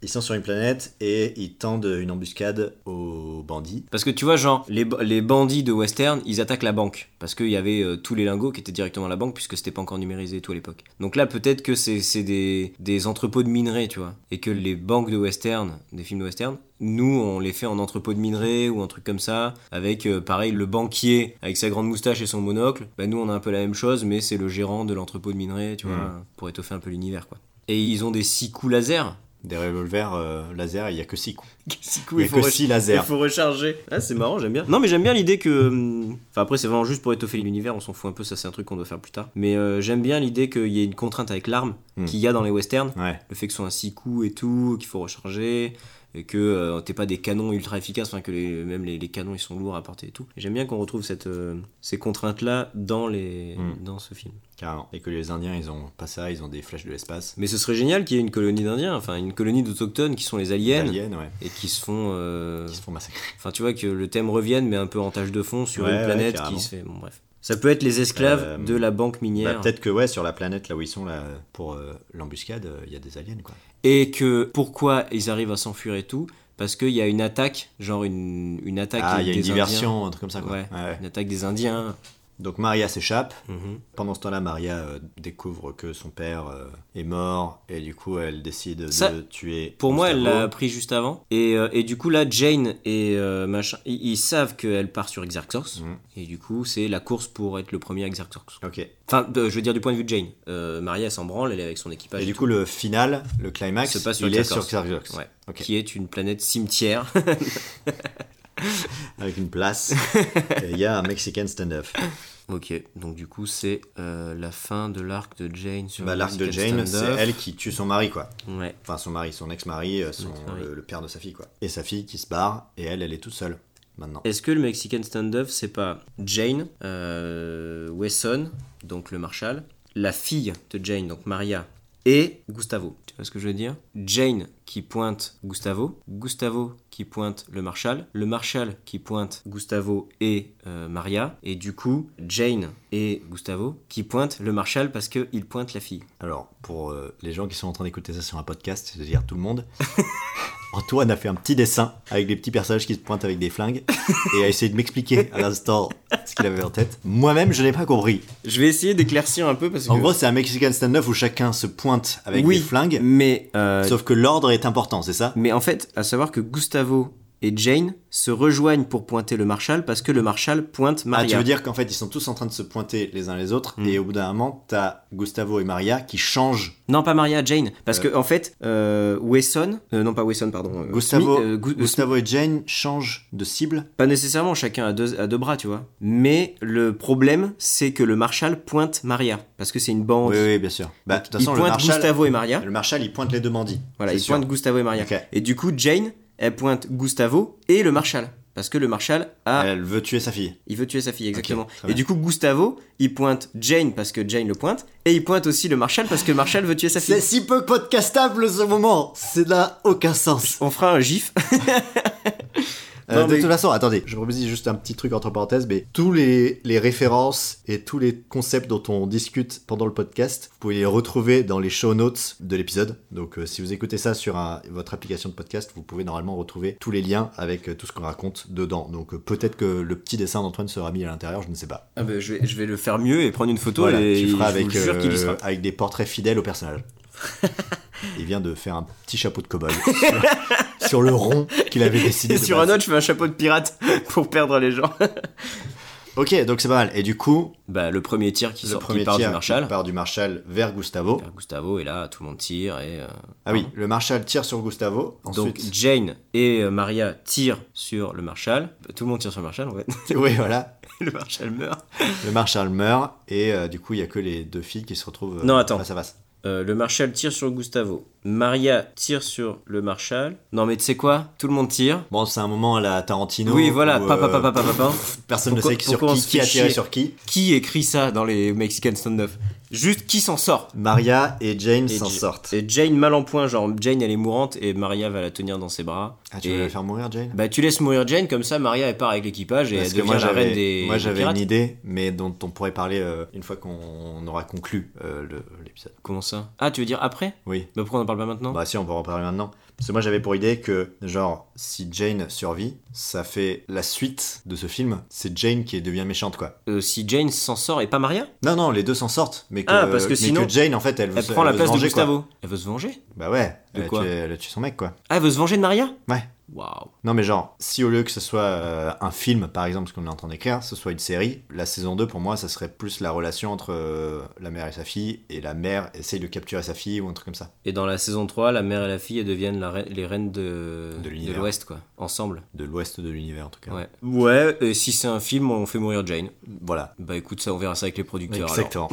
S1: Ils Ils sont sur une planète et ils tendent une embuscade aux bandits.
S2: Parce que tu vois, genre, les, ba- les bandits de Western, ils attaquent la banque. Parce qu'il y avait euh, tous les lingots qui étaient directement à la banque, puisque c'était pas encore numérisé et tout à l'époque. Donc là, peut-être que c'est c'est des, des entrepôts de minerais, tu vois. Et que les banques de Western, des films de Western, nous, on les fait en entrepôt de minerais ou un truc comme ça, avec euh, pareil le banquier avec sa grande moustache et son monocle. Bah, nous, on a un peu la même chose, mais c'est le gérant de l'entrepôt de minerais, tu vois,
S1: Mhm.
S2: pour étoffer un peu l'univers, quoi. Et ils ont des six coups laser.
S1: Des revolvers euh, laser, il y a que 6 coups.
S2: Six
S1: Il y a que 6
S2: Il
S1: lasers.
S2: faut recharger. Ah, c'est marrant, j'aime bien. Non, mais j'aime bien l'idée que. hum, Enfin, après, c'est vraiment juste pour étoffer l'univers, on s'en fout un peu, ça c'est un truc qu'on doit faire plus tard. Mais euh, j'aime bien l'idée qu'il y ait une contrainte avec l'arme
S1: Hmm.
S2: qu'il y a dans les westerns.
S1: Ouais.
S2: Le fait que ce soit un 6 coups et tout, qu'il faut recharger, et que euh, t'es pas des canons ultra efficaces, enfin que les- même les, les canons ils sont lourds à porter et tout. Et J'aime bien qu'on retrouve cette, euh, ces contraintes-là dans, les
S1: Hmm.
S2: dans ce film.
S1: Carrément. Et que les Indiens, ils ont pas ça, ils ont des flèches de l'espace.
S2: Mais ce serait génial qu'il y ait une colonie d'Indiens, enfin une colonie d'Autochtones qui sont les
S1: Des
S2: aliens.
S1: aliens, ouais.
S2: Et qui se font. euh,
S1: Qui se font massacrer.
S2: Enfin, tu vois que le thème revienne, mais un peu en tâche de fond sur
S1: Ouais,
S2: une
S1: ouais,
S2: planète
S1: carrément.
S2: qui se fait. Bon, bref. Ça peut être les esclaves
S1: Euh,
S2: de la banque
S1: Bah,
S2: minière.
S1: peut-être que, ouais, sur la planète là où ils sont, là, pour euh, l'embuscade, euh, il y a des aliens, quoi.
S2: et que pourquoi ils arrivent à s'enfuir et tout Parce qu'il y a une attaque, genre une, une attaque
S1: Ah, il y a une
S2: des Indiens.
S1: diversion, un truc comme ça, quoi.
S2: Ouais.
S1: Ouais, ouais.
S2: Une attaque des Indiens.
S1: Donc Maria s'échappe.
S2: Mhm.
S1: Pendant ce temps-là, Maria euh, découvre que son père euh, est mort et du coup, elle décide
S2: Ça,
S1: de tuer.
S2: Pour moi, elle
S1: Gustavo.
S2: l'a pris juste avant. Et, euh, et du coup, là, Jane et euh, machin, ils, ils savent qu'elle part sur Exarchos.
S1: Mhm.
S2: Et du coup, c'est la course pour être le premier Exarchos.
S1: Ok. Et
S2: Enfin, de- je veux dire, du point de vue de Jane. Euh, Maria elle s'en branle, elle est avec son équipage.
S1: du coup, le final, le climax,
S2: Se passe sur
S1: il est
S2: Xarxos.
S1: sur Xarxos.
S2: Ouais.
S1: Ok.
S2: qui est une planète cimetière.
S1: Avec une place. et il y a un Mexican stand-up.
S2: Ok, donc du coup c'est euh, la fin de l'arc de Jane sur
S1: Bah,
S2: le
S1: L'arc de
S2: Mexican
S1: Jane, c'est
S2: Standoff.
S1: elle qui tue son mari, quoi.
S2: Ouais,
S1: Enfin, son mari, son ex-mari, euh, son,
S2: Ex-mari.
S1: le, le père de sa fille, quoi. Et sa fille qui se barre, et elle, elle est toute seule, maintenant.
S2: Est-ce que le Mexican Standoff, c'est pas Jane, euh, Wesson, donc le Marshal, la fille de Jane, donc Maria, et Gustavo Tu vois ce que je veux dire Jane qui pointe Gustavo, Gustavo qui pointe le Marshal, le Marshal qui pointe Gustavo et euh, Maria, et du coup Jane et Gustavo qui pointent le Marshal parce qu'il pointe la fille.
S1: Alors, pour euh, les gens qui sont en train d'écouter ça sur un podcast, c'est-à-dire tout le monde, Antoine a fait un petit dessin avec des petits personnages qui se pointent avec des flingues et a essayé de m'expliquer à l'instant ce qu'il avait en tête. Moi-même, je n'ai pas compris.
S2: Je vais essayer d'éclaircir un peu parce que...
S1: En gros, c'est un Mexican stand-up où chacun se pointe avec
S2: oui,
S1: des flingues,
S2: Mais, euh,
S1: sauf que l'ordre est important, c'est ça
S2: mais en fait, à savoir que Gustavo et Jane se rejoignent pour pointer le Marshal parce que le Marshal pointe
S1: Ah,
S2: Maria. Mm.
S1: tu veux dire qu'en fait, ils sont tous en train de se pointer les uns les autres et au bout d'un moment, t'as Gustavo et Maria qui changent.
S2: Non, pas Maria, Jane. Parce
S1: Euh.
S2: que en fait, euh, Wesson, euh, non pas Wesson, pardon. euh,
S1: Gustavo,
S2: Smith, euh, Gu- euh,
S1: Gustavo et Jane changent de cible.
S2: Pas nécessairement, chacun a deux, a deux bras, tu vois. Mais le problème, c'est que le Marshal pointe Maria parce que c'est une bande.
S1: Oui, oui, bien sûr. Bah, de toute façon,
S2: il
S1: le
S2: pointe
S1: Marshall-
S2: Gustavo et Maria.
S1: Le Marshal, il pointe les deux bandits.
S2: Voilà,
S1: c'est
S2: il
S1: sûr.
S2: pointe Gustavo et Maria.
S1: Ok.
S2: Et du coup, Jane, elle pointe Gustavo et le Marshal parce que le Marshal a
S1: Elle veut tuer sa fille.
S2: Il veut tuer sa fille, exactement.
S1: très bien.
S2: et du coup, Gustavo, il pointe Jane parce que Jane le pointe, et il pointe aussi le Marshal parce que le Marshal veut tuer sa
S1: C'est
S2: fille.
S1: si peu podcastable ce moment C'est n'a aucun sens
S2: On fera un gif.
S1: Euh,
S2: Non,
S1: De
S2: mais-
S1: toute façon, attendez, je propose juste un petit truc entre parenthèses, mais tous les, les références et tous les concepts dont on discute pendant le podcast, vous pouvez les retrouver dans les show notes de l'épisode. Donc euh, si vous écoutez ça sur un- votre application de podcast, vous pouvez normalement retrouver tous les liens avec euh, tout ce qu'on raconte dedans. Donc euh, peut-être que le petit dessin d'Antoine sera mis à l'intérieur, je ne sais pas.
S2: Ah ben, je, vais, je vais le faire mieux et prendre une photo
S1: Voilà,
S2: et
S1: tu feras
S2: je vous
S1: avec,
S2: jure qu'il y
S1: euh,
S2: sera.
S1: avec des portraits fidèles au personnage. Il vient de faire un petit chapeau de cow-boy sur, sur le rond qu'il avait décidé.
S2: Et
S1: de
S2: sur un
S1: base.
S2: autre, je fais un chapeau de pirate pour perdre les gens.
S1: Ok, donc c'est pas mal. Et du coup,
S2: bah, le premier tir qui,
S1: le
S2: sort,
S1: premier
S2: qui part
S1: tir
S2: du Marshal.
S1: part du Marshal vers Gustavo.
S2: Vers Gustavo, et là, tout le monde tire. Et, euh,
S1: Ah oui, le Marshal tire sur Gustavo.
S2: Donc,
S1: Ensuite,
S2: Jane et euh, Maria tirent sur le Marshal. Tout le monde tire sur le Marshal, en fait.
S1: oui, voilà.
S2: le Marshal meurt.
S1: Le Marshal meurt et euh, du coup, il y a que les deux filles qui se retrouvent euh,
S2: Non, attends.
S1: face à face.
S2: Euh, le Marshal tire sur Gustavo. Maria tire sur le Marshal. Non mais tu sais quoi Tout le monde tire.
S1: Bon, c'est un moment à la Tarantino.
S2: oui voilà,
S1: où,
S2: papa
S1: euh,
S2: papa papa papa.
S1: Personne ne
S2: Pourquoi-
S1: sait qui- sur
S2: pourquoi on
S1: qui,
S2: se
S1: qui a
S2: fait
S1: tiré
S2: chier
S1: sur qui.
S2: Qui écrit ça dans les Mexican stand-up Juste qui s'en sort
S1: Maria et Jane
S2: Et
S1: s'en
S2: J-
S1: sortent.
S2: Et Jane mal en point, genre Jane elle est mourante et Maria va la tenir dans ses bras.
S1: Ah, tu
S2: et...
S1: veux la faire mourir, Jane
S2: Bah tu laisses mourir Jane comme ça Maria elle part avec l'équipage et
S1: Parce
S2: elle
S1: que
S2: devient
S1: moi
S2: la reine
S1: j'avais,
S2: des
S1: moi
S2: des
S1: j'avais
S2: pirates.
S1: une idée, mais dont on pourrait parler euh, une fois qu'on aura conclu euh, le- l'épisode.
S2: Comment ça Ah tu veux dire après
S1: Oui.
S2: Bah pourquoi on en parle pas maintenant
S1: Bah si, on peut en parler maintenant. Parce que moi j'avais pour idée que, genre, si Jane survit, ça fait la suite de ce film, c'est Jane qui devient méchante, quoi.
S2: Euh, Si Jane s'en sort et pas Maria
S1: Non, non, les deux s'en sortent, mais que,
S2: Ah, parce que
S1: mais
S2: sinon,
S1: Jane, en fait, elle, veut
S2: Elle
S1: se-
S2: prend la
S1: veut se
S2: place de
S1: venger, quoi.
S2: Gustavo. Elle veut se venger
S1: Bah ouais,
S2: De
S1: elle, a
S2: quoi
S1: tué, elle a tué son mec, quoi.
S2: Ah elle veut se venger de Maria
S1: Ouais.
S2: Waouh.
S1: Non mais genre, si au lieu que ce soit euh, un film, par exemple, ce qu'on est en train d'écrire, ce soit une série, la saison 2, pour moi, ça serait plus la relation entre euh, la mère et sa fille, et la mère essaye de capturer sa fille, ou un truc comme ça.
S2: Et dans la saison 3, la mère et la fille elles deviennent la reine- les reines de,
S1: De l'univers.
S2: l'Ouest quoi, ensemble.
S1: De l'ouest de l'univers, en tout cas.
S2: Ouais. Ouais, et si c'est un film, on fait mourir Jane.
S1: Voilà.
S2: Bah écoute, ça on verra ça avec les producteurs. alors.
S1: Exactement.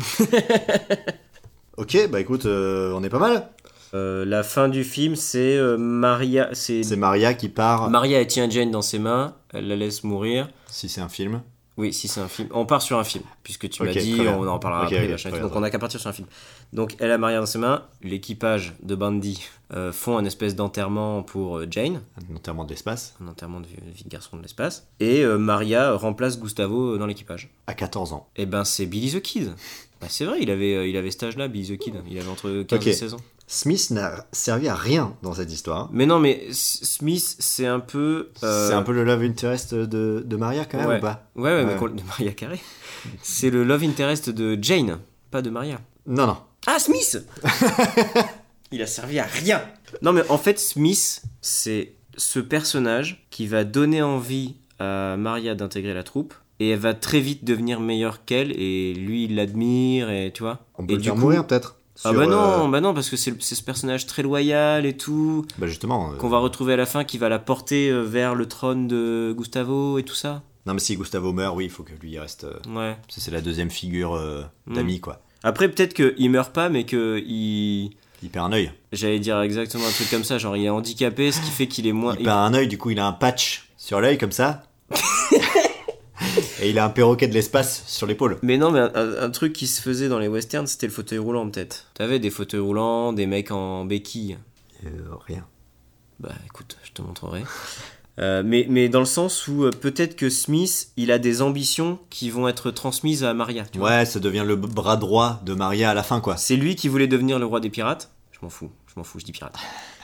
S1: ok, bah écoute, euh, on est pas mal.
S2: Euh, la fin du film, c'est euh, Maria, c'est
S1: C'est Maria qui part,
S2: Maria elle tient Jane dans ses mains, elle la laisse mourir.
S1: si c'est un film.
S2: Oui, si c'est un film. On part sur un film, puisque tu
S1: Ok,
S2: m'as dit,
S1: très bien.
S2: on en parlera
S1: Ok,
S2: après,
S1: ok,
S2: machin
S1: très
S2: et tout,
S1: bien,
S2: donc on n'a qu'à partir sur un film. Donc elle a Maria dans ses mains, l'équipage de bandits euh, font un espèce d'enterrement pour euh, Jane,
S1: Un enterrement de l'espace,
S2: un enterrement de vie vie de garçon de l'espace, et euh, Maria remplace Gustavo euh, dans l'équipage.
S1: à 14 ans.
S2: Eh ben c'est Billy the Kid. Bah, c'est vrai, il avait, euh, il avait cet âge-là, Billy the Kid. Il avait entre 15
S1: Ok.
S2: et 16 ans.
S1: Smith n'a servi à rien dans cette histoire.
S2: Mais non, mais S- Smith, c'est un peu. euh,
S1: C'est un peu le love interest de, de Maria, quand même,
S2: Ouais.
S1: ou pas
S2: Ouais, ouais, mais
S1: Ouais.
S2: qu'on- de Maria Carré. c'est le love interest de Jane, pas de Maria.
S1: Non, non.
S2: Ah, Smith Il a servi à rien Non, mais en fait, Smith, c'est ce personnage qui va donner envie à Maria d'intégrer la troupe. Et elle va très vite devenir meilleure qu'elle, et lui il l'admire, et tu vois.
S1: On peut
S2: et
S1: le
S2: du
S1: faire
S2: coup-
S1: mourir, peut-être
S2: Ah
S1: Sur,
S2: bah
S1: euh,
S2: non, bah non, parce que c'est le- c'est ce personnage très loyal et tout,
S1: Bah justement. euh,
S2: qu'on va retrouver à la fin, qui va la porter euh, vers le trône de Gustavo et tout ça.
S1: Non, mais si Gustavo meurt, oui, il faut que lui il reste. euh,
S2: Ouais.
S1: ça, C'est la deuxième figure euh,
S2: Mm.
S1: d'ami, quoi.
S2: Après, peut-être qu'il meurt pas, mais que il...
S1: Il perd un œil.
S2: J'allais dire exactement un truc comme ça, genre il est handicapé, ce qui fait qu'il est moins...
S1: Il perd un œil, du coup, il a un patch sur l'œil, comme ça. Et il a un perroquet de l'espace sur l'épaule.
S2: Mais non, mais un, un- un truc qui se faisait dans les westerns, c'était le fauteuil roulant, peut-être. T'avais des fauteuils roulants, des mecs en béquille.
S1: Euh, rien.
S2: Bah écoute, je te montrerai. Euh, mais, mais dans le sens où euh, peut-être que Smith, il a des ambitions qui vont être transmises à Maria. tu vois.
S1: Ouais, ça devient le b- bras droit de Maria à la fin, quoi.
S2: C'est lui qui voulait devenir le roi des pirates. Je m'en fous, je m'en fous, je dis pirate.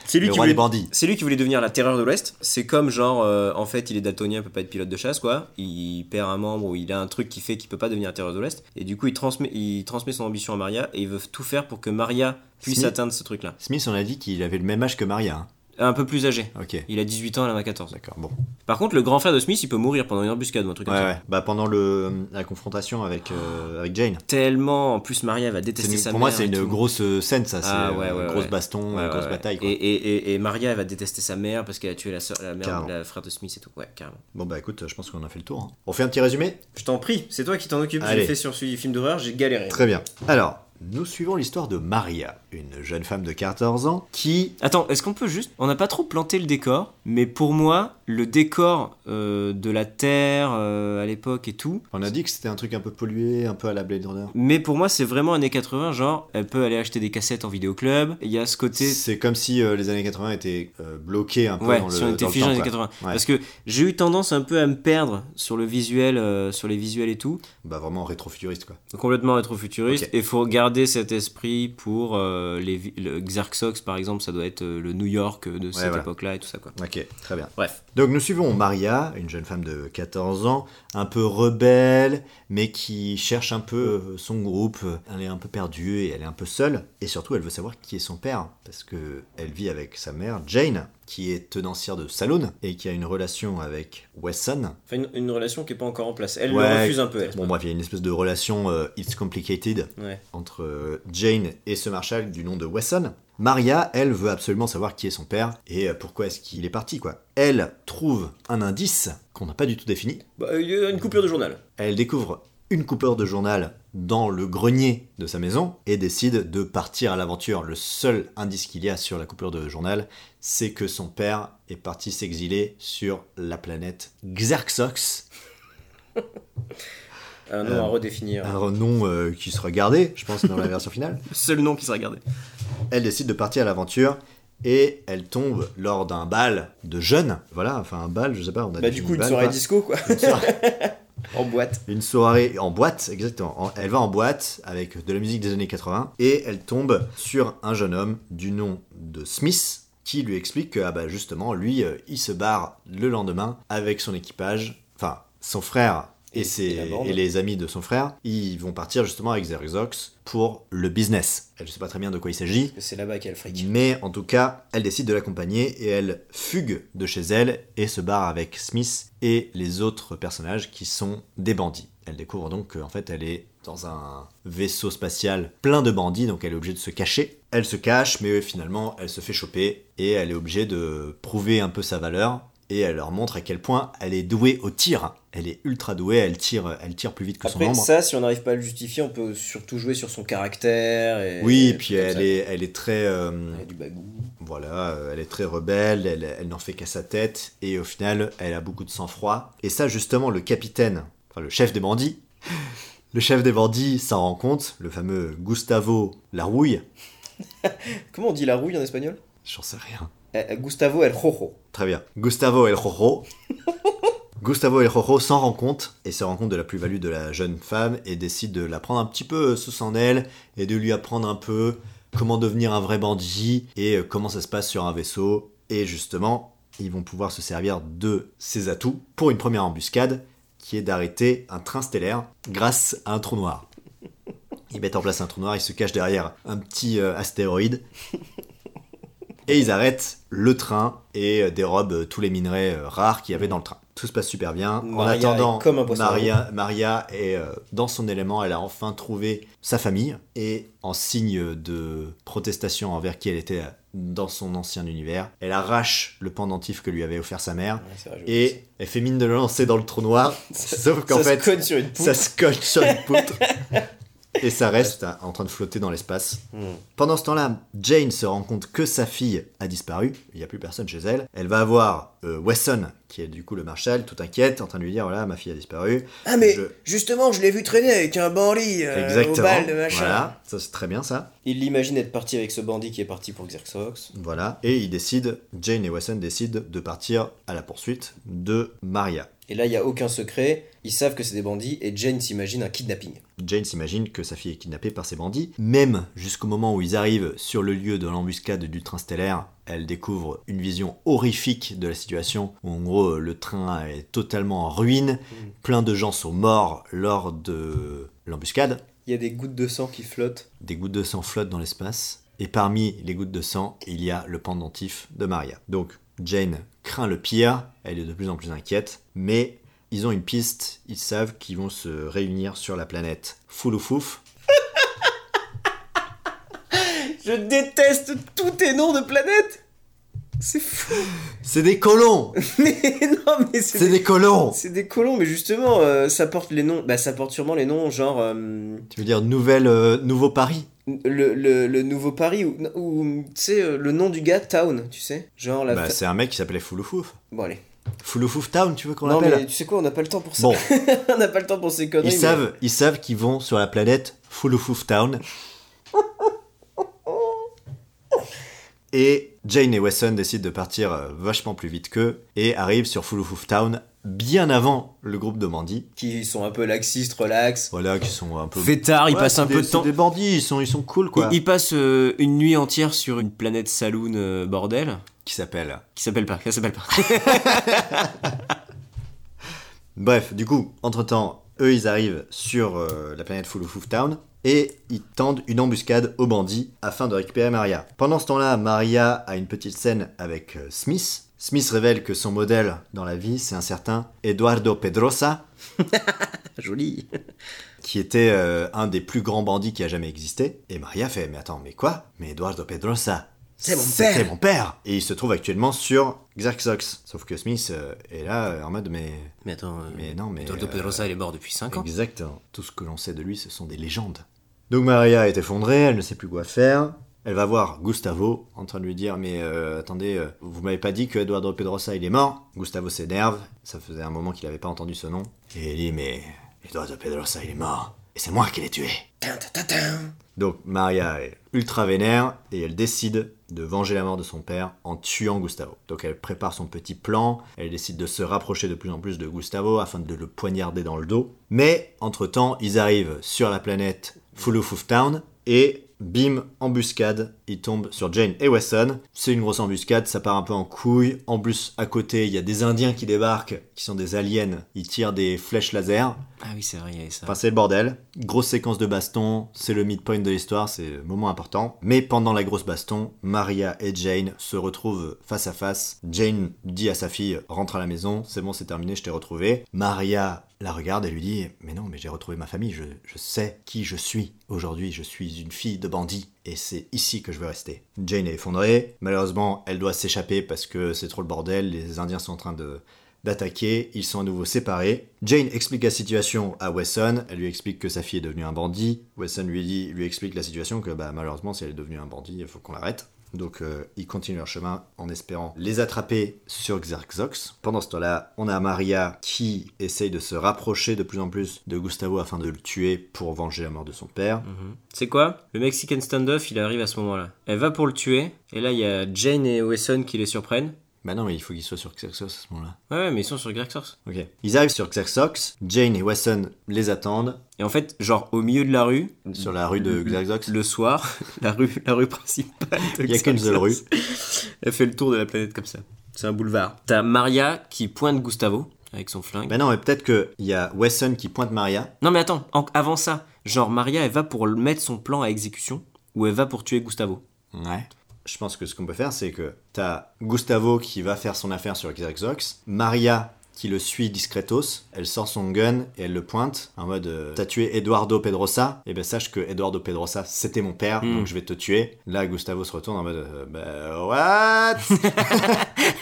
S2: C'est lui,
S1: Le
S2: qui
S1: roi des
S2: voulait...
S1: bandits.
S2: c'est lui qui voulait devenir la terreur de l'Ouest. C'est comme genre, euh, en fait, il est daltonien, il peut pas être pilote de chasse, quoi. Il perd un membre ou il a un truc qui fait qu'il peut pas devenir la terreur de l'Ouest. Et du coup, il transmet, il transmet son ambition à Maria et il veut tout faire pour que Maria puisse
S1: Smith.
S2: atteindre ce truc-là.
S1: Smith, on a dit qu'il avait le même âge que Maria. hein.
S2: Un peu plus âgé.
S1: Ok.
S2: Il a 18 ans, elle en a 14.
S1: D'accord, bon.
S2: Par contre, le grand frère de Smith, il peut mourir pendant une embuscade ou un truc
S1: Ouais,
S2: comme ça.
S1: ouais. Bah, pendant le, la confrontation avec, euh, avec Jane.
S2: Tellement, en plus, Maria va
S1: C'est
S2: détester
S1: une-
S2: sa
S1: pour moi,
S2: mère
S1: c'est
S2: et
S1: une
S2: tout.
S1: grosse euh, scène, ça. C'est
S2: Ah,
S1: euh,
S2: ouais, ouais,
S1: grosse
S2: ouais.
S1: baston,
S2: Ouais,
S1: euh, grosse
S2: ouais, ouais.
S1: bataille, quoi.
S2: Et, et- et- et Maria, elle va détester sa mère parce qu'elle a tué la, sœur- la mère
S1: Carrément.
S2: de la frère de Smith et tout. Ouais, carrément.
S1: Bon, bah, écoute, je pense qu'on a fait le tour. hein. On fait un petit résumé
S2: Je t'en prie, c'est toi qui t'en occupes.
S1: Allez.
S2: J'ai fait sur celui du film d'horreur, j'ai galéré.
S1: Très bien. Alors, nous suivons l'histoire de Maria, une jeune femme de 14 ans qui...
S2: Attends, est-ce qu'on peut juste. On n'a pas trop planté le décor, mais pour moi, le décor euh, de la Terre euh, à l'époque et tout.
S1: On a dit que c'était un truc un peu pollué, un peu à la Blade Runner.
S2: Mais pour moi, c'est vraiment années 80, genre, elle peut aller acheter des cassettes en vidéoclub. Il y a ce côté.
S1: C'est comme si euh, les années 80 étaient euh, bloquées un peu
S2: Ouais,
S1: dans le,
S2: si on était
S1: dans le
S2: figé dans
S1: temps,
S2: les années
S1: quoi.
S2: 80.
S1: Ouais.
S2: Parce que j'ai eu tendance un peu à me perdre sur le visuel, euh, sur les visuels et tout.
S1: Bah vraiment rétrofuturiste quoi.
S2: Complètement rétro-futuriste.
S1: Ok.
S2: Et faut garder cet esprit pour euh, les vi- le Xarxox, par exemple, ça doit être euh, le New York euh, de cette
S1: voilà.
S2: époque-là et tout ça, quoi.
S1: Ok, très bien.
S2: Bref.
S1: Donc nous suivons Maria, une jeune femme de 14 ans, un peu rebelle, mais qui cherche un peu euh, son groupe. Elle est un peu perdue et elle est un peu seule. Et surtout, elle veut savoir qui est son père, parce que elle vit avec sa mère, Jane, qui est tenancière de saloon et qui a une relation avec Wesson.
S2: Enfin, une, une relation qui n'est pas encore en place. Elle
S1: Ouais.
S2: le refuse un peu, elle.
S1: Bon bah. bref, il y a une espèce de relation euh, It's Complicated
S2: Ouais.
S1: entre euh, Jane et ce Marshall du nom de Wesson. Maria, elle, veut absolument savoir qui est son père et euh, pourquoi est-ce qu'il est parti, quoi. Elle trouve un indice qu'on n'a pas du tout défini.
S2: Bah, il y a une coupure de journal.
S1: Elle découvre une coupeur de journal dans le grenier de sa maison et décide de partir à l'aventure. Le seul indice qu'il y a sur la coupeur de journal, c'est que son père est parti s'exiler sur la planète Xerxox.
S2: Un nom à redéfinir.
S1: Euh, Un nom euh, qui sera gardé, je pense, dans la version finale.
S2: Seul nom qui sera gardé.
S1: Elle décide de partir à l'aventure et elle tombe lors d'un bal de jeunes. Voilà, enfin un bal, je sais pas, on a
S2: Bah,
S1: dit
S2: du coup, une
S1: bal,
S2: soirée
S1: pas.
S2: disco, quoi.
S1: Une soirée-
S2: en boîte.
S1: Une soirée en boîte, exactement. En- Elle va en boîte avec de la musique des années 80 et elle tombe sur un jeune homme du nom de Smith qui lui explique que ah bah justement lui euh, il se barre le lendemain avec son équipage, enfin son frère et,
S2: Et-
S1: ses,
S2: et la bande.
S1: et les amis de son frère, ils vont partir justement avec Xerox pour le business. Elle ne sait pas très bien de quoi il s'agit,
S2: C'est là-bas qu'il y a le fric.
S1: mais en tout cas, elle décide de l'accompagner et elle fugue de chez elle et se barre avec Smith et les autres personnages qui sont des bandits. Elle découvre donc qu'en fait elle est dans un vaisseau spatial plein de bandits, donc elle est obligée de se cacher. Elle se cache, mais finalement elle se fait choper et elle est obligée de prouver un peu sa valeur. Et elle leur montre à quel point elle est douée au tir. Elle est ultra douée, elle tire, elle tire plus vite que son
S2: Après,
S1: ombre.
S2: ça, si on n'arrive pas à le justifier, on peut surtout jouer sur son caractère. Et
S1: Oui, et
S2: tout
S1: puis
S2: euh, comme
S1: elle
S2: ça.
S1: est, elle est très... euh,
S2: Elle a du bagou.
S1: Voilà, euh, elle est très rebelle, elle, elle n'en fait qu'à sa tête, et au final, elle a beaucoup de sang-froid. Et ça, justement, le capitaine, enfin le chef des bandits, le chef des bandits s'en rend compte, le fameux Gustavo Larouille,
S2: Comment on dit la rouille en espagnol
S1: j'en sais rien.
S2: Eh, eh, Gustavo El Rojo.
S1: Très bien. Gustavo El Rojo. Gustavo El Rojo s'en rend compte et se rend compte de la plus-value de la jeune femme et décide de la prendre un petit peu sous son aile et de lui apprendre un peu comment devenir un vrai bandit et euh, comment ça se passe sur un vaisseau. Et justement, ils vont pouvoir se servir de ses atouts pour une première embuscade qui est d'arrêter un train stellaire grâce à un trou noir. Ils mettent en place un trou noir, ils se cachent derrière un petit euh, astéroïde et ils arrêtent le train et euh, dérobent euh, tous les minerais euh, rares qu'il y avait dans le train. Tout se passe super bien. en
S2: Maria
S1: attendant,
S2: est comme un poisson
S1: Maria, Maria est euh, dans son élément, elle a enfin trouvé sa famille. Et en signe de protestation envers qui elle était euh, dans son ancien univers, elle arrache le pendentif que lui avait offert sa mère.
S2: Ouais, c'est vrai, je vois
S1: Et elle fait mine de le lancer dans le trou noir, sauf
S2: ça.
S1: qu'en
S2: Ça
S1: fait,
S2: se cogne sur une poutre.
S1: ça se colle sur une poutre. et ça reste euh, en train de flotter dans l'espace.
S2: Hmm.
S1: Pendant ce temps-là, Jane se rend compte que sa fille a disparu, il n'y a plus personne chez elle. Elle va voir euh, Wesson, qui est du coup le marshal, tout inquiète, en train de lui dire voilà, ma fille a disparu.
S2: Ah, mais
S1: Je-
S2: justement, je l'ai vu traîner avec un bandit euh, au bal de machin.
S1: Voilà, ça c'est très bien ça.
S2: Il l'imagine être parti avec ce bandit qui est parti pour Xerxox.
S1: Voilà, et ils décident, Jane et Wesson décident de partir à la poursuite de Maria.
S2: Et là, il n'y a aucun secret. Ils savent que c'est des bandits et Jane s'imagine un kidnapping.
S1: Jane s'imagine que sa fille est kidnappée par ces bandits. Même jusqu'au moment où ils arrivent sur le lieu de l'embuscade du train stellaire, elle découvre une vision horrifique de la situation. où, En gros, le train est totalement en ruine.
S2: Mm.
S1: Plein de gens sont morts lors de l'embuscade.
S2: Il y a des gouttes de sang qui flottent.
S1: Des gouttes de sang flottent dans l'espace. Et parmi les gouttes de sang, il y a le pendentif de Maria. Donc, Jane craint le pire. Elle est de plus en plus inquiète. Mais ils ont une piste. Ils savent qu'ils vont se réunir sur la planète Fouloufouf.
S2: Je déteste tous tes noms de planètes C'est fou
S1: C'est des colons
S2: Mais non, mais c'est
S1: C'est
S2: des...
S1: des colons
S2: c'est des colons, mais justement, euh, ça porte les noms. Bah, ça porte sûrement les noms, genre. euh,
S1: Tu veux dire nouvelle, euh, nouveau Paris
S2: le, le, le Nouveau Paris, ou, ou, tu sais, euh, le nom du gars, Town, tu sais Genre la.
S1: Bah
S2: fa-
S1: c'est un mec qui s'appelait Fouloufouf.
S2: Bon, allez.
S1: Fouloufouf Town, tu veux qu'on
S2: Non, mais
S1: l'appelle
S2: tu sais quoi, on n'a pas le temps pour ça.
S1: Bon,
S2: on n'a pas le temps pour ces conneries.
S1: ils
S2: mais-
S1: savent, ils savent qu'ils vont sur la planète Fouloufouf Town. Et Jane et Wesson décident de partir euh, vachement plus vite qu'eux et arrivent sur Fouloufouf Town bien avant le groupe de bandits.
S2: Qui sont un peu laxistes, relax.
S1: Voilà, qui sont un peu...
S2: Fêtards,
S1: Ouais, c'est des- c'est des bandits, ils sont, ils sont cool quoi.
S2: Ils il passent euh, une nuit entière sur une planète saloon euh, bordel
S1: Qui s'appelle
S2: qui s'appelle pas, qui s'appelle pas.
S1: Bref, du coup, entre-temps, eux, ils arrivent sur euh, la planète Fouloufouf Town et ils tendent une embuscade aux bandits afin de récupérer Maria. Pendant ce temps-là, Maria a une petite scène avec euh, Smith. Smith révèle que son modèle dans la vie, c'est un certain Eduardo Pedrosa,
S2: Joli.
S1: qui était euh, un des plus grands bandits qui a jamais existé. Et Maria fait Mais attends, mais quoi Mais Eduardo Pedrosa
S2: C'est mon
S1: c'était
S2: père.
S1: mon père Et il se trouve actuellement sur Xerxox. Sauf que Smith euh, est là euh, en mode Mais.
S2: Mais attends,
S1: Mais non, mais.
S2: Toto
S1: euh,
S2: Pedrosa, il est mort depuis 5 ans.
S1: Exact. Tout ce que l'on sait de lui, ce sont des légendes. Donc Maria est effondrée, elle ne sait plus quoi faire. Elle va voir Gustavo en train de lui dire Mais euh, attendez, euh, vous m'avez pas dit que Eduardo Pedrosa il est mort Gustavo s'énerve, ça faisait un moment qu'il n'avait pas entendu ce nom. Et il dit Mais Eduardo Pedrosa, il est mort. Et c'est moi qui l'ai tué. Donc Maria est ultra vénère et elle décide de venger la mort de son père en tuant Gustavo. Donc elle prépare son petit plan, elle décide de se rapprocher de plus en plus de Gustavo afin de le poignarder dans le dos. Mais entre-temps, ils arrivent sur la planète Fulufuf Town et bim, embuscade, ils tombent sur Jane et Wesson. C'est une grosse embuscade, ça part un peu en couille. En plus, à côté, il y a des Indiens qui débarquent, qui sont des aliens, ils tirent des flèches laser.
S2: Ah oui, c'est vrai, il y avait ça.
S1: Enfin, c'est le bordel. Grosse séquence de baston, c'est le midpoint de l'histoire, c'est le moment important. Mais pendant la grosse baston, Maria et Jane se retrouvent face à face. Jane dit à sa fille Rentre à la maison, c'est bon, c'est terminé, je t'ai retrouvé. Maria la regarde et lui dit Mais non, mais j'ai retrouvé ma famille, je, je sais qui je suis. Aujourd'hui, je suis une fille de bandit et c'est ici que je veux rester. Jane est effondrée. Malheureusement, elle doit s'échapper parce que c'est trop le bordel, les Indiens sont en train de d'attaquer, ils sont à nouveau séparés. Jane explique la situation à Wesson, elle lui explique que sa fille est devenue un bandit. Wesson lui, dit, lui explique la situation que bah, malheureusement si elle est devenue un bandit, il faut qu'on l'arrête. Donc euh, ils continuent leur chemin en espérant les attraper sur Xerxox. Pendant ce temps-là, on a Maria qui essaye de se rapprocher de plus en plus de Gustavo afin de le tuer pour venger la mort de son père.
S2: Mhm. C'est quoi Le Mexican standoff, il arrive à ce moment-là. Elle va pour le tuer, et là, il y a Jane et Wesson qui les surprennent.
S1: Bah non mais il faut qu'il soit sur Xerxox à ce moment-là.
S2: Ouais, ouais, mais ils sont sur Grexors.
S1: Ok. Ils arrivent sur Xerxox, Jane et Wesson les attendent
S2: Et en fait, genre au milieu de la rue,
S1: sur la rue de Xerxox.
S2: le soir, la rue, la rue principale. de
S1: Il y a qu'une seule
S2: Xerxes. Elle fait le tour de la planète comme ça. C'est un boulevard. T'as Maria qui pointe Gustavo avec son flingue.
S1: Bah non mais peut-être qu'il y a Wesson qui pointe Maria
S2: Non mais attends, en- avant ça, genre Maria, elle va pour le- mettre son plan à exécution ou elle va pour tuer Gustavo.
S1: Ouais. Je pense que ce qu'on peut faire, c'est que t'as Gustavo qui va faire son affaire sur Xerxox, Maria qui le suit discretos, elle sort son gun et elle le pointe en mode euh, T'as tué Eduardo Pedrosa Et ben sache que Eduardo Pedrosa c'était mon père,
S2: Mm.
S1: donc je vais te tuer. Là, Gustavo se retourne en mode euh, Bah, what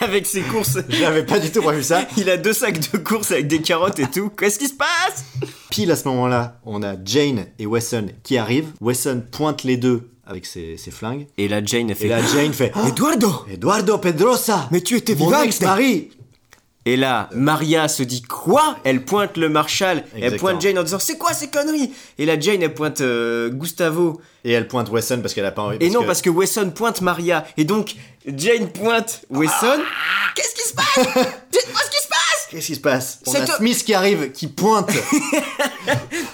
S2: avec ses courses.
S1: J'avais pas du tout prévu ça.
S2: Il a deux sacs de courses avec des carottes et tout. Qu'est-ce qui se passe
S1: Pile à ce moment-là, on a Jane et Wesson qui arrivent. Wesson pointe les deux avec ses, ses flingues.
S2: Et là, Jane, elle fait.
S1: Et là, Jane fait Ah,
S2: Eduardo
S1: Eduardo Pedrosa
S2: Mais tu étais
S1: Mon
S2: vivant,
S1: ex-mari
S2: Et là, Maria se dit quoi Elle pointe le Marshal, elle
S1: Exactement.
S2: pointe Jane en disant c'est quoi ces conneries Et là, Jane, elle pointe euh, Gustavo.
S1: Et elle pointe Wesson parce qu'elle a pas envie.
S2: Et non, parce que Wesson pointe Maria. Et donc, Jane pointe Wesson.
S1: Ah.
S2: Qu'est-ce qui se passe Dites-moi ce qui se passe
S1: Qu'est-ce qui se passe On
S2: C'est
S1: a
S2: toi-
S1: Smith qui arrive, qui pointe.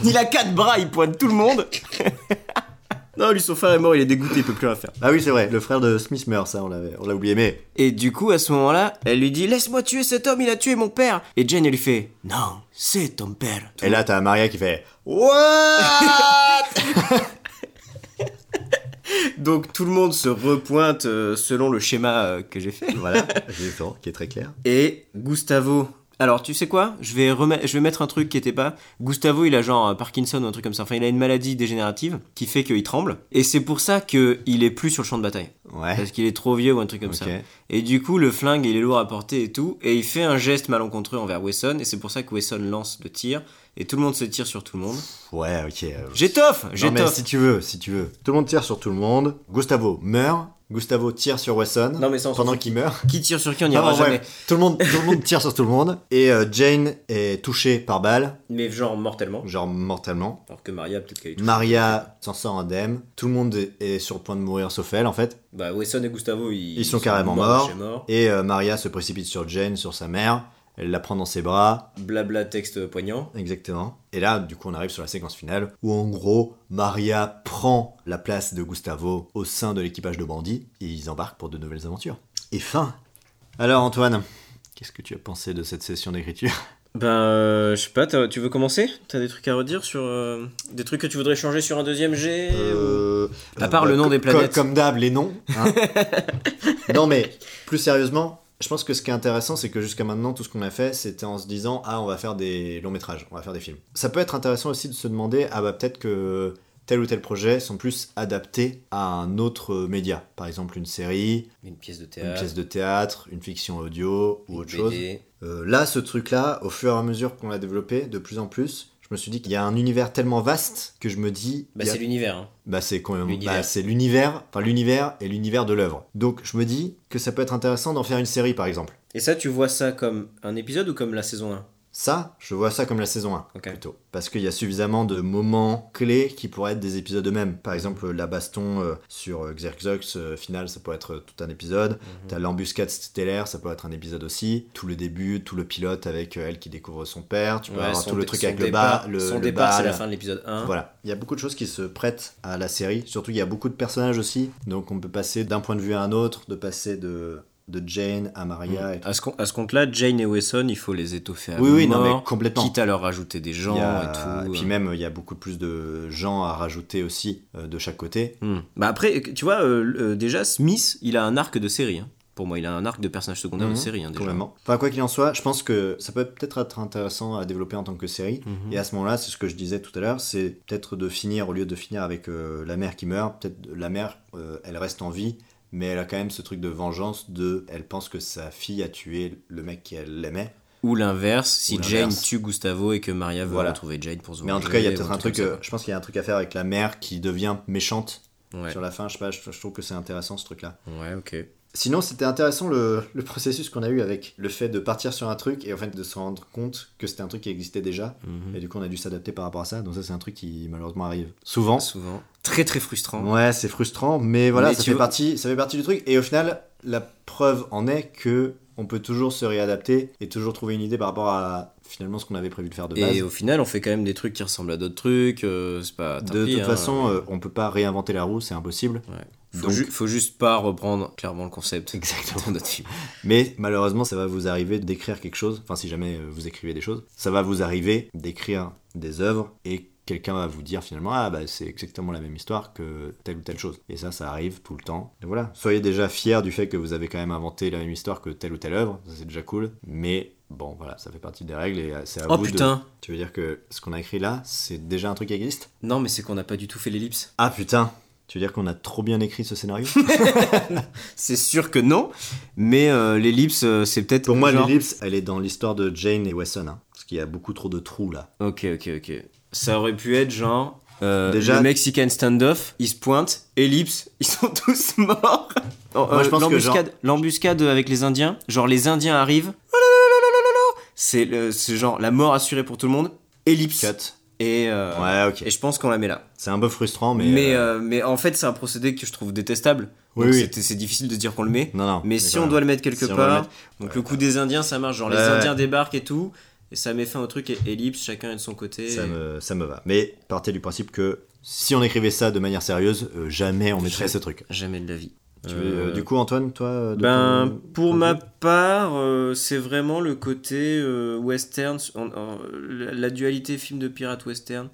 S2: Il a quatre bras, il pointe tout le monde. non, lui, son frère est mort, il est dégoûté, il peut plus rien faire.
S1: ah oui, c'est vrai, le frère de Smith meurt, ça, on l'avait, on l'a oublié, mais
S2: Et du coup, à ce moment-là, elle lui dit Laisse-moi tuer cet homme, il a tué mon père. Et Jane, elle lui fait Non, c'est ton père.
S1: et là t'as Maria qui fait Oh What
S2: Donc tout le monde se repointe euh, selon le schéma euh, que j'ai fait.
S1: Voilà, justement, qui est très clair.
S2: Et Gustavo. Alors, tu sais quoi je vais, remet- je vais mettre un truc qui était pas. Gustavo, il a genre euh, Parkinson ou un truc comme ça. Enfin, il a une maladie dégénérative qui fait qu'il tremble. Et c'est pour ça qu'il est plus sur le champ de bataille.
S1: Ouais.
S2: Parce qu'il est trop vieux ou un truc comme
S1: Ok.
S2: ça. Et du coup, le flingue, il est lourd à porter et tout. Et il fait un geste malencontreux envers Wesson. Et c'est pour ça que Wesson lance le tir. Et tout le monde se tire sur tout le monde.
S1: Ouais, ok. euh,
S2: J'étoffe
S1: Non mais
S2: J'étoffe
S1: si tu veux, si tu veux. Tout le monde tire sur tout le monde. Gustavo meurt. Gustavo tire sur Wesson.
S2: Non, mais ça, on s'en
S1: pendant
S2: fout.
S1: qu'il meurt.
S2: Qui tire sur qui, on n'y
S1: Ah,
S2: aura
S1: bon,
S2: jamais.
S1: bref. Tout le monde, tout le monde tire sur tout le monde. Et euh, Jane est touchée par balle,
S2: Mais genre mortellement.
S1: genre mortellement.
S2: Alors que Maria, peut-être qu'elle est touchée.
S1: Maria s'en sort indemne. Tout le monde est- est sur le point de mourir sauf elle en fait.
S2: Bah, Wesson et Gustavo, ils,
S1: Ils sont carrément morts.
S2: chez mort.
S1: Et euh, Maria se précipite sur Jane, sur sa mère. Elle la prend dans ses bras.
S2: Blabla texte poignant.
S1: Exactement. Et là, du coup, on arrive sur la séquence finale où, en gros, Maria prend la place de Gustavo au sein de l'équipage de bandits et ils embarquent pour de nouvelles aventures. Et fin Alors, Antoine, qu'est-ce que tu as pensé de cette session d'écriture
S2: Ben, euh, je sais pas, t'as- tu veux commencer T'as des trucs à redire sur. euh, des trucs que tu voudrais changer sur un deuxième G
S1: Euh,
S2: À part le nom
S1: co-
S2: des
S1: co-
S2: planètes.
S1: Comme, d'hab, les noms. hein. non, mais plus sérieusement, je pense que ce qui est intéressant, c'est que jusqu'à maintenant, tout ce qu'on a fait, c'était en se disant Ah, on va faire des longs métrages, on va faire des films. Ça peut être intéressant aussi de se demander Ah, bah, peut-être que tel ou tel projet sont plus adaptés à un autre euh, média. Par exemple, une série,
S2: Une pièce de
S1: une
S2: théâtre.
S1: pièce de théâtre, une fiction audio ou autre chose.
S2: BD.
S1: Euh, là, ce truc-là, au fur et à mesure qu'on l'a développé de plus en plus, je me suis dit qu'il y a un univers tellement vaste que je me dis.
S2: Bah,
S1: il y a-
S2: c'est l'univers. hein.
S1: bah c'est quand même-
S2: L'univers.
S1: bah, c'est l'univers, enfin l'univers et l'univers de l'œuvre. Donc je me dis que ça peut être intéressant d'en faire une série par exemple.
S2: Et ça, tu vois ça comme un épisode ou comme la saison 1
S1: Ça, je vois ça comme la saison 1
S2: Ok.
S1: plutôt. Parce qu'il y a suffisamment de moments clés qui pourraient être des épisodes eux-mêmes. Par exemple, la baston euh, sur euh, Xerxox euh, finale, ça peut être euh, tout un épisode.
S2: Mhm.
S1: T'as l'embuscade stellaire, ça peut être un épisode aussi. Tout le début, tout le pilote avec euh, elle qui découvre son père. Tu peux
S2: Ouais,
S1: avoir
S2: son
S1: tout le
S2: dé-
S1: truc
S2: son
S1: avec
S2: départ-
S1: le bas, le,
S2: Son
S1: le
S2: départ, c'est
S1: bal.
S2: la fin de l'épisode 1.
S1: Voilà, il y a beaucoup de choses qui se prêtent à la série. Surtout, il y a beaucoup de personnages aussi. Donc, on peut passer d'un point de vue à un autre, de passer de, de Jane à Maria. et tout.
S2: À ce, com- à ce compte-là, Jane et Wesson, Mm. il faut les étoffer à
S1: Oui, oui, non,
S2: mort,
S1: mais complètement.
S2: quitte à leur rajouter des gens
S1: Il y a-
S2: et tout. euh.
S1: puis même, il y a beaucoup plus de gens à rajouter aussi euh, de chaque côté.
S2: Hmm. Bah après, tu vois, euh, euh, déjà, Smith, il a un arc de série. hein. Pour moi, il a un arc de personnage secondaire
S1: Mhm,
S2: de série, hein, déjà.
S1: Complètement. Enfin, quoi qu'il en soit, je pense que ça peut peut-être être intéressant à développer en tant que série.
S2: Mhm.
S1: Et à ce moment-là, c'est ce que je disais tout à l'heure, c'est peut-être de finir, au lieu de finir avec euh, la mère qui meurt, peut-être la mère, euh, elle reste en vie, mais elle a quand même ce truc de vengeance de, elle pense que sa fille a tué le mec qu'elle aimait.
S2: Ou l'inverse, si
S1: Ou
S2: Jane
S1: l'inverse.
S2: tue Gustavo et que Maria veut
S1: Voilà.
S2: retrouver Jane pour se
S1: Mais en
S2: venger
S1: tout cas, il y a
S2: ou
S1: peut-être un truc,
S2: comme
S1: euh, je pense qu'il y a un truc à faire avec la mère qui devient méchante
S2: ça. Ouais.
S1: sur la fin, je sais pas, je, je trouve que c'est intéressant ce truc-là.
S2: ouais, ok.
S1: Sinon, c'était intéressant le, le processus qu'on a eu avec le fait de partir sur un truc et en fait de se rendre compte que c'était un truc qui existait déjà.
S2: Mhm.
S1: Et du coup, on a dû s'adapter par rapport à ça. Donc ça, c'est un truc qui malheureusement arrive souvent.
S2: Souvent. Très, très frustrant.
S1: Ouais, c'est frustrant, mais voilà,
S2: Mais
S1: ça,
S2: tu
S1: fait
S2: vois-
S1: partie, ça fait partie du truc. Et au final, la preuve en est que on peut toujours se réadapter et toujours trouver une idée par rapport à finalement ce qu'on avait prévu de faire de base.
S2: Et au final, on fait quand même des trucs qui ressemblent à d'autres trucs. euh, c'est pas. tant
S1: de
S2: pis,
S1: toute
S2: hein.
S1: façon, euh, on peut pas réinventer la roue, c'est impossible.
S2: faut,
S1: donc-
S2: ju- faut juste pas reprendre clairement le concept
S1: Exactement.
S2: de notre film.
S1: Mais malheureusement, ça va vous arriver d'écrire quelque chose. Enfin, si jamais euh, vous écrivez des choses, ça va vous arriver d'écrire des œuvres et quelqu'un va vous dire finalement ah bah c'est exactement la même histoire que telle ou telle chose et ça ça arrive tout le temps et voilà soyez déjà fiers du fait que vous avez quand même inventé la même histoire que telle ou telle œuvre ça c'est déjà cool mais bon voilà ça fait partie des règles et euh, c'est à
S2: Oh
S1: vous de-
S2: putain
S1: tu veux dire que ce qu'on a écrit là c'est déjà un truc qui existe
S2: Non, mais c'est qu'on n'a pas du tout fait l'ellipse.
S1: ah putain tu veux dire qu'on a trop bien écrit ce scénario
S2: C'est sûr que non, mais euh, l'ellipse, euh, c'est peut-être.
S1: pour moi
S2: genre-
S1: l'ellipse elle est dans l'histoire de Jane et Wesson hein, parce qu'il y a beaucoup trop de trous là
S2: Ok, ok, ok. Ça aurait pu être genre. euh,
S1: Déjà-
S2: Le Mexican standoff, ils se pointent, ellipse, ils sont tous morts. Non,
S1: Moi, je pense que
S2: Oh, euh, l'embuscade- L'embuscade avec les Indiens, genre les Indiens arrivent. oh là là là là là là là, C'est le- c'est genre la mort assurée pour tout le monde, ellipse.
S1: Cut.
S2: Et, euh,
S1: Ouais, ok.
S2: et je pense qu'on la met là.
S1: C'est un peu frustrant, mais.
S2: Mais,
S1: euh,
S2: euh, mais en fait, c'est un procédé que je trouve détestable.
S1: Oui,
S2: Donc
S1: oui.
S2: c'était- C'est difficile de dire qu'on le met.
S1: Non, non.
S2: Mais si
S1: quand
S2: on
S1: même.
S2: doit le mettre quelque
S1: Si on doit le
S2: part,
S1: mettre-
S2: donc le coup des Indiens, ça marche. Genre les
S1: Ouais, ouais.
S2: Indiens débarquent et tout, et ça met fin au truc et ellipse, chacun est de son côté.
S1: Ça
S2: et-
S1: me, ça me va. Mais partez du principe que si on écrivait ça de manière sérieuse, euh, jamais on mettrait
S2: Jamais.
S1: ce truc.
S2: Jamais de la vie.
S1: Tu veux, euh, du coup, Antoine, toi euh, de
S2: ben,
S1: ton-
S2: pour
S1: ton
S2: ma
S1: goût
S2: part, euh, c'est vraiment le côté euh, western, on- on- la, la dualité film de pirate western.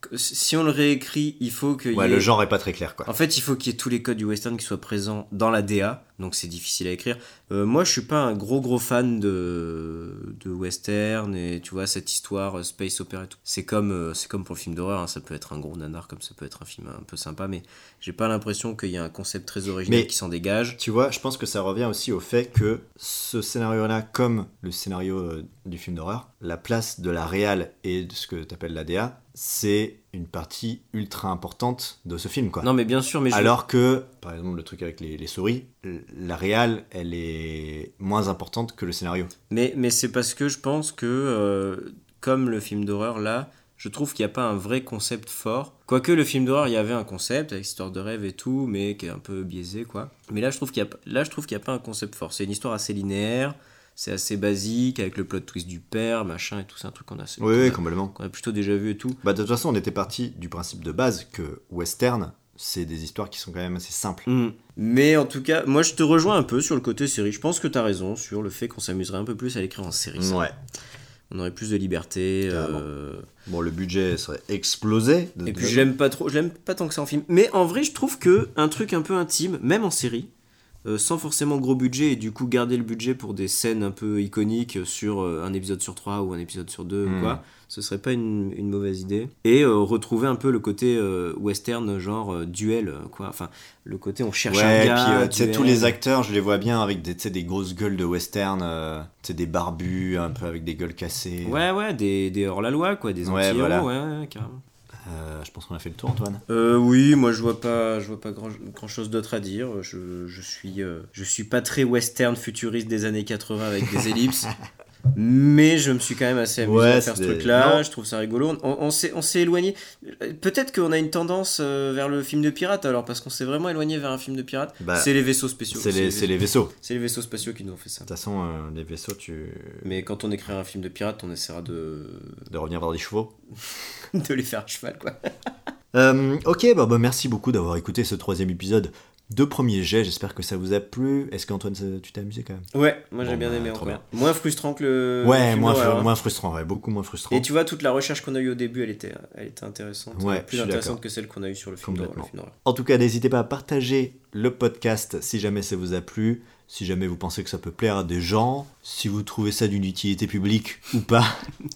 S2: Que- Si on le réécrit, il faut que.
S1: Ouais, le genre est pas très clair, quoi.
S2: En fait, il faut qu'il y ait tous les codes du western qui soient présents dans la DA, donc c'est difficile à écrire. Euh, moi, je suis pas un gros gros fan de, de western et tu vois cette histoire euh, space opera et tout. C'est comme euh, c'est comme pour le film d'horreur, hein, ça peut être un gros nanar comme ça peut être un film un peu sympa, mais j'ai pas l'impression qu'il y a un concept très original
S1: Mais-
S2: qui s'en dégage.
S1: Tu vois, je pense que ça revient aussi au fait que ce scénario-là, comme le scénario euh, du film d'horreur, la place de la réal et de ce que t'appelles l'ADA, c'est une partie ultra importante de ce film, quoi.
S2: Non, mais bien sûr, mais je-
S1: Alors que, par exemple, le truc avec les, les souris, l- la réal, elle est moins importante que le scénario.
S2: mais mais c'est parce que je pense que euh, comme le film d'horreur là. Je trouve qu'il n'y a pas un vrai concept fort. Quoique le film d'horreur, il y avait un concept avec histoire de rêve et tout, mais qui est un peu biaisé, quoi. Mais là, je trouve qu'il n'y a, pas- là, je trouve qu'il y a pas un concept fort. C'est une histoire assez linéaire, c'est assez basique, avec le plot twist du père, machin et tout. C'est un truc qu'on a,
S1: Oui,
S2: qu'on a-
S1: oui, complètement.
S2: qu'on a plutôt déjà vu et tout.
S1: Bah, de toute façon, on était parti du principe de base que western, c'est des histoires qui sont quand même assez simples.
S2: Mm. Mais en tout cas, moi, je te rejoins un peu sur le côté série. Je pense que tu as raison sur le fait qu'on s'amuserait un peu plus à l'écrire en série. ça.
S1: Ouais.
S2: On aurait plus de liberté.
S1: Carrément.
S2: euh,
S1: Bon, le budget serait explosé. de-
S2: Et
S1: de-
S2: puis je l'aime pas trop, je l'aime pas tant que ça en film. Mais en vrai, je trouve que un truc un peu intime, même en série, euh, sans forcément gros budget et du coup garder le budget pour des scènes un peu iconiques sur euh, un épisode sur trois ou un épisode sur deux ou
S1: Hmm.
S2: quoi, ce serait pas une, une mauvaise idée. Et euh, retrouver un peu le côté euh, western, genre euh, duel, euh, quoi. Enfin, le côté on cherche un
S1: Ouais,
S2: gars.
S1: puis euh, tu sais,
S2: duel.
S1: tous les acteurs, je les vois bien avec des, tu sais, des grosses gueules de western, euh, tu sais, des barbus, un peu avec des gueules cassées.
S2: Ouais, ouais, des, des hors-la-loi, quoi, des
S1: Ouais,
S2: anti-héros,
S1: voilà.
S2: ouais, ouais, carrément.
S1: Euh, je pense qu'on a fait le tour, Antoine.
S2: Euh, oui, moi je vois pas, je vois pas grand, grand chose d'autre à dire. Je, je suis, euh, je suis pas très western futuriste des années 80 avec des ellipses. Mais je me suis quand même assez amusé
S1: Ouais,
S2: à faire ce
S1: c'est-
S2: truc-là.
S1: non.
S2: Je trouve ça rigolo. On, on s'est on s'est éloigné. Peut-être qu'on a une tendance euh, vers le film de pirate alors, parce qu'on s'est vraiment éloigné vers un film de pirate.
S1: Bah,
S2: c'est les vaisseaux spéciaux.
S1: C'est les, c'est les vaisseaux. De
S2: c'est les vaisseaux spatiaux qui nous ont fait ça.
S1: toute façon, euh, les vaisseaux, tu.
S2: Mais quand on écrira un film de pirate, on essaiera de,
S1: de revenir vers des chevaux.
S2: de les faire à cheval, quoi.
S1: Euh, ok, bah, bah, merci beaucoup d'avoir écouté ce troisième épisode de Premier Jet. J'espère que ça vous a plu. Est-ce qu'Antoine, ça- tu t'es amusé quand même
S2: Ouais, moi j'ai
S1: Bon,
S2: bien
S1: bah,
S2: aimé
S1: trop
S2: encore.
S1: bien.
S2: Moins frustrant que le. le
S1: Ouais,
S2: film
S1: moins,
S2: d'horreur,
S1: fru-
S2: hein.
S1: moins frustrant, ouais, beaucoup moins frustrant.
S2: Et tu vois, toute la recherche qu'on a eue au début, elle était, elle était intéressante.
S1: Ouais, je
S2: plus
S1: suis
S2: intéressante
S1: d'accord.
S2: que celle qu'on a eue sur le film d'horreur. le
S1: Complètement.
S2: film d'horreur.
S1: En tout cas, n'hésitez pas à partager le podcast si jamais ça vous a plu, si jamais vous pensez que ça peut plaire à des gens, si vous trouvez ça d'une utilité publique ou pas.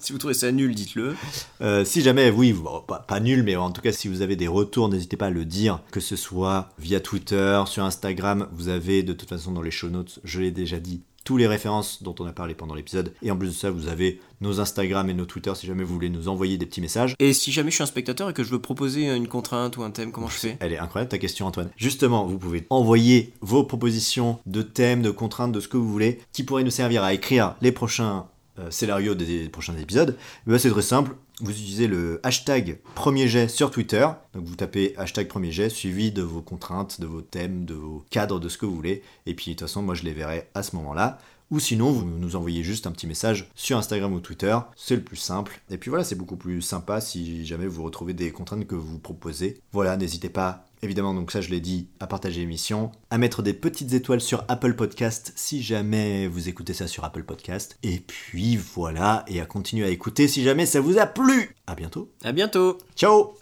S2: Si vous trouvez ça nul, dites-le.
S1: Euh, si jamais, oui, bon, pas, pas nul, mais en tout cas, si vous avez des retours, n'hésitez pas à le dire, que ce soit via Twitter, sur Instagram, vous avez de toute façon dans les show notes, je l'ai déjà dit, tous les références dont on a parlé pendant l'épisode, et en plus de ça, vous avez nos Instagram et nos Twitter si jamais vous voulez nous envoyer des petits messages.
S2: Et si jamais je suis un spectateur et que je veux proposer une contrainte ou un thème, comment je fais
S1: Elle est incroyable ta question Antoine. Justement, vous pouvez envoyer vos propositions de thèmes, de contraintes, de ce que vous voulez, qui pourraient nous servir à écrire les prochains euh, scénarios des, des prochains épisodes. Eh ben, c'est très simple. Vous utilisez le hashtag premier jet sur Twitter. Donc vous tapez hashtag premier jet suivi de vos contraintes, de vos thèmes, de vos cadres, de ce que vous voulez. Et puis de toute façon, moi je les verrai à ce moment-là. Ou sinon, vous nous envoyez juste un petit message sur Instagram ou Twitter, c'est le plus simple. Et puis voilà, c'est beaucoup plus sympa si jamais vous retrouvez des contraintes que vous proposez. Voilà, n'hésitez pas, évidemment, donc ça je l'ai dit, à partager l'émission, à mettre des petites étoiles sur Apple Podcast si jamais vous écoutez ça sur Apple Podcast. Et puis voilà, et à continuer à écouter si jamais ça vous a plu. À bientôt.
S2: À bientôt
S1: Ciao